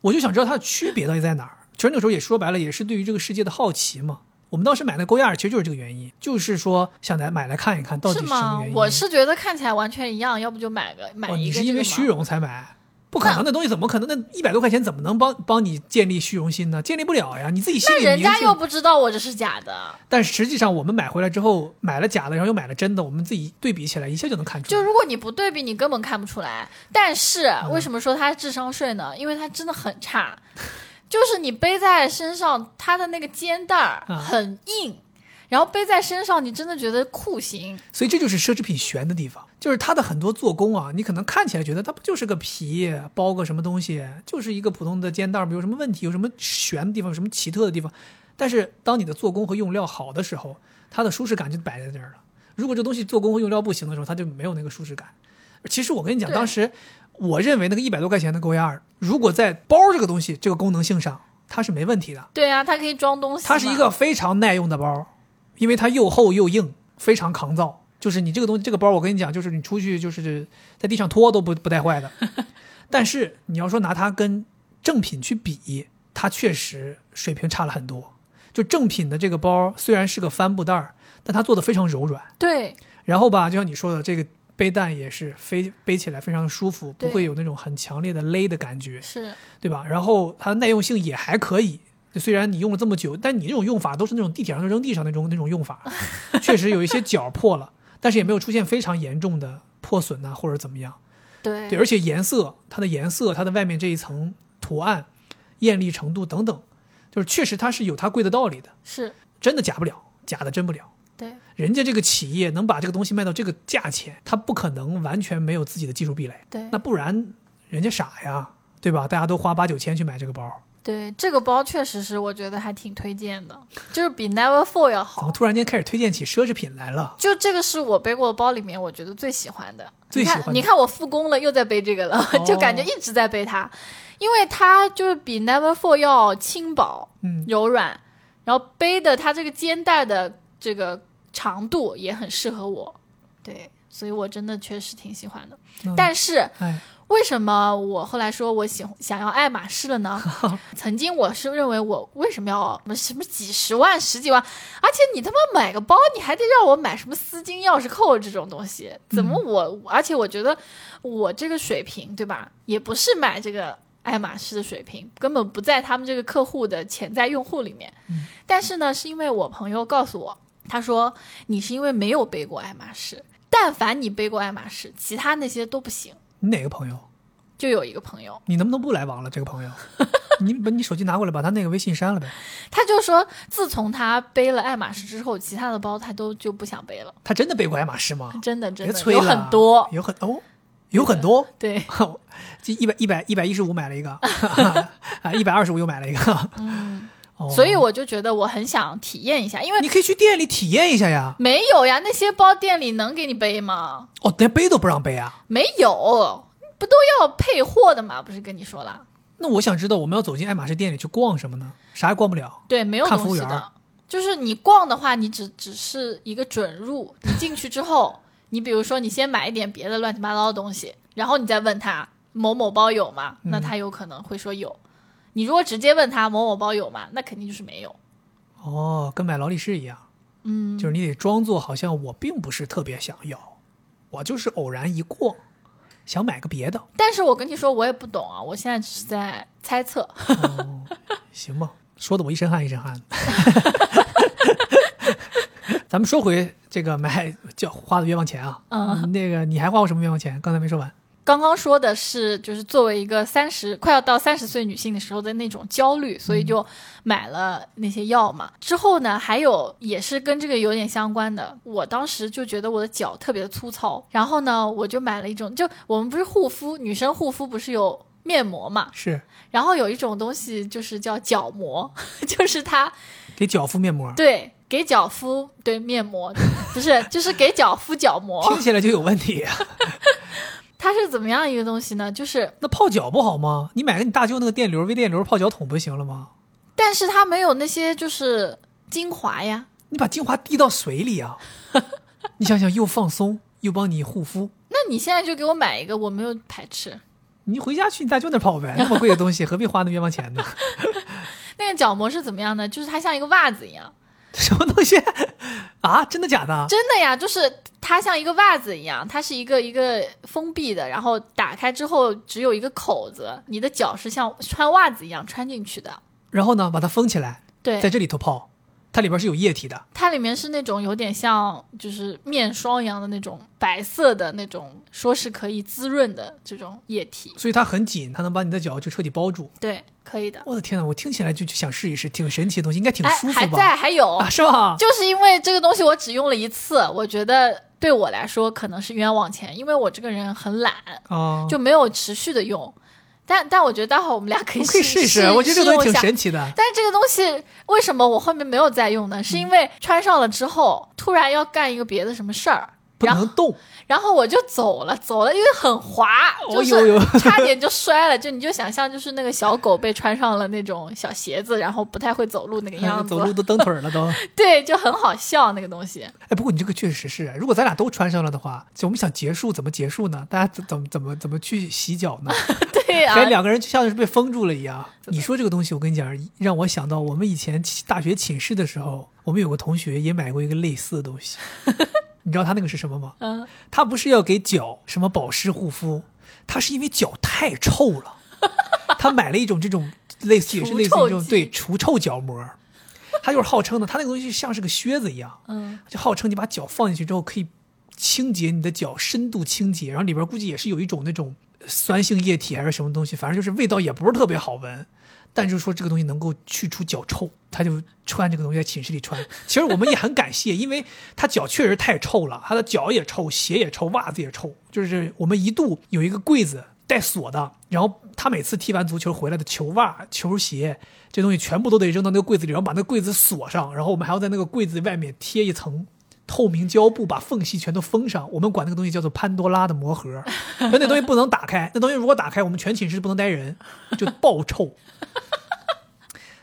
Speaker 1: 我就想知道它的区别到底在哪儿。其实那个时候也说白了，也是对于这个世界的好奇嘛。我们当时买那勾亚尔其实就是这个原因，就是说想来买来看一看到底
Speaker 2: 是
Speaker 1: 什么
Speaker 2: 吗
Speaker 1: 原？因。
Speaker 2: 我是觉得看起来完全一样，要不就买个买
Speaker 1: 哦，
Speaker 2: 一
Speaker 1: 你
Speaker 2: 个、
Speaker 1: 是因为虚，荣才买。不可能，那东西怎么可能？那一百多块钱怎么能帮帮你建立虚荣心呢？建立不了呀，你自己心
Speaker 2: 那
Speaker 1: 里
Speaker 2: 人
Speaker 1: 明
Speaker 2: 家
Speaker 1: 是
Speaker 2: 又不知道我这是假的。
Speaker 1: 但实际上，我们买回来之后，买了假的，然后又买了真的，我们自己对比起来，一下就能看出
Speaker 2: 就
Speaker 1: 来。
Speaker 2: 如果你不对比，你根本看不出来。但是
Speaker 1: 嗯
Speaker 2: 为什么说它智商税呢？因为它真的很差，就是你背在身上，它的那个肩带儿
Speaker 1: 啊
Speaker 2: 很硬，然后背在身上，你真的觉得酷刑。
Speaker 1: 所以这就是奢侈品悬的地方，就是它的很多做工啊，你可能看起来觉得它不就是个皮包个什么东西，就是一个普通的肩带儿，没有什么问题，有什么悬的地方，有什么奇特的地方。但是当你的做工和用料好的时候，它的舒适感就摆在这儿了。如果这东西做工和用料不行的时候，它就没有那个舒适感。其实我跟你讲，
Speaker 2: 对
Speaker 1: 当时我认为那个一百多块钱的勾压二，如果在包这个东西这个功能性上，它是没问题的。
Speaker 2: 对啊，它可以装东西嘛。
Speaker 1: 它是一个非常耐用的包，因为它又厚又硬，非常抗造。就是你这个东西，这个包我跟你讲，就是你出去就是在地上拖都不不带坏的。但是你要说拿它跟正品去比，它确实水平差了很多。就正品的这个包虽然是个帆布袋儿，但它做的非常柔软。
Speaker 2: 对
Speaker 1: 然后吧，就像你说的，这个背带也是非背起来非常舒服，不
Speaker 2: 对
Speaker 1: 会有那种很强烈的勒的感觉。
Speaker 2: 是
Speaker 1: 对吧？然后它的耐用性也还可以。虽然你用了这么久，但你这种用法都是那种地铁上就扔地上那种那种用法，确实有一些角破了，但是也没有出现非常严重的破损呐、或者怎么样。
Speaker 2: 对
Speaker 1: 对，而且颜色，它的颜色，它的外面这一层图案，艳丽程度等等，就是确实它是有它贵的道理的，
Speaker 2: 是
Speaker 1: 真的假不了，假的真不了。
Speaker 2: 对，
Speaker 1: 人家这个企业能把这个东西卖到这个价钱，它不可能完全没有自己的技术壁垒，
Speaker 2: 对
Speaker 1: 那不然人家傻呀，对吧？大家都花八九千去买这个包，
Speaker 2: 对，这个包确实是我觉得还挺推荐的，就是比 Never Full 要
Speaker 1: 怎
Speaker 2: 好。
Speaker 1: 么突然间开始推荐起奢侈品来了？
Speaker 2: 就这个是我背过的包里面我觉得最喜欢的。
Speaker 1: 最喜欢的
Speaker 2: 你
Speaker 1: 哦
Speaker 2: 看，你看我复工了又在背这个了，就感觉一直在背它，因为它就是比 Never Full 要轻薄、
Speaker 1: 嗯，
Speaker 2: 柔软，然后背的它这个肩带的这个长度也很适合我，对，所以我真的确实挺喜欢的。
Speaker 1: 嗯
Speaker 2: 但是
Speaker 1: 哎，
Speaker 2: 为什么我后来说我喜想要爱马仕了呢？曾经我是认为我为什么要什么什么几十万、十几万，而且你他妈买个包，你还得让我买什么丝巾、钥匙扣这种东西，怎么我？而且我觉得我这个水平，对吧，也不是买这个爱马仕的水平，根本不在他们这个客户的潜在用户里面。
Speaker 1: 嗯
Speaker 2: 但是呢，是因为我朋友告诉我，他说你是因为没有背过爱马仕，但凡你背过爱马仕，其他那些都不行。
Speaker 1: 你哪个朋友？
Speaker 2: 就有一个朋友，
Speaker 1: 你能不能不来往了？这个
Speaker 2: *laughs*
Speaker 1: 朋友，你把你手机拿过来，把他那个微信删了呗。
Speaker 2: 他就说，自从他背了爱马仕之后，其他的包他都就不想背了，
Speaker 1: 他真的背过爱马仕吗？
Speaker 2: 真的
Speaker 1: 哦
Speaker 2: 真
Speaker 1: 别
Speaker 2: 的
Speaker 1: 吹
Speaker 2: 有
Speaker 1: 了，啊
Speaker 2: 很多，
Speaker 1: 有很哦，有很多。 *laughs*
Speaker 2: 对，
Speaker 1: 这一百一百一百一十五买
Speaker 2: *laughs*
Speaker 1: 了一个，啊，一百二十五又买了一个。
Speaker 2: 嗯，
Speaker 1: 哦、
Speaker 2: 所以我就觉得我很想体验一下，因为
Speaker 1: 你可以去店里体验一下呀。
Speaker 2: 没有呀，那些包店里能给你背吗？
Speaker 1: 哦，连背都不让背啊？
Speaker 2: 没有，不都要配货的吗？不是跟你说了，
Speaker 1: 那我想知道，我们要走进爱马仕店里去逛什么呢？啥也逛不了。
Speaker 2: 对，没有
Speaker 1: 看服
Speaker 2: 东
Speaker 1: 务
Speaker 2: 西
Speaker 1: 员儿
Speaker 2: 的，就是你逛的话，你只只是一个准入，你进去之后，你比如说你先买一点别的乱七八糟的东西，然后你再问他某某包有吗？那
Speaker 1: 嗯
Speaker 2: 他有可能会说有。你如果直接问他某某包有吗？那肯定就是没有。
Speaker 1: 哦，跟买劳力士一样，
Speaker 2: 嗯，
Speaker 1: 就是你得装作好像我并不是特别想要，我就是偶然一逛，想买个别的。
Speaker 2: 但是我跟你说，我也不懂啊，我现在只是在猜测。
Speaker 1: 哦，行吧，说的我一身汗一身
Speaker 2: *laughs*
Speaker 1: 汗。 *laughs* 咱们说回这个买叫花的冤枉钱啊，
Speaker 2: 嗯
Speaker 1: 那个你还花过什么冤枉钱？刚才没说完。
Speaker 2: 刚刚说的是，就是作为一个三十快要到三十岁女性的时候的那种焦虑，所以就买了那些药嘛。之后呢，还有也是跟这个有点相关的，我当时就觉得我的脚特别的粗糙，然后呢，我就买了一种，就我们不是护肤，女生护肤不是有面膜嘛，
Speaker 1: 是
Speaker 2: 然后有一种东西就是叫角膜， *laughs* 就是它
Speaker 1: 给脚敷面膜，
Speaker 2: 对给脚敷对面膜，不是就是给脚敷角膜
Speaker 1: 听，起来就有问题 *laughs* 啊。
Speaker 2: 它是怎么样一个东西呢？就是
Speaker 1: 那泡脚不好吗？你买个你大舅那个电流、微电流泡脚桶不就行了吗？
Speaker 2: 但是它没有那些就是精华呀。
Speaker 1: 你把精华滴到水里
Speaker 2: *laughs*
Speaker 1: 啊，你想想又放松又帮你护肤，
Speaker 2: 那你现在就给我买一个，我没有排斥。
Speaker 1: 你回家去你大舅那儿泡呗。 *laughs* 那么贵的东西何必花那冤枉钱呢？ *laughs*
Speaker 2: 那个角膜是怎么样呢？就是它像一个袜子一样，
Speaker 1: 什么东西 *laughs* 啊？真的假的？
Speaker 2: 真的呀，就是它像一个袜子一样，它是一个一个封闭的，然后打开之后只有一个口子，你的脚是像穿袜子一样穿进去的。
Speaker 1: 然后呢，把它封起来，在
Speaker 2: 对，
Speaker 1: 这里头泡，它里边是有液体的。
Speaker 2: 它里面是那种有点像就是面霜一样的那种白色的那种，说是可以滋润的这种液体。
Speaker 1: 所以它很紧，它能把你的脚就彻底包住。
Speaker 2: 对，可以的。
Speaker 1: 我的天呐，我听起来就就想试一试，挺神奇的东西，应该挺
Speaker 2: 哎
Speaker 1: 舒，
Speaker 2: 还
Speaker 1: 服吧？
Speaker 2: 在，还有，
Speaker 1: 啊，是吧？
Speaker 2: 就是因为这个东西我只用了一次，我觉得对我来说可能是冤枉钱，因为我这个人很懒，
Speaker 1: 啊，
Speaker 2: 就没有持续的用。但但我觉得待会儿我们俩可以
Speaker 1: 我可以试
Speaker 2: 试
Speaker 1: 一
Speaker 2: 试，
Speaker 1: 我觉得这个东西
Speaker 2: 试用一
Speaker 1: 挺
Speaker 2: 下。
Speaker 1: 神奇的。
Speaker 2: 但是这个东西为什么我后面没有再用呢？是因为穿上了之后，突然要干一个别的什么事儿，
Speaker 1: 不
Speaker 2: 然后
Speaker 1: 能
Speaker 2: *laughs*
Speaker 1: 动，
Speaker 2: 然后我就走了，走了，因为很滑，
Speaker 1: 哦
Speaker 2: 就
Speaker 1: 呦呦
Speaker 2: 是 *laughs* 差点就摔了。就你就想象，就是那个小狗被穿上了那种小鞋子，然后不太会走路那个
Speaker 1: 哎
Speaker 2: 样子
Speaker 1: 走，路都蹬腿儿了都。 *laughs*
Speaker 2: 对，就很好笑那个东西。
Speaker 1: 哎，不过你这个确实是，如果咱俩都穿上了的话，就我们想结束怎么结束呢？大家怎怎么怎么怎么去洗脚呢？ *laughs*
Speaker 2: 对啊呀、
Speaker 1: 感觉两个人就像是被封住了一样。你说这个东西，我跟你讲，让我想到我们以前大学寝室的时候，我们有个同学也买过一个类似的东 *laughs* 西，你知道他那个是什么吗？
Speaker 2: 嗯，
Speaker 1: 他不是要给脚什么保湿护肤，他是因为脚太臭 *laughs* 了，他买了一种这种类似也是类似于这
Speaker 2: 除臭
Speaker 1: 种
Speaker 2: 剂
Speaker 1: 对除臭角膜，他就是号称呢，他那个东西像是个靴子一样，
Speaker 2: 嗯，
Speaker 1: 就号称你把脚放进去之后可以清洁你的脚，深度清洁，然后里边估计也是有一种那种酸性液体还是什么东西，反正就是味道也不是特别好闻。但就是说这个东西能够去除脚臭，他就穿这个东西在寝室里穿。其实我们也很感谢，因为他脚确实太臭了，他的脚也臭，鞋也臭，袜子也臭。就是我们一度有一个柜子带锁的，然后他每次踢完足球回来的球袜、球鞋这东西全部都得扔到那个柜子里，然后把那个柜子锁上，然后我们还要在那个柜子外面贴一层 *laughs* 透明胶布把缝隙全都封上，我们管那个东西叫做潘多拉的魔盒。可那东西不能打开，那东西如果打开，我们全寝室不能待人，就爆臭。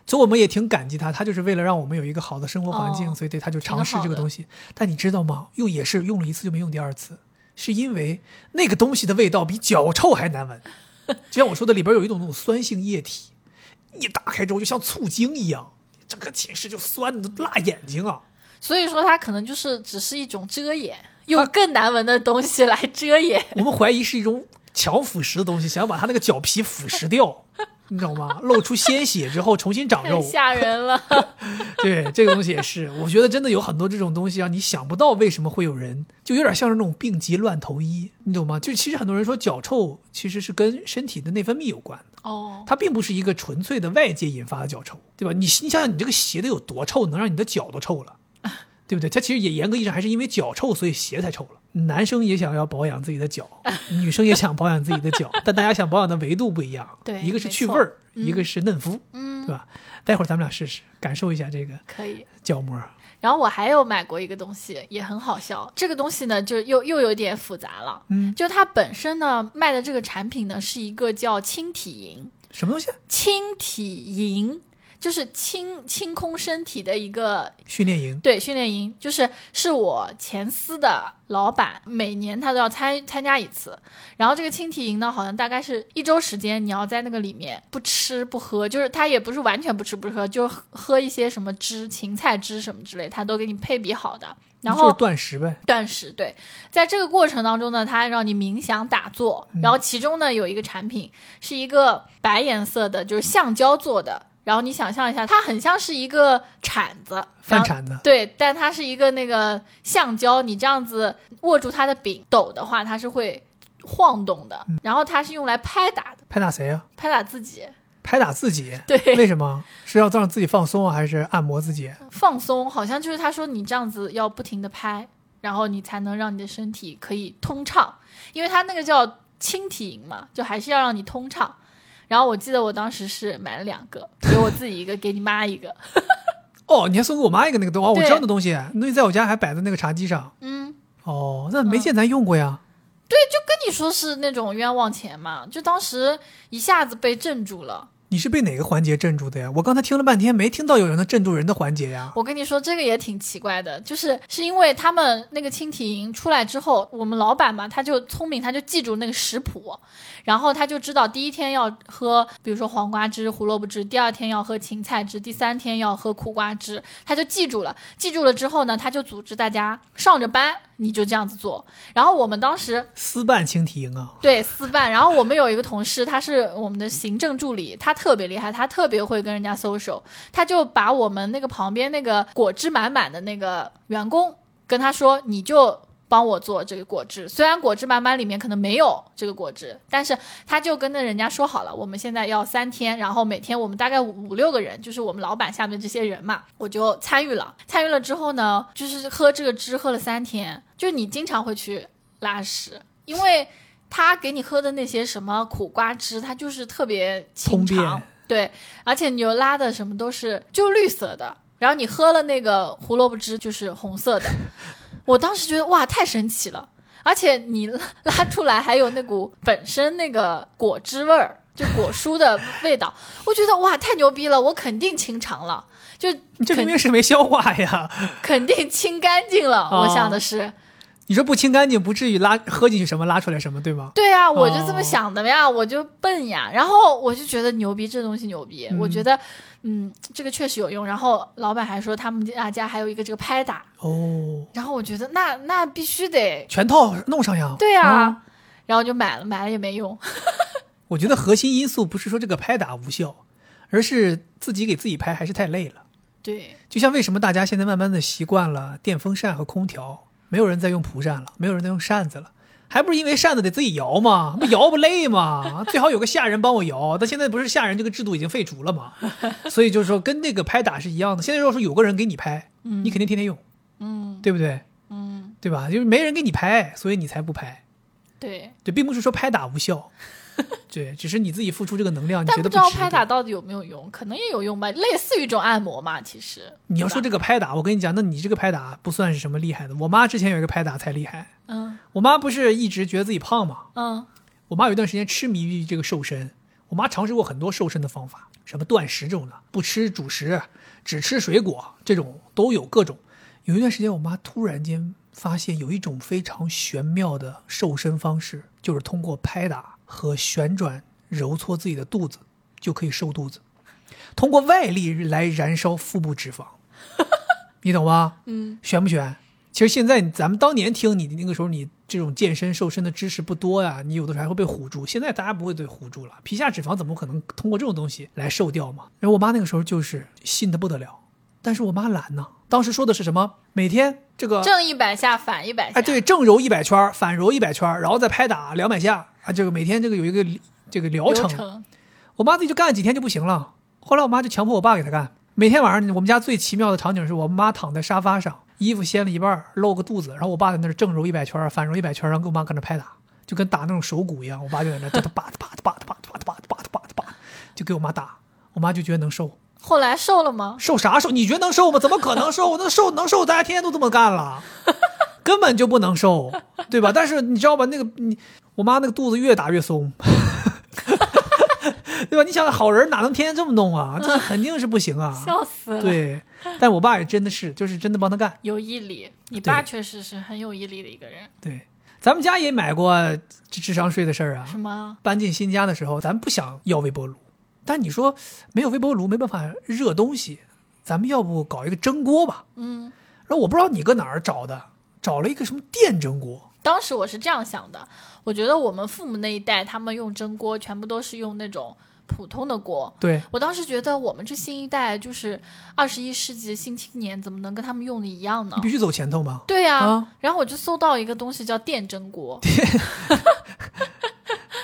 Speaker 1: 所以我们也挺感激他，他就是为了让我们有一个好的生活环境，
Speaker 2: 哦
Speaker 1: 所以对他就
Speaker 2: 挺
Speaker 1: 尝试这
Speaker 2: 好
Speaker 1: 个
Speaker 2: 的
Speaker 1: 东西。但你知道吗？用也是用了一次就没用第二次，是因为那个东西的味道比脚臭还
Speaker 2: *laughs*
Speaker 1: 难闻。就像我说的，里边有一种那种酸性液体，一打开之后就像醋精一样，整个寝室就酸的辣眼睛啊。
Speaker 2: 所以说它可能就是只是一种遮掩，用更难闻的东西来遮掩。
Speaker 1: 我们怀疑是一种强腐蚀的东西，想要把它那个脚皮腐蚀掉，你知道吗？露出鲜血之后重新长
Speaker 2: 太
Speaker 1: 肉。
Speaker 2: 吓人了，
Speaker 1: *laughs* 对，这个东西也是，我觉得真的有很多这种东西啊，你想不到为什么会有人，就有点像是那种病急乱投医，你懂吗？就其实很多人说脚臭其实是跟身体的内分泌有关的，
Speaker 2: *laughs* 哦，
Speaker 1: 它并不是一个纯粹的外界引发的脚臭，对吧？你你想想，你这个鞋得有多臭，能让你的脚都臭了。对不对？它其实也严格意义上还是因为脚臭，所以鞋才臭了。男生也想要保养自己的脚，女生也想保养自己的脚，但大家想保养的维度不一样。
Speaker 2: 对
Speaker 1: 一个是
Speaker 2: 没
Speaker 1: 去
Speaker 2: 错
Speaker 1: 味儿，一个是嫩肤，对
Speaker 2: 嗯，
Speaker 1: 吧？待会儿咱们俩试试，感受一下这个
Speaker 2: 可以。
Speaker 1: 角膜。
Speaker 2: 然后我还有买过一个东西，也很好笑。这个东西呢，就又又有点复杂了。
Speaker 1: 嗯，
Speaker 2: 就它本身呢卖的这个产品呢，是一个叫轻体营，
Speaker 1: 什么东西？啊
Speaker 2: 轻体营就是清清空身体的一个
Speaker 1: 训练营。
Speaker 2: 对训练营，就是是我前司的老板，每年他都要参参加一次。然后这个轻体营呢，好像大概是一周时间，你要在那个里面不吃不喝，就是他也不是完全不吃不喝，就是喝喝一些什么汁、芹菜汁什么之类，他都给你配比好的。然
Speaker 1: 就
Speaker 2: 后
Speaker 1: 是断食呗，
Speaker 2: 断食，对，在这个过程当中呢，它让你冥想打坐，然后其中呢有一个产品是一个白颜色的，就是橡胶做的，然后你想象一下，它很像是一个铲子，然
Speaker 1: 饭
Speaker 2: 后
Speaker 1: 铲子。
Speaker 2: 对，但它是一个那个橡胶，你这样子握住它的柄抖的话，它是会晃动的，然后它是用来拍打的，
Speaker 1: 拍打谁啊？
Speaker 2: 拍打自己，
Speaker 1: 拍打自己？
Speaker 2: *laughs* 对，
Speaker 1: 为什么？是要让自己放松啊，还是按摩自己？
Speaker 2: *laughs* 放松，好像就是他说你这样子要不停的拍，然后你才能让你的身体可以通畅，因为他那个叫轻体营嘛，就还是要让你通畅。然后我记得我当时是买了两个，给我自己一个，给你妈一个。
Speaker 1: 哦，你还送给我妈一个那个东西，哦，我
Speaker 2: 对
Speaker 1: 知道那东西，那东西在我家还摆在那个茶几上。
Speaker 2: 嗯，
Speaker 1: 哦，那没见咱用过呀。
Speaker 2: *laughs* 跟你说是那种冤枉钱嘛，就当时一下子被镇住了。
Speaker 1: 你是被哪个环节镇住的呀？我刚才听了半天，没听到有人能镇住人的环节呀。
Speaker 2: 我跟你说，这个也挺奇怪的，就是是因为他们那个青体营出来之后，我们老板嘛，他就聪明，他就记住那个食谱，然后他就知道第一天要喝，比如说黄瓜汁、胡萝卜汁，第二天要喝芹菜汁，第三天要喝苦瓜汁，他就记住了。记住了之后呢，他就组织大家上着班，你就这样子做。然后我们当时
Speaker 1: 丝办轻体营啊，
Speaker 2: 对，私办。然后我们有一个同事，他是我们的行政助理，他特别厉害，他特别会跟人家 social，他就把我们那个旁边那个果汁满满的那个员工跟他说，你就。帮我做这个果汁，虽然果汁满满里面可能没有这个果汁，但是他就跟着人家说好了，我们现在要三天，然后每天我们大概五五六个人，就是我们老板下面这些人嘛，我就参与了。参与了之后呢，就是喝这个汁喝了三天，就你经常会去拉屎，因为他给你喝的那些什么苦瓜汁，它就是特别
Speaker 1: 通
Speaker 2: 清
Speaker 1: 便
Speaker 2: 肠，对，而且牛拉的什么都是就绿色的，然后你喝了那个胡萝卜汁就是红色的， *laughs* 我当时觉得哇太神奇了，而且你拉 *laughs* 拉出来还有那股本身那个果汁味儿，就果蔬的味道，我觉得哇太牛逼了，我肯定清肠了，就
Speaker 1: 你这明
Speaker 2: 肯
Speaker 1: 明是没消化呀。 *laughs*
Speaker 2: 肯定清干净了，
Speaker 1: 哦
Speaker 2: 我想的是。
Speaker 1: 你说不清干净，不至于拉喝进去什么拉出来什么，对吗？
Speaker 2: 对啊，我就这
Speaker 1: 哦
Speaker 2: 么想的呀，我就笨呀，然后我就觉得牛逼，这东西牛逼，我觉得，嗯，这个确实有用。然后老板还说他们家家还有一个这个拍打，
Speaker 1: 哦，
Speaker 2: 然后我觉得那那必须得，
Speaker 1: 全套弄上呀。
Speaker 2: 对啊，
Speaker 1: 嗯
Speaker 2: 然后就买了，买了也没用， *laughs*
Speaker 1: 我觉得核心因素不是说这个拍打无效，而是自己给自己拍还是太累了。
Speaker 2: 对，
Speaker 1: 就像为什么大家现在慢慢的习惯了电风扇和空调，没有人在用蒲扇了，没有人在用扇子了，还不是因为扇子得自己摇吗？不摇不累吗？ *laughs* 最好有个下人帮我摇。但现在不是下人这个制度已经废除了吗？所以就是说跟那个拍打是一样的。现在要是有个人给你拍，你肯定天天用，
Speaker 2: 嗯
Speaker 1: 对不对？
Speaker 2: 嗯，
Speaker 1: 对吧？就是没人给你拍，所以你才不拍。
Speaker 2: 对。
Speaker 1: 对，并不是说拍打无
Speaker 2: *laughs*
Speaker 1: 效，对，只是你自己付出这个能量，你
Speaker 2: 但
Speaker 1: 觉得
Speaker 2: 不知道
Speaker 1: 值
Speaker 2: 拍
Speaker 1: 得
Speaker 2: 打到底有没有用，可能也有用吧，类似于一种按摩嘛，其实。
Speaker 1: 你要
Speaker 2: 对吧
Speaker 1: 说这个拍打，我跟你讲，那你这个拍打不算是什么厉害的。我妈之前有一个拍打才厉害，
Speaker 2: 嗯
Speaker 1: 我妈不是一直觉得自己胖吗？
Speaker 2: 嗯
Speaker 1: 我妈有一段时间痴迷于这个瘦身，我妈尝试过很多瘦身的方法，什么断食这种的，不吃主食，只吃水果这种都有各种。有一段时间，我妈突然间发现有一种非常玄妙的瘦身方式，就是通过拍打和旋转揉搓自己的肚子，就可以瘦肚子，通过外力来燃烧腹部脂 *laughs* 肪，你懂吗？
Speaker 2: 嗯，
Speaker 1: 悬不悬？其实现在咱们当年听你那个时候，你这种健身瘦身的知识不多呀、你有的时候还会被唬住。现在大家不会被唬住了，皮下脂肪怎么可能通过这种东西来瘦掉嘛？然后我妈那个时候就是信的不得了，但是我妈懒呐，当时说的是什么？每天这个
Speaker 2: 正一百下，反一百下。
Speaker 1: 呃哎，对，正揉一百圈儿，反揉一百圈儿，然后再拍打两百下啊，这个每天这个有一个这个疗
Speaker 2: 流
Speaker 1: 程，
Speaker 2: 程。
Speaker 1: 我妈自己就干了几天就不行了。后来我妈就强迫我爸给她干。每天晚上，我们家最奇妙的场景是我妈躺在沙发上，衣服掀了一半儿，露个肚子，然后我爸在那儿正揉一百圈儿，反揉一百圈儿，然后跟我妈跟着拍打，就跟打那种手鼓一样。我爸就在那儿哒哒吧哒吧哒吧哒吧哒吧哒吧哒吧哒吧，就给我妈打。我妈就觉得能瘦，
Speaker 2: 后来瘦了吗？
Speaker 1: 瘦啥瘦？你觉得能瘦吗？怎么可能
Speaker 2: *laughs*
Speaker 1: 瘦？能瘦能瘦？大家天天都这么干了，根本就不能瘦，对吧？但是你知道吧？那个你我妈那个肚子越打越松，
Speaker 2: *laughs*
Speaker 1: 对吧？你想好人哪能天天这么弄啊？这肯定是不行啊。
Speaker 2: *laughs* 笑死了。，
Speaker 1: 对，但我爸也真的是，就是真的帮他干。
Speaker 2: 有毅力。你爸
Speaker 1: 对
Speaker 2: 确实是很有毅力的一个人，
Speaker 1: 对，咱们家也买过智智商税的事儿啊。
Speaker 2: 是吗？
Speaker 1: 搬进新家的时候，咱不想要微波炉，但你说没有微波炉没办法热东西，咱们要不搞一个蒸锅吧？
Speaker 2: 嗯，
Speaker 1: 然后我不知道你搁哪儿找的，找了一个什么电蒸锅，
Speaker 2: 当时我是这样想的，我觉得我们父母那一代，他们用蒸锅全部都是用那种普通的锅。
Speaker 1: 对，
Speaker 2: 我当时觉得我们这新一代就是二十一世纪的新青年，怎么能跟他们用的一样呢
Speaker 1: 你？必须走前头嘛。
Speaker 2: 对呀、
Speaker 1: 啊
Speaker 2: 然后我就搜到一个东西叫电蒸锅， *laughs*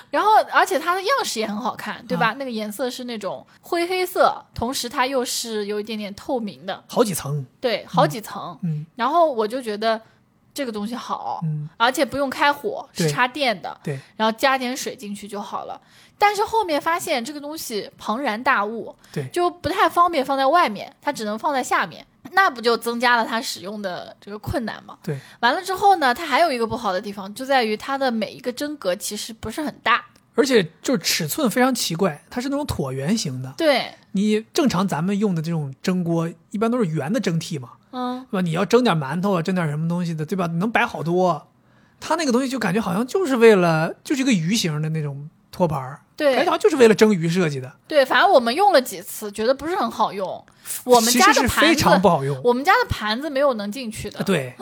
Speaker 2: 然后而且它的样式也很好看，对吧？
Speaker 1: 啊
Speaker 2: 那个颜色是那种灰黑色，同时它又是有一点点透明的，
Speaker 1: 好几层，
Speaker 2: 对，好几层。
Speaker 1: 嗯
Speaker 2: 然后我就觉得这个东西好，
Speaker 1: 嗯，
Speaker 2: 而且不用开火，
Speaker 1: 对
Speaker 2: 是插电的，
Speaker 1: 对，
Speaker 2: 然后加点水进去就好了。但是后面发现这个东西庞然大物，
Speaker 1: 嗯对
Speaker 2: 就不太方便放在外面，它只能放在下面，那不就增加了它使用的这个困难吗？
Speaker 1: 对，
Speaker 2: 完了之后呢，它还有一个不好的地方，就在于它的每一个真格其实不是很大，
Speaker 1: 而且就是尺寸非常奇怪，它是那种椭圆形的。
Speaker 2: 对，
Speaker 1: 你正常咱们用的这种蒸锅，一般都是圆的蒸屉嘛，
Speaker 2: 嗯，
Speaker 1: 对吧？你要蒸点馒头啊，蒸点什么东西的，对吧？能摆好多。它那个东西就感觉好像就是为了就是一个鱼形的那种托盘儿，感
Speaker 2: 对
Speaker 1: 哎觉好像就是为了蒸鱼设计的。
Speaker 2: 对，反正我们用了几次，觉得不是很好用，我们
Speaker 1: 其
Speaker 2: 家
Speaker 1: 实
Speaker 2: 的
Speaker 1: 是
Speaker 2: 盘
Speaker 1: 非
Speaker 2: 子。
Speaker 1: 常不好用。
Speaker 2: 我们家的盘子没有能进去的，
Speaker 1: 啊，对，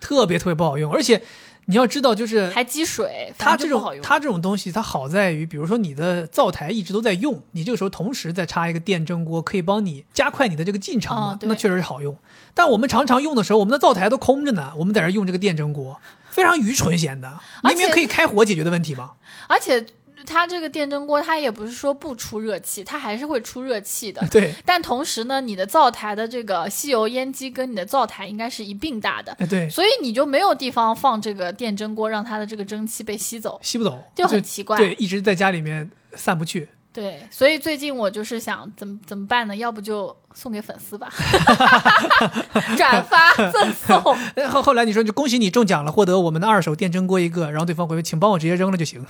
Speaker 1: 特别特别不好用。而且你要知道，就是
Speaker 2: 还积水，反
Speaker 1: 它
Speaker 2: 正
Speaker 1: 这
Speaker 2: 就不好
Speaker 1: 种
Speaker 2: 用。
Speaker 1: 它这种东西，它好在于，比如说你的灶台一直都在用，你这个时候同时再插一个电蒸锅，可以帮你加快你的这个进程嘛，
Speaker 2: 哦对
Speaker 1: 那确实是好用。但我们常常用的时候，我们的灶台都空着呢，我们在这儿用这个电蒸锅。非常愚蠢显得，
Speaker 2: 而
Speaker 1: 明明
Speaker 2: 且
Speaker 1: 可以开火解决的问题
Speaker 2: *laughs*
Speaker 1: 嘛。。
Speaker 2: 而且它这个电蒸锅，它也不是说不出热气，它还是会出热气的
Speaker 1: 对，
Speaker 2: *laughs* 但同时呢，你的灶台的这个吸油烟机跟你的灶台应该是一并大的，
Speaker 1: 哎对，
Speaker 2: 所以你就没有地方放这个电蒸锅，让它的这个蒸汽被吸走，
Speaker 1: 吸不走，
Speaker 2: 就很奇怪。
Speaker 1: 对，一直在家里面散不去。
Speaker 2: 对所以最近我就是想怎么怎么办呢？要不就送给粉
Speaker 1: *laughs*
Speaker 2: 丝吧，转发赠送。
Speaker 1: 哎后后来你说就恭喜你中奖了，获得我们的二手电蒸锅一个，然后对方回复请帮我直接扔了就行。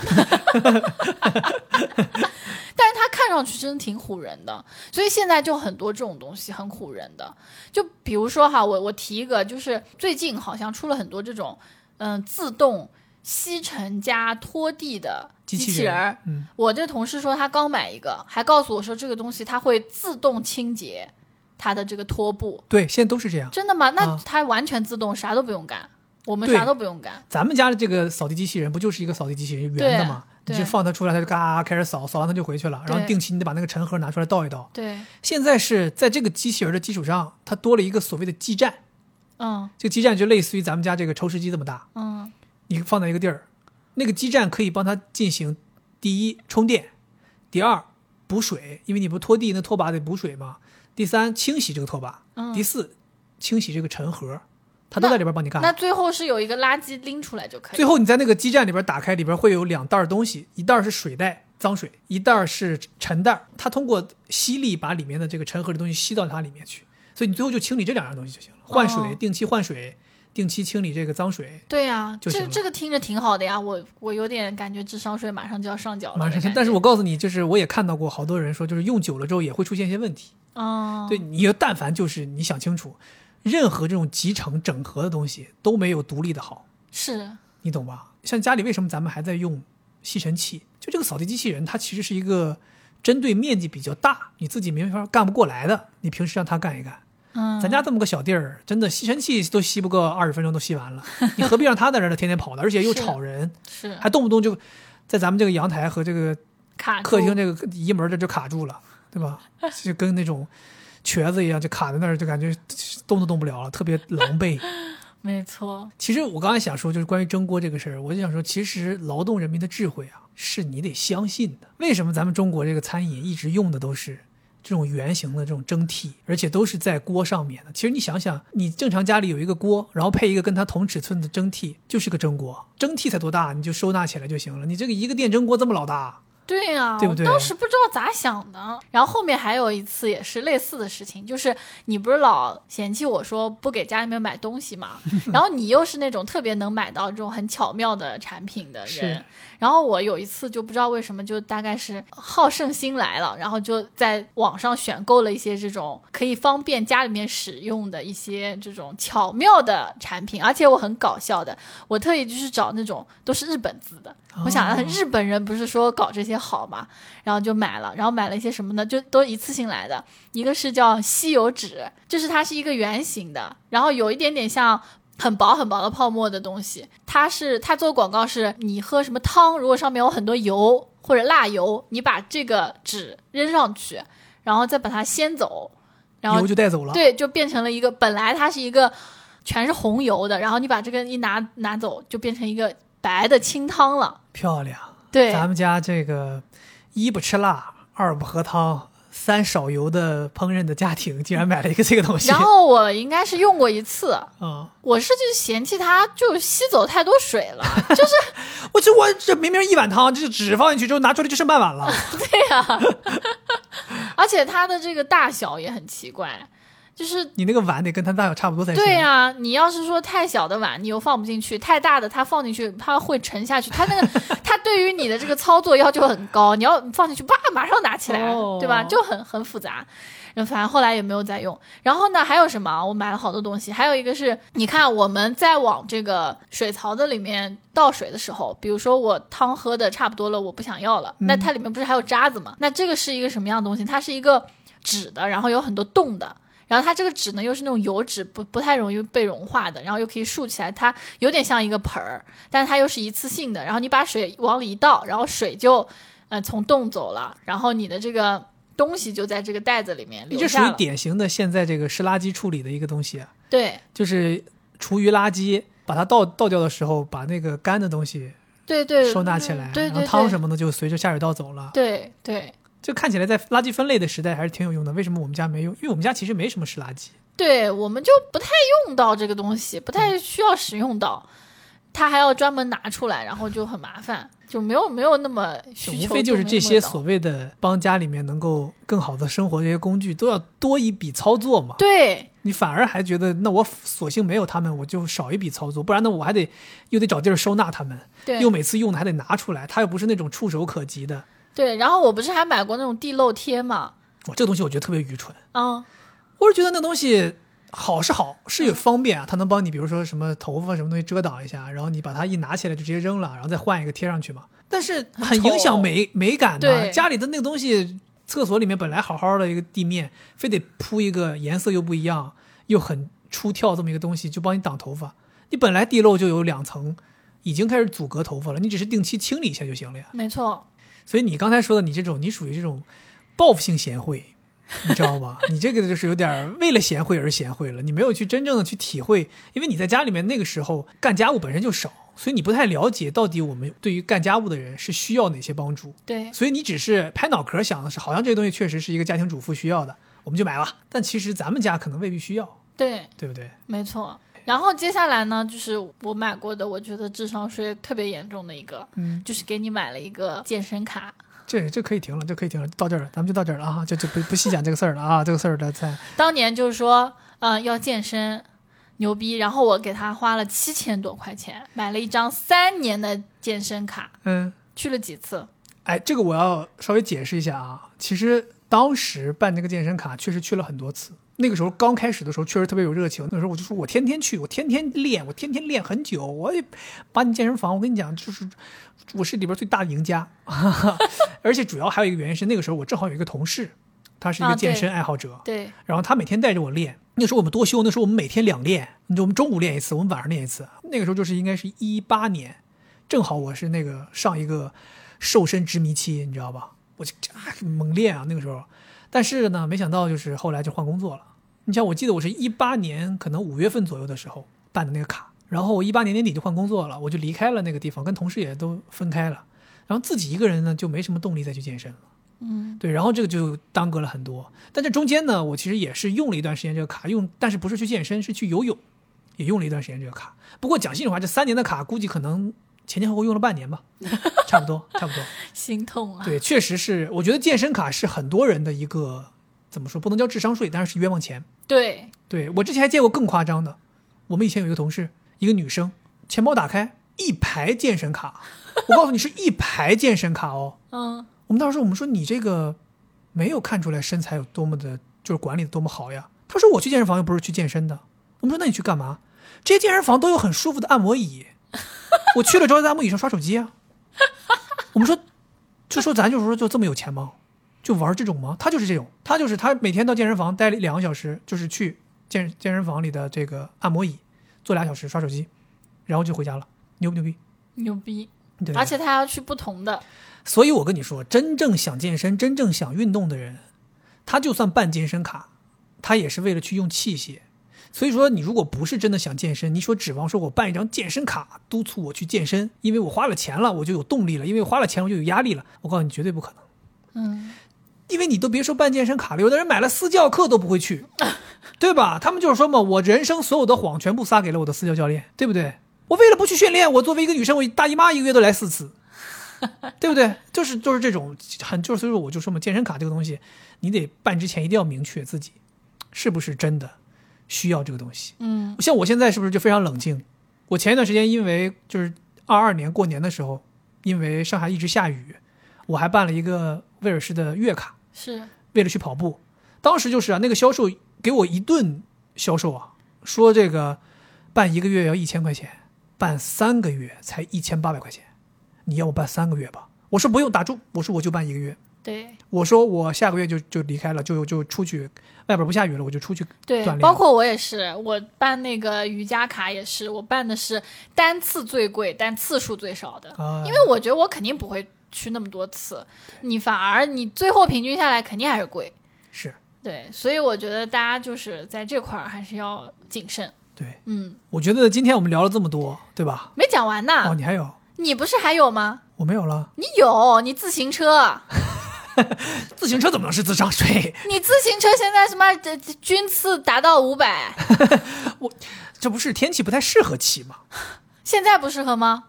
Speaker 2: 但是它看上去真的挺唬人的，所以现在就很多这种东西很唬人的。就比如说哈，我我提一个，就是最近好像出了很多这种，嗯、自动吸尘加拖地的
Speaker 1: 机
Speaker 2: 机
Speaker 1: 器
Speaker 2: 器人儿。
Speaker 1: 嗯，
Speaker 2: 我这同事说他刚买一个，还告诉我说这个东西它会自动清洁它的这个拖布，
Speaker 1: 对，现在都是这样。
Speaker 2: 真的吗？那
Speaker 1: 啊
Speaker 2: 它完全自动，啥都不用干，我们
Speaker 1: 对
Speaker 2: 啥都不用干。
Speaker 1: 咱们家的这个扫地机器人不就是一个扫地机器人
Speaker 2: 对
Speaker 1: 圆的吗？你
Speaker 2: 对
Speaker 1: 就放它出来，它就嘎开始扫，扫完它就回去了。然后
Speaker 2: 对
Speaker 1: 定期你得把那个尘盒拿出来倒一倒。
Speaker 2: 对，
Speaker 1: 现在是在这个机器人的基础上，它多了一个所谓的基站，
Speaker 2: 嗯
Speaker 1: 这个基站就类似于咱们家这个抽湿机这么大，
Speaker 2: 嗯
Speaker 1: 你放在一个地儿，那个基站可以帮他进行第一充电，第二补水，因为你不拖地那拖把得补水嘛。第三清洗这个拖把，
Speaker 2: 嗯
Speaker 1: 第四清洗这个尘盒，他都
Speaker 2: 那
Speaker 1: 在里边帮你干。
Speaker 2: 那最后是有一个垃圾拎出来就可以。
Speaker 1: 最后你在那个基站里边打开，里边会有两袋儿东西，一袋儿是水袋脏水，一袋儿是尘袋儿。它通过吸力把里面的这个尘盒的东西吸到它里面去，所以你最后就清理这两样东西就行了。换水，
Speaker 2: 哦
Speaker 1: 定期换水，定期清理这个脏水。
Speaker 2: 对呀、
Speaker 1: 就行
Speaker 2: 这
Speaker 1: 了
Speaker 2: 这个听着挺好的呀，我我有点感觉智商税马上就要上缴了的
Speaker 1: 马
Speaker 2: 感觉。
Speaker 1: 上，但是我告诉你，就是我也看到过好多人说，就是用久了之后也会出现一些问题。
Speaker 2: 哦，
Speaker 1: 对，你但凡就是你想清楚，任何这种集成整合的东西都没有独立的好。
Speaker 2: 是
Speaker 1: 你懂吧？像家里为什么咱们还在用吸尘器？就这个扫地机器人，它其实是一个针对面积比较大，你自己没法干不过来的，你平时让它干一干。
Speaker 2: 嗯，
Speaker 1: 咱家这么个小地儿，真的吸尘器都吸不过二十分钟都吸完了，你何必让它在这儿天天跑呢？而且又
Speaker 2: 是
Speaker 1: 吵人，
Speaker 2: 是
Speaker 1: 还动不动就在咱们这个阳台和这个
Speaker 2: 卡
Speaker 1: 客厅
Speaker 2: 住
Speaker 1: 这个移门这就卡住了，对吧？就跟那种瘸子一样，就卡在那儿，就感觉动都动不了了，特别狼狈。
Speaker 2: 没错，
Speaker 1: 其实我刚才想说，就是关于蒸锅这个事儿，我就想说，其实劳动人民的智慧啊，是你得相信的。为什么咱们中国这个餐饮一直用的都是这种圆形的这种蒸屉，而且都是在锅上面的？其实你想想，你正常家里有一个锅，然后配一个跟它同尺寸的蒸屉，就是个蒸锅。蒸屉才多大，你就收纳起来就行了。你这个一个电蒸锅这么老大，
Speaker 2: 对呀、
Speaker 1: 对不对
Speaker 2: 我当时不知道咋想的。然后后面还有一次也是类似的事情，就是你不是老嫌弃我说不给家里面买东
Speaker 1: *laughs*
Speaker 2: 西嘛，然后你又是那种特别能买到这种很巧妙的产品的人
Speaker 1: 是，
Speaker 2: 然后我有一次就不知道为什么，就大概是好胜心来了，然后就在网上选购了一些这种可以方便家里面使用的一些这种巧妙的产品，而且我很搞笑的，我特意就是找那种都是日本字的，我想啊
Speaker 1: 哦
Speaker 2: 日本人不是说搞这些好嘛，然后就买了，然后买了一些什么呢？就都一次性来的，一个是叫吸油纸，就是它是一个圆形的，然后有一点点像很薄很薄的泡沫的东西。它是它做广告是，你喝什么汤，如果上面有很多油或者辣油，你把这个纸扔上去，然后再把它掀走，然后
Speaker 1: 油就带走了。
Speaker 2: 对，就变成了一个本来它是一个全是红油的，然后你把这个一拿拿走，就变成一个白的清汤了。
Speaker 1: 漂亮，
Speaker 2: 对，
Speaker 1: 咱们家这个一不吃辣，二不喝汤。三少油的烹饪的家庭竟然买了一个这个东西，
Speaker 2: 然后我应该是用过一次，
Speaker 1: 啊、
Speaker 2: 我是就嫌弃它就吸走太多水
Speaker 1: *laughs*
Speaker 2: 了，
Speaker 1: 我这我这明明一碗汤，这纸放进去之后拿出来就剩半碗
Speaker 2: *laughs*
Speaker 1: 了。
Speaker 2: 而且它的这个大小也很奇怪，就是。
Speaker 1: 你那个碗得跟它大小差不多才行。
Speaker 2: 对呀、你要是说太小的碗，你又放不进去；太大的它放进去，它会沉下去。它
Speaker 1: *laughs*
Speaker 2: 那个，它对于你的这个操作要求很高，你要放进去，叭，马上拿起来，
Speaker 1: 哦
Speaker 2: 对吧？就很很复杂。然后反正后来也没有再用。然后呢，还有什么啊？我买了好多东西，还有一个是，你看我们在往这个水槽子里面倒水的时候，比如说我汤喝的差不多了，我不想要了，
Speaker 1: 嗯
Speaker 2: 那它里面不是还有渣子吗？那这个是一个什么样的东西？它是一个纸的，然后有很多洞的。然后它这个纸呢，又是那种油纸，不不太容易被融化的，然后又可以竖起来，它有点像一个盆儿，但是它又是一次性的。然后你把水往里一倒，然后水就，呃，从洞走了，然后你的这个东西就在这个袋子里面
Speaker 1: 你
Speaker 2: 留
Speaker 1: 这属
Speaker 2: 下
Speaker 1: 于
Speaker 2: 了。
Speaker 1: 典型的现在这个湿垃圾处理的一个东西啊，
Speaker 2: 对
Speaker 1: 就是厨余垃圾，把它倒倒掉的时候，把那个干的东西
Speaker 2: 对对，
Speaker 1: 收纳起来，
Speaker 2: 嗯对
Speaker 1: 然
Speaker 2: 对
Speaker 1: 后汤
Speaker 2: 对
Speaker 1: 什么的就随着下水道走了。
Speaker 2: 对对
Speaker 1: 这看起来在垃圾分类的时代还是挺有用的。为什么我们家没用？因为我们家其实没什么湿垃圾。
Speaker 2: 对，我们就不太用到这个东西，不
Speaker 1: 嗯
Speaker 2: 太需要使用到，它还要专门拿出来，然后就很麻烦，就没有没有那么需
Speaker 1: 无
Speaker 2: 求。
Speaker 1: 非就是这些所
Speaker 2: 所
Speaker 1: 谓的帮家里面能够更好的生活这些工具，都要多一笔操作嘛。
Speaker 2: 对
Speaker 1: 你反而还觉得，那我索性没有他们，我就少一笔操作，不然呢，我还得又得找地儿收纳他们，
Speaker 2: 对
Speaker 1: 又每次用的还得拿出来，它又不是那种触手可及的。
Speaker 2: 对，然后我不是还买过那种地漏贴嘛？
Speaker 1: 我这个东西我觉得特别愚蠢，
Speaker 2: 嗯，
Speaker 1: 我是觉得那东西好是好，是也方便啊，它能帮你，比如说什么头发什么东西遮挡一下，然后你把它一拿起来就直接扔了，然后再换一个贴上去嘛。但是很
Speaker 2: 丑
Speaker 1: 影响美美感的，
Speaker 2: 对
Speaker 1: 家里的那个东西，厕所里面本来好好的一个地面，非得铺一个颜色又不一样又很出跳这么一个东西，就帮你挡头发。你本来地漏就有两层，已经开始阻隔头发了，你只是定期清理一下就行了呀。
Speaker 2: 没错，
Speaker 1: 所以你刚才说的，你这种你属于这种报复性贤惠，你知道吗？你这个就是有点儿为了贤惠而贤惠了，你没有去真正的去体会，因为你在家里面那个时候干家务本身就少，所以你不太了解到底我们对于干家务的人是需要哪些帮助，
Speaker 2: 对，
Speaker 1: 所以你只是拍脑壳想的是，好像这个东西确实是一个家庭主妇需要的，我们就买了，但其实咱们家可能未必需要，
Speaker 2: 对，
Speaker 1: 对不对？
Speaker 2: 没错。然后接下来呢，就是我买过的，我觉得智商税特别严重的一个，
Speaker 1: 嗯，
Speaker 2: 就是给你买了一个健身卡。
Speaker 1: 这这可以停了，这可以停了，到这儿了，咱们就到这儿了啊，就就不不细讲这个事儿了啊，这个事儿的在
Speaker 2: 当年就是说，呃，要健身，牛逼。然后我给他花了七千多块钱，买了一张三年的健身卡，
Speaker 1: 嗯。
Speaker 2: 去了几次？
Speaker 1: 哎，这个我要稍微解释一下啊。其实当时办这个健身卡，确实去了很多次。那个时候刚开始的时候，确实特别有热情。那时候我就说，我天天去，我天天练，我天天练很久。我也把你健身房，我跟你讲，就是我是里边最大的赢家。 *laughs* 而且主要还有一个原因是，那个时候我正好有一个同事，他是一
Speaker 2: 啊
Speaker 1: 个
Speaker 2: 对
Speaker 1: 健身爱好者，
Speaker 2: 对，
Speaker 1: 然后他每天带着我练。那时候我们多休，那时候我们每天两练，你知道我们中午练一次，我们晚上练一次。那个时候就是应该是一八年，正好我是那个上一个瘦身执迷期，你知道吧？我就啊猛练啊那个时候，但是呢，没想到就是后来就换工作了。你像我记得我是一八年可能五月份左右的时候办的那个卡，然后我一八年年底就换工作了，我就离开了那个地方，跟同事也都分开了，然后自己一个人呢就没什么动力再去健身了。
Speaker 2: 嗯，
Speaker 1: 对，然后这个就耽搁了很多。但这中间呢，我其实也是用了一段时间这个卡，用但是不是去健身，是去游泳，也用了一段时间这个卡。不过讲心里话，这三年的卡估计可能前前后后用了半年吧， *laughs* 差不多，差不多。
Speaker 2: *laughs* 心痛啊。
Speaker 1: 对，确实是，我觉得健身卡是很多人的一个怎么说，不能叫智商税，但是是冤枉钱。
Speaker 2: 对，
Speaker 1: 对我之前还见过更夸张的，我们以前有一个同事，一个女生，钱包打开一排健身卡，我告诉你是一排健身卡哦。
Speaker 2: 嗯，
Speaker 1: 我们当时我们说你这个没有看出来身材有多么的，就是管理的多么好呀。他说我去健身房又不是去健身的。我们说那你去干嘛？这些健身房都有很舒服的按摩椅， *laughs* 我去了之后在按摩椅上刷手机啊。我们说，就说咱就说就这么有钱吗？就玩这种吗？他就是这种，他就是他每天到健身房待两个小时，就是去健健身房里的这个按摩椅做俩小时刷手机，然后就回家了，牛不牛逼？
Speaker 2: 牛逼。
Speaker 1: 对吧
Speaker 2: 而且他要去不同的，
Speaker 1: 所以我跟你说，真正想健身、真正想运动的人，他就算办健身卡，他也是为了去用器械。所以说，你如果不是真的想健身，你说指望说我办一张健身卡督促我去健身，因为我花了钱了，我就有动力了；因为我花了钱，我就有压力了。我告诉你，绝对不可能。
Speaker 2: 嗯，
Speaker 1: 因为你都别说办健身卡了，有的人买了私教课都不会去，对吧？他们就是说嘛，我人生所有的谎全部撒给了我的私教教练，对不对？我为了不去训练，我作为一个女生，我大姨妈一个月都来四次，对不对？就是就是这种很就是所以说我就说嘛，健身卡这个东西，你得办之前一定要明确自己是不是真的需要这个东西。
Speaker 2: 嗯，
Speaker 1: 像我现在是不是就非常冷静？我前一段时间因为就是二二年过年的时候，因为上海一直下雨，我还办了一个威尔士的月卡。
Speaker 2: 是
Speaker 1: 为了去跑步。当时就是啊，那个销售给我一顿销售啊，说这个办一个月要一千块钱，办三个月才一千八百块钱，你要我办三个月吧？我说不用，打住，我说我就办一个月。
Speaker 2: 对
Speaker 1: 我说我下个月就就离开了，就就出去，外边不下雨了，我就出去。
Speaker 2: 对
Speaker 1: 锻炼，
Speaker 2: 包括我也是，我办那个瑜伽卡也是，我办的是单次最贵，但次数最少的，
Speaker 1: 啊、
Speaker 2: 因为我觉得我肯定不会去那么多次，你反而你最后平均下来肯定还是贵，
Speaker 1: 是
Speaker 2: 对，所以我觉得大家就是在这块儿还是要谨慎，
Speaker 1: 对，
Speaker 2: 嗯，
Speaker 1: 我觉得今天我们聊了这么多，对吧？
Speaker 2: 没讲完呢，
Speaker 1: 哦，你还有，
Speaker 2: 你不是还有吗？
Speaker 1: 我没有了。
Speaker 2: 你有，你自行
Speaker 1: *laughs*
Speaker 2: 车，
Speaker 1: 自行车怎么能是智 *laughs* 商税？
Speaker 2: 你自行车现在什么这这均次达到五百，
Speaker 1: 这不是天气不太适合骑吗？
Speaker 2: 现在不适合吗？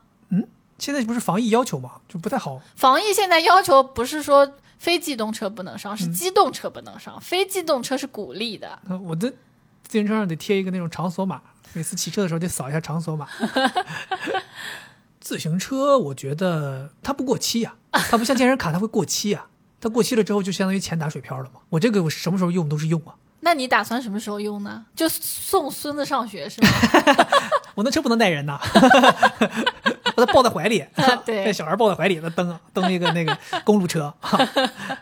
Speaker 1: 现在不是防疫要求吗？就不太好。
Speaker 2: 防疫现在要求不是说非机动车不能上，是机动车不能上，非机动车是鼓励的。
Speaker 1: 呃我的自行车上得贴一个那种场所码，每次骑车的时候得扫一下场所码。 *laughs* 自行车我觉得它不过期呀、它不像健身卡，它会过期呀、它过期了之后就相当于钱打水漂了嘛。我这个我什么时候用都是用啊。
Speaker 2: 那你打算什么时候用呢？就送孙子上学是吗？
Speaker 1: 我那车不能带人呐， *laughs* 把它抱在怀里， *laughs*
Speaker 2: 啊对
Speaker 1: 带小孩抱在怀里，那蹬蹬那个那个公路车。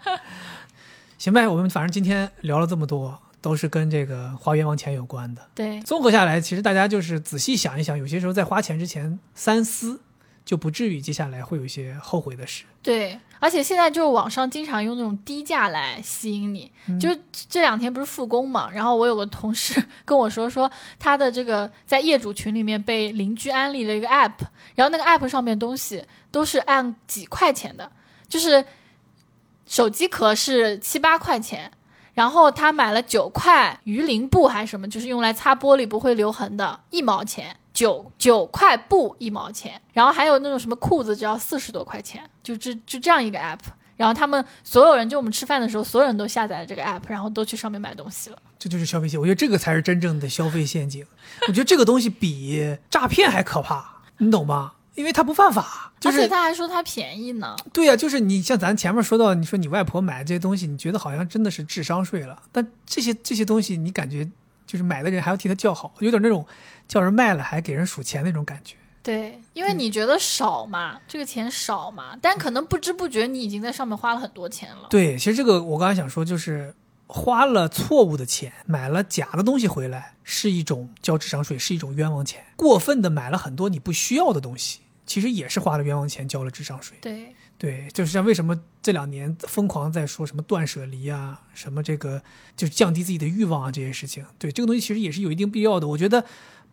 Speaker 1: *laughs* 行呗，我们反正今天聊了这么多，都是跟这个花冤枉钱有关的。
Speaker 2: 对
Speaker 1: 综合下来，其实大家就是仔细想一想，有些时候在花钱之前三思，就不至于接下来会有一些后悔的事。
Speaker 2: 对，而且现在就是网上经常用那种低价来吸引你，就是这两天不是复工嘛，然后我有个同事跟我说，说他的这个在业主群里面被邻居安利了一个 app，然后那个 app 上面东西都是按几块钱的，就是手机壳是七八块钱。然后他买了九块鱼鳞布还是什么，就是用来擦玻璃不会留痕的，一毛钱，九九块布一毛钱。然后还有那种什么裤子，只要四十多块钱，就这就这样一个 app。然后他们所有人，就我们吃饭的时候，所有人都下载了这个 app，然后都去上面买东西了。
Speaker 1: 这就是消费陷阱，我觉得这个才是真正的消费陷阱。我觉得这个东西比诈骗还可怕，你懂吗？因为它不犯法，就
Speaker 2: 而且
Speaker 1: 是
Speaker 2: 他还说他便宜呢，
Speaker 1: 对呀、就是你像咱前面说到，你说你外婆买这些东西，你觉得好像真的是智商税了，但这些这些东西你感觉就是买的人还要替他叫好，有点那种叫人卖了还给人数钱那种感觉。
Speaker 2: 对，因为你觉得少嘛，这个钱少嘛，但可能不知不觉你已经在上面花了很多钱了。
Speaker 1: 对，其实这个我刚才想说，就是花了错误的钱，买了假的东西回来，是一种交智商税，是一种冤枉钱。过分的买了很多你不需要的东西，其实也是花了冤枉钱，交了智商税。
Speaker 2: 对，
Speaker 1: 对，就是像为什么这两年疯狂在说什么断舍离啊，什么这个就是降低自己的欲望啊这些事情。对，这个东西其实也是有一定必要的。我觉得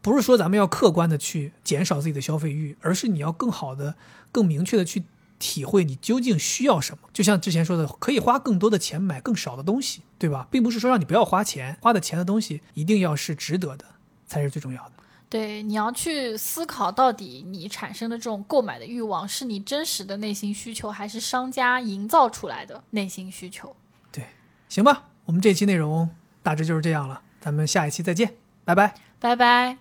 Speaker 1: 不是说咱们要客观的去减少自己的消费欲，而是你要更好的、更明确的去体会你究竟需要什么。就像之前说的，可以花更多的钱买更少的东西，对吧？并不是说让你不要花钱，花的钱的东西一定要是值得的，才是最重要的。
Speaker 2: 对，你要去思考，到底你产生的这种购买的欲望，是你真实的内心需求，还是商家营造出来的内心需求？
Speaker 1: 对，行吧，我们这期内容大致就是这样了，咱们下一期再见，拜拜。
Speaker 2: 拜拜。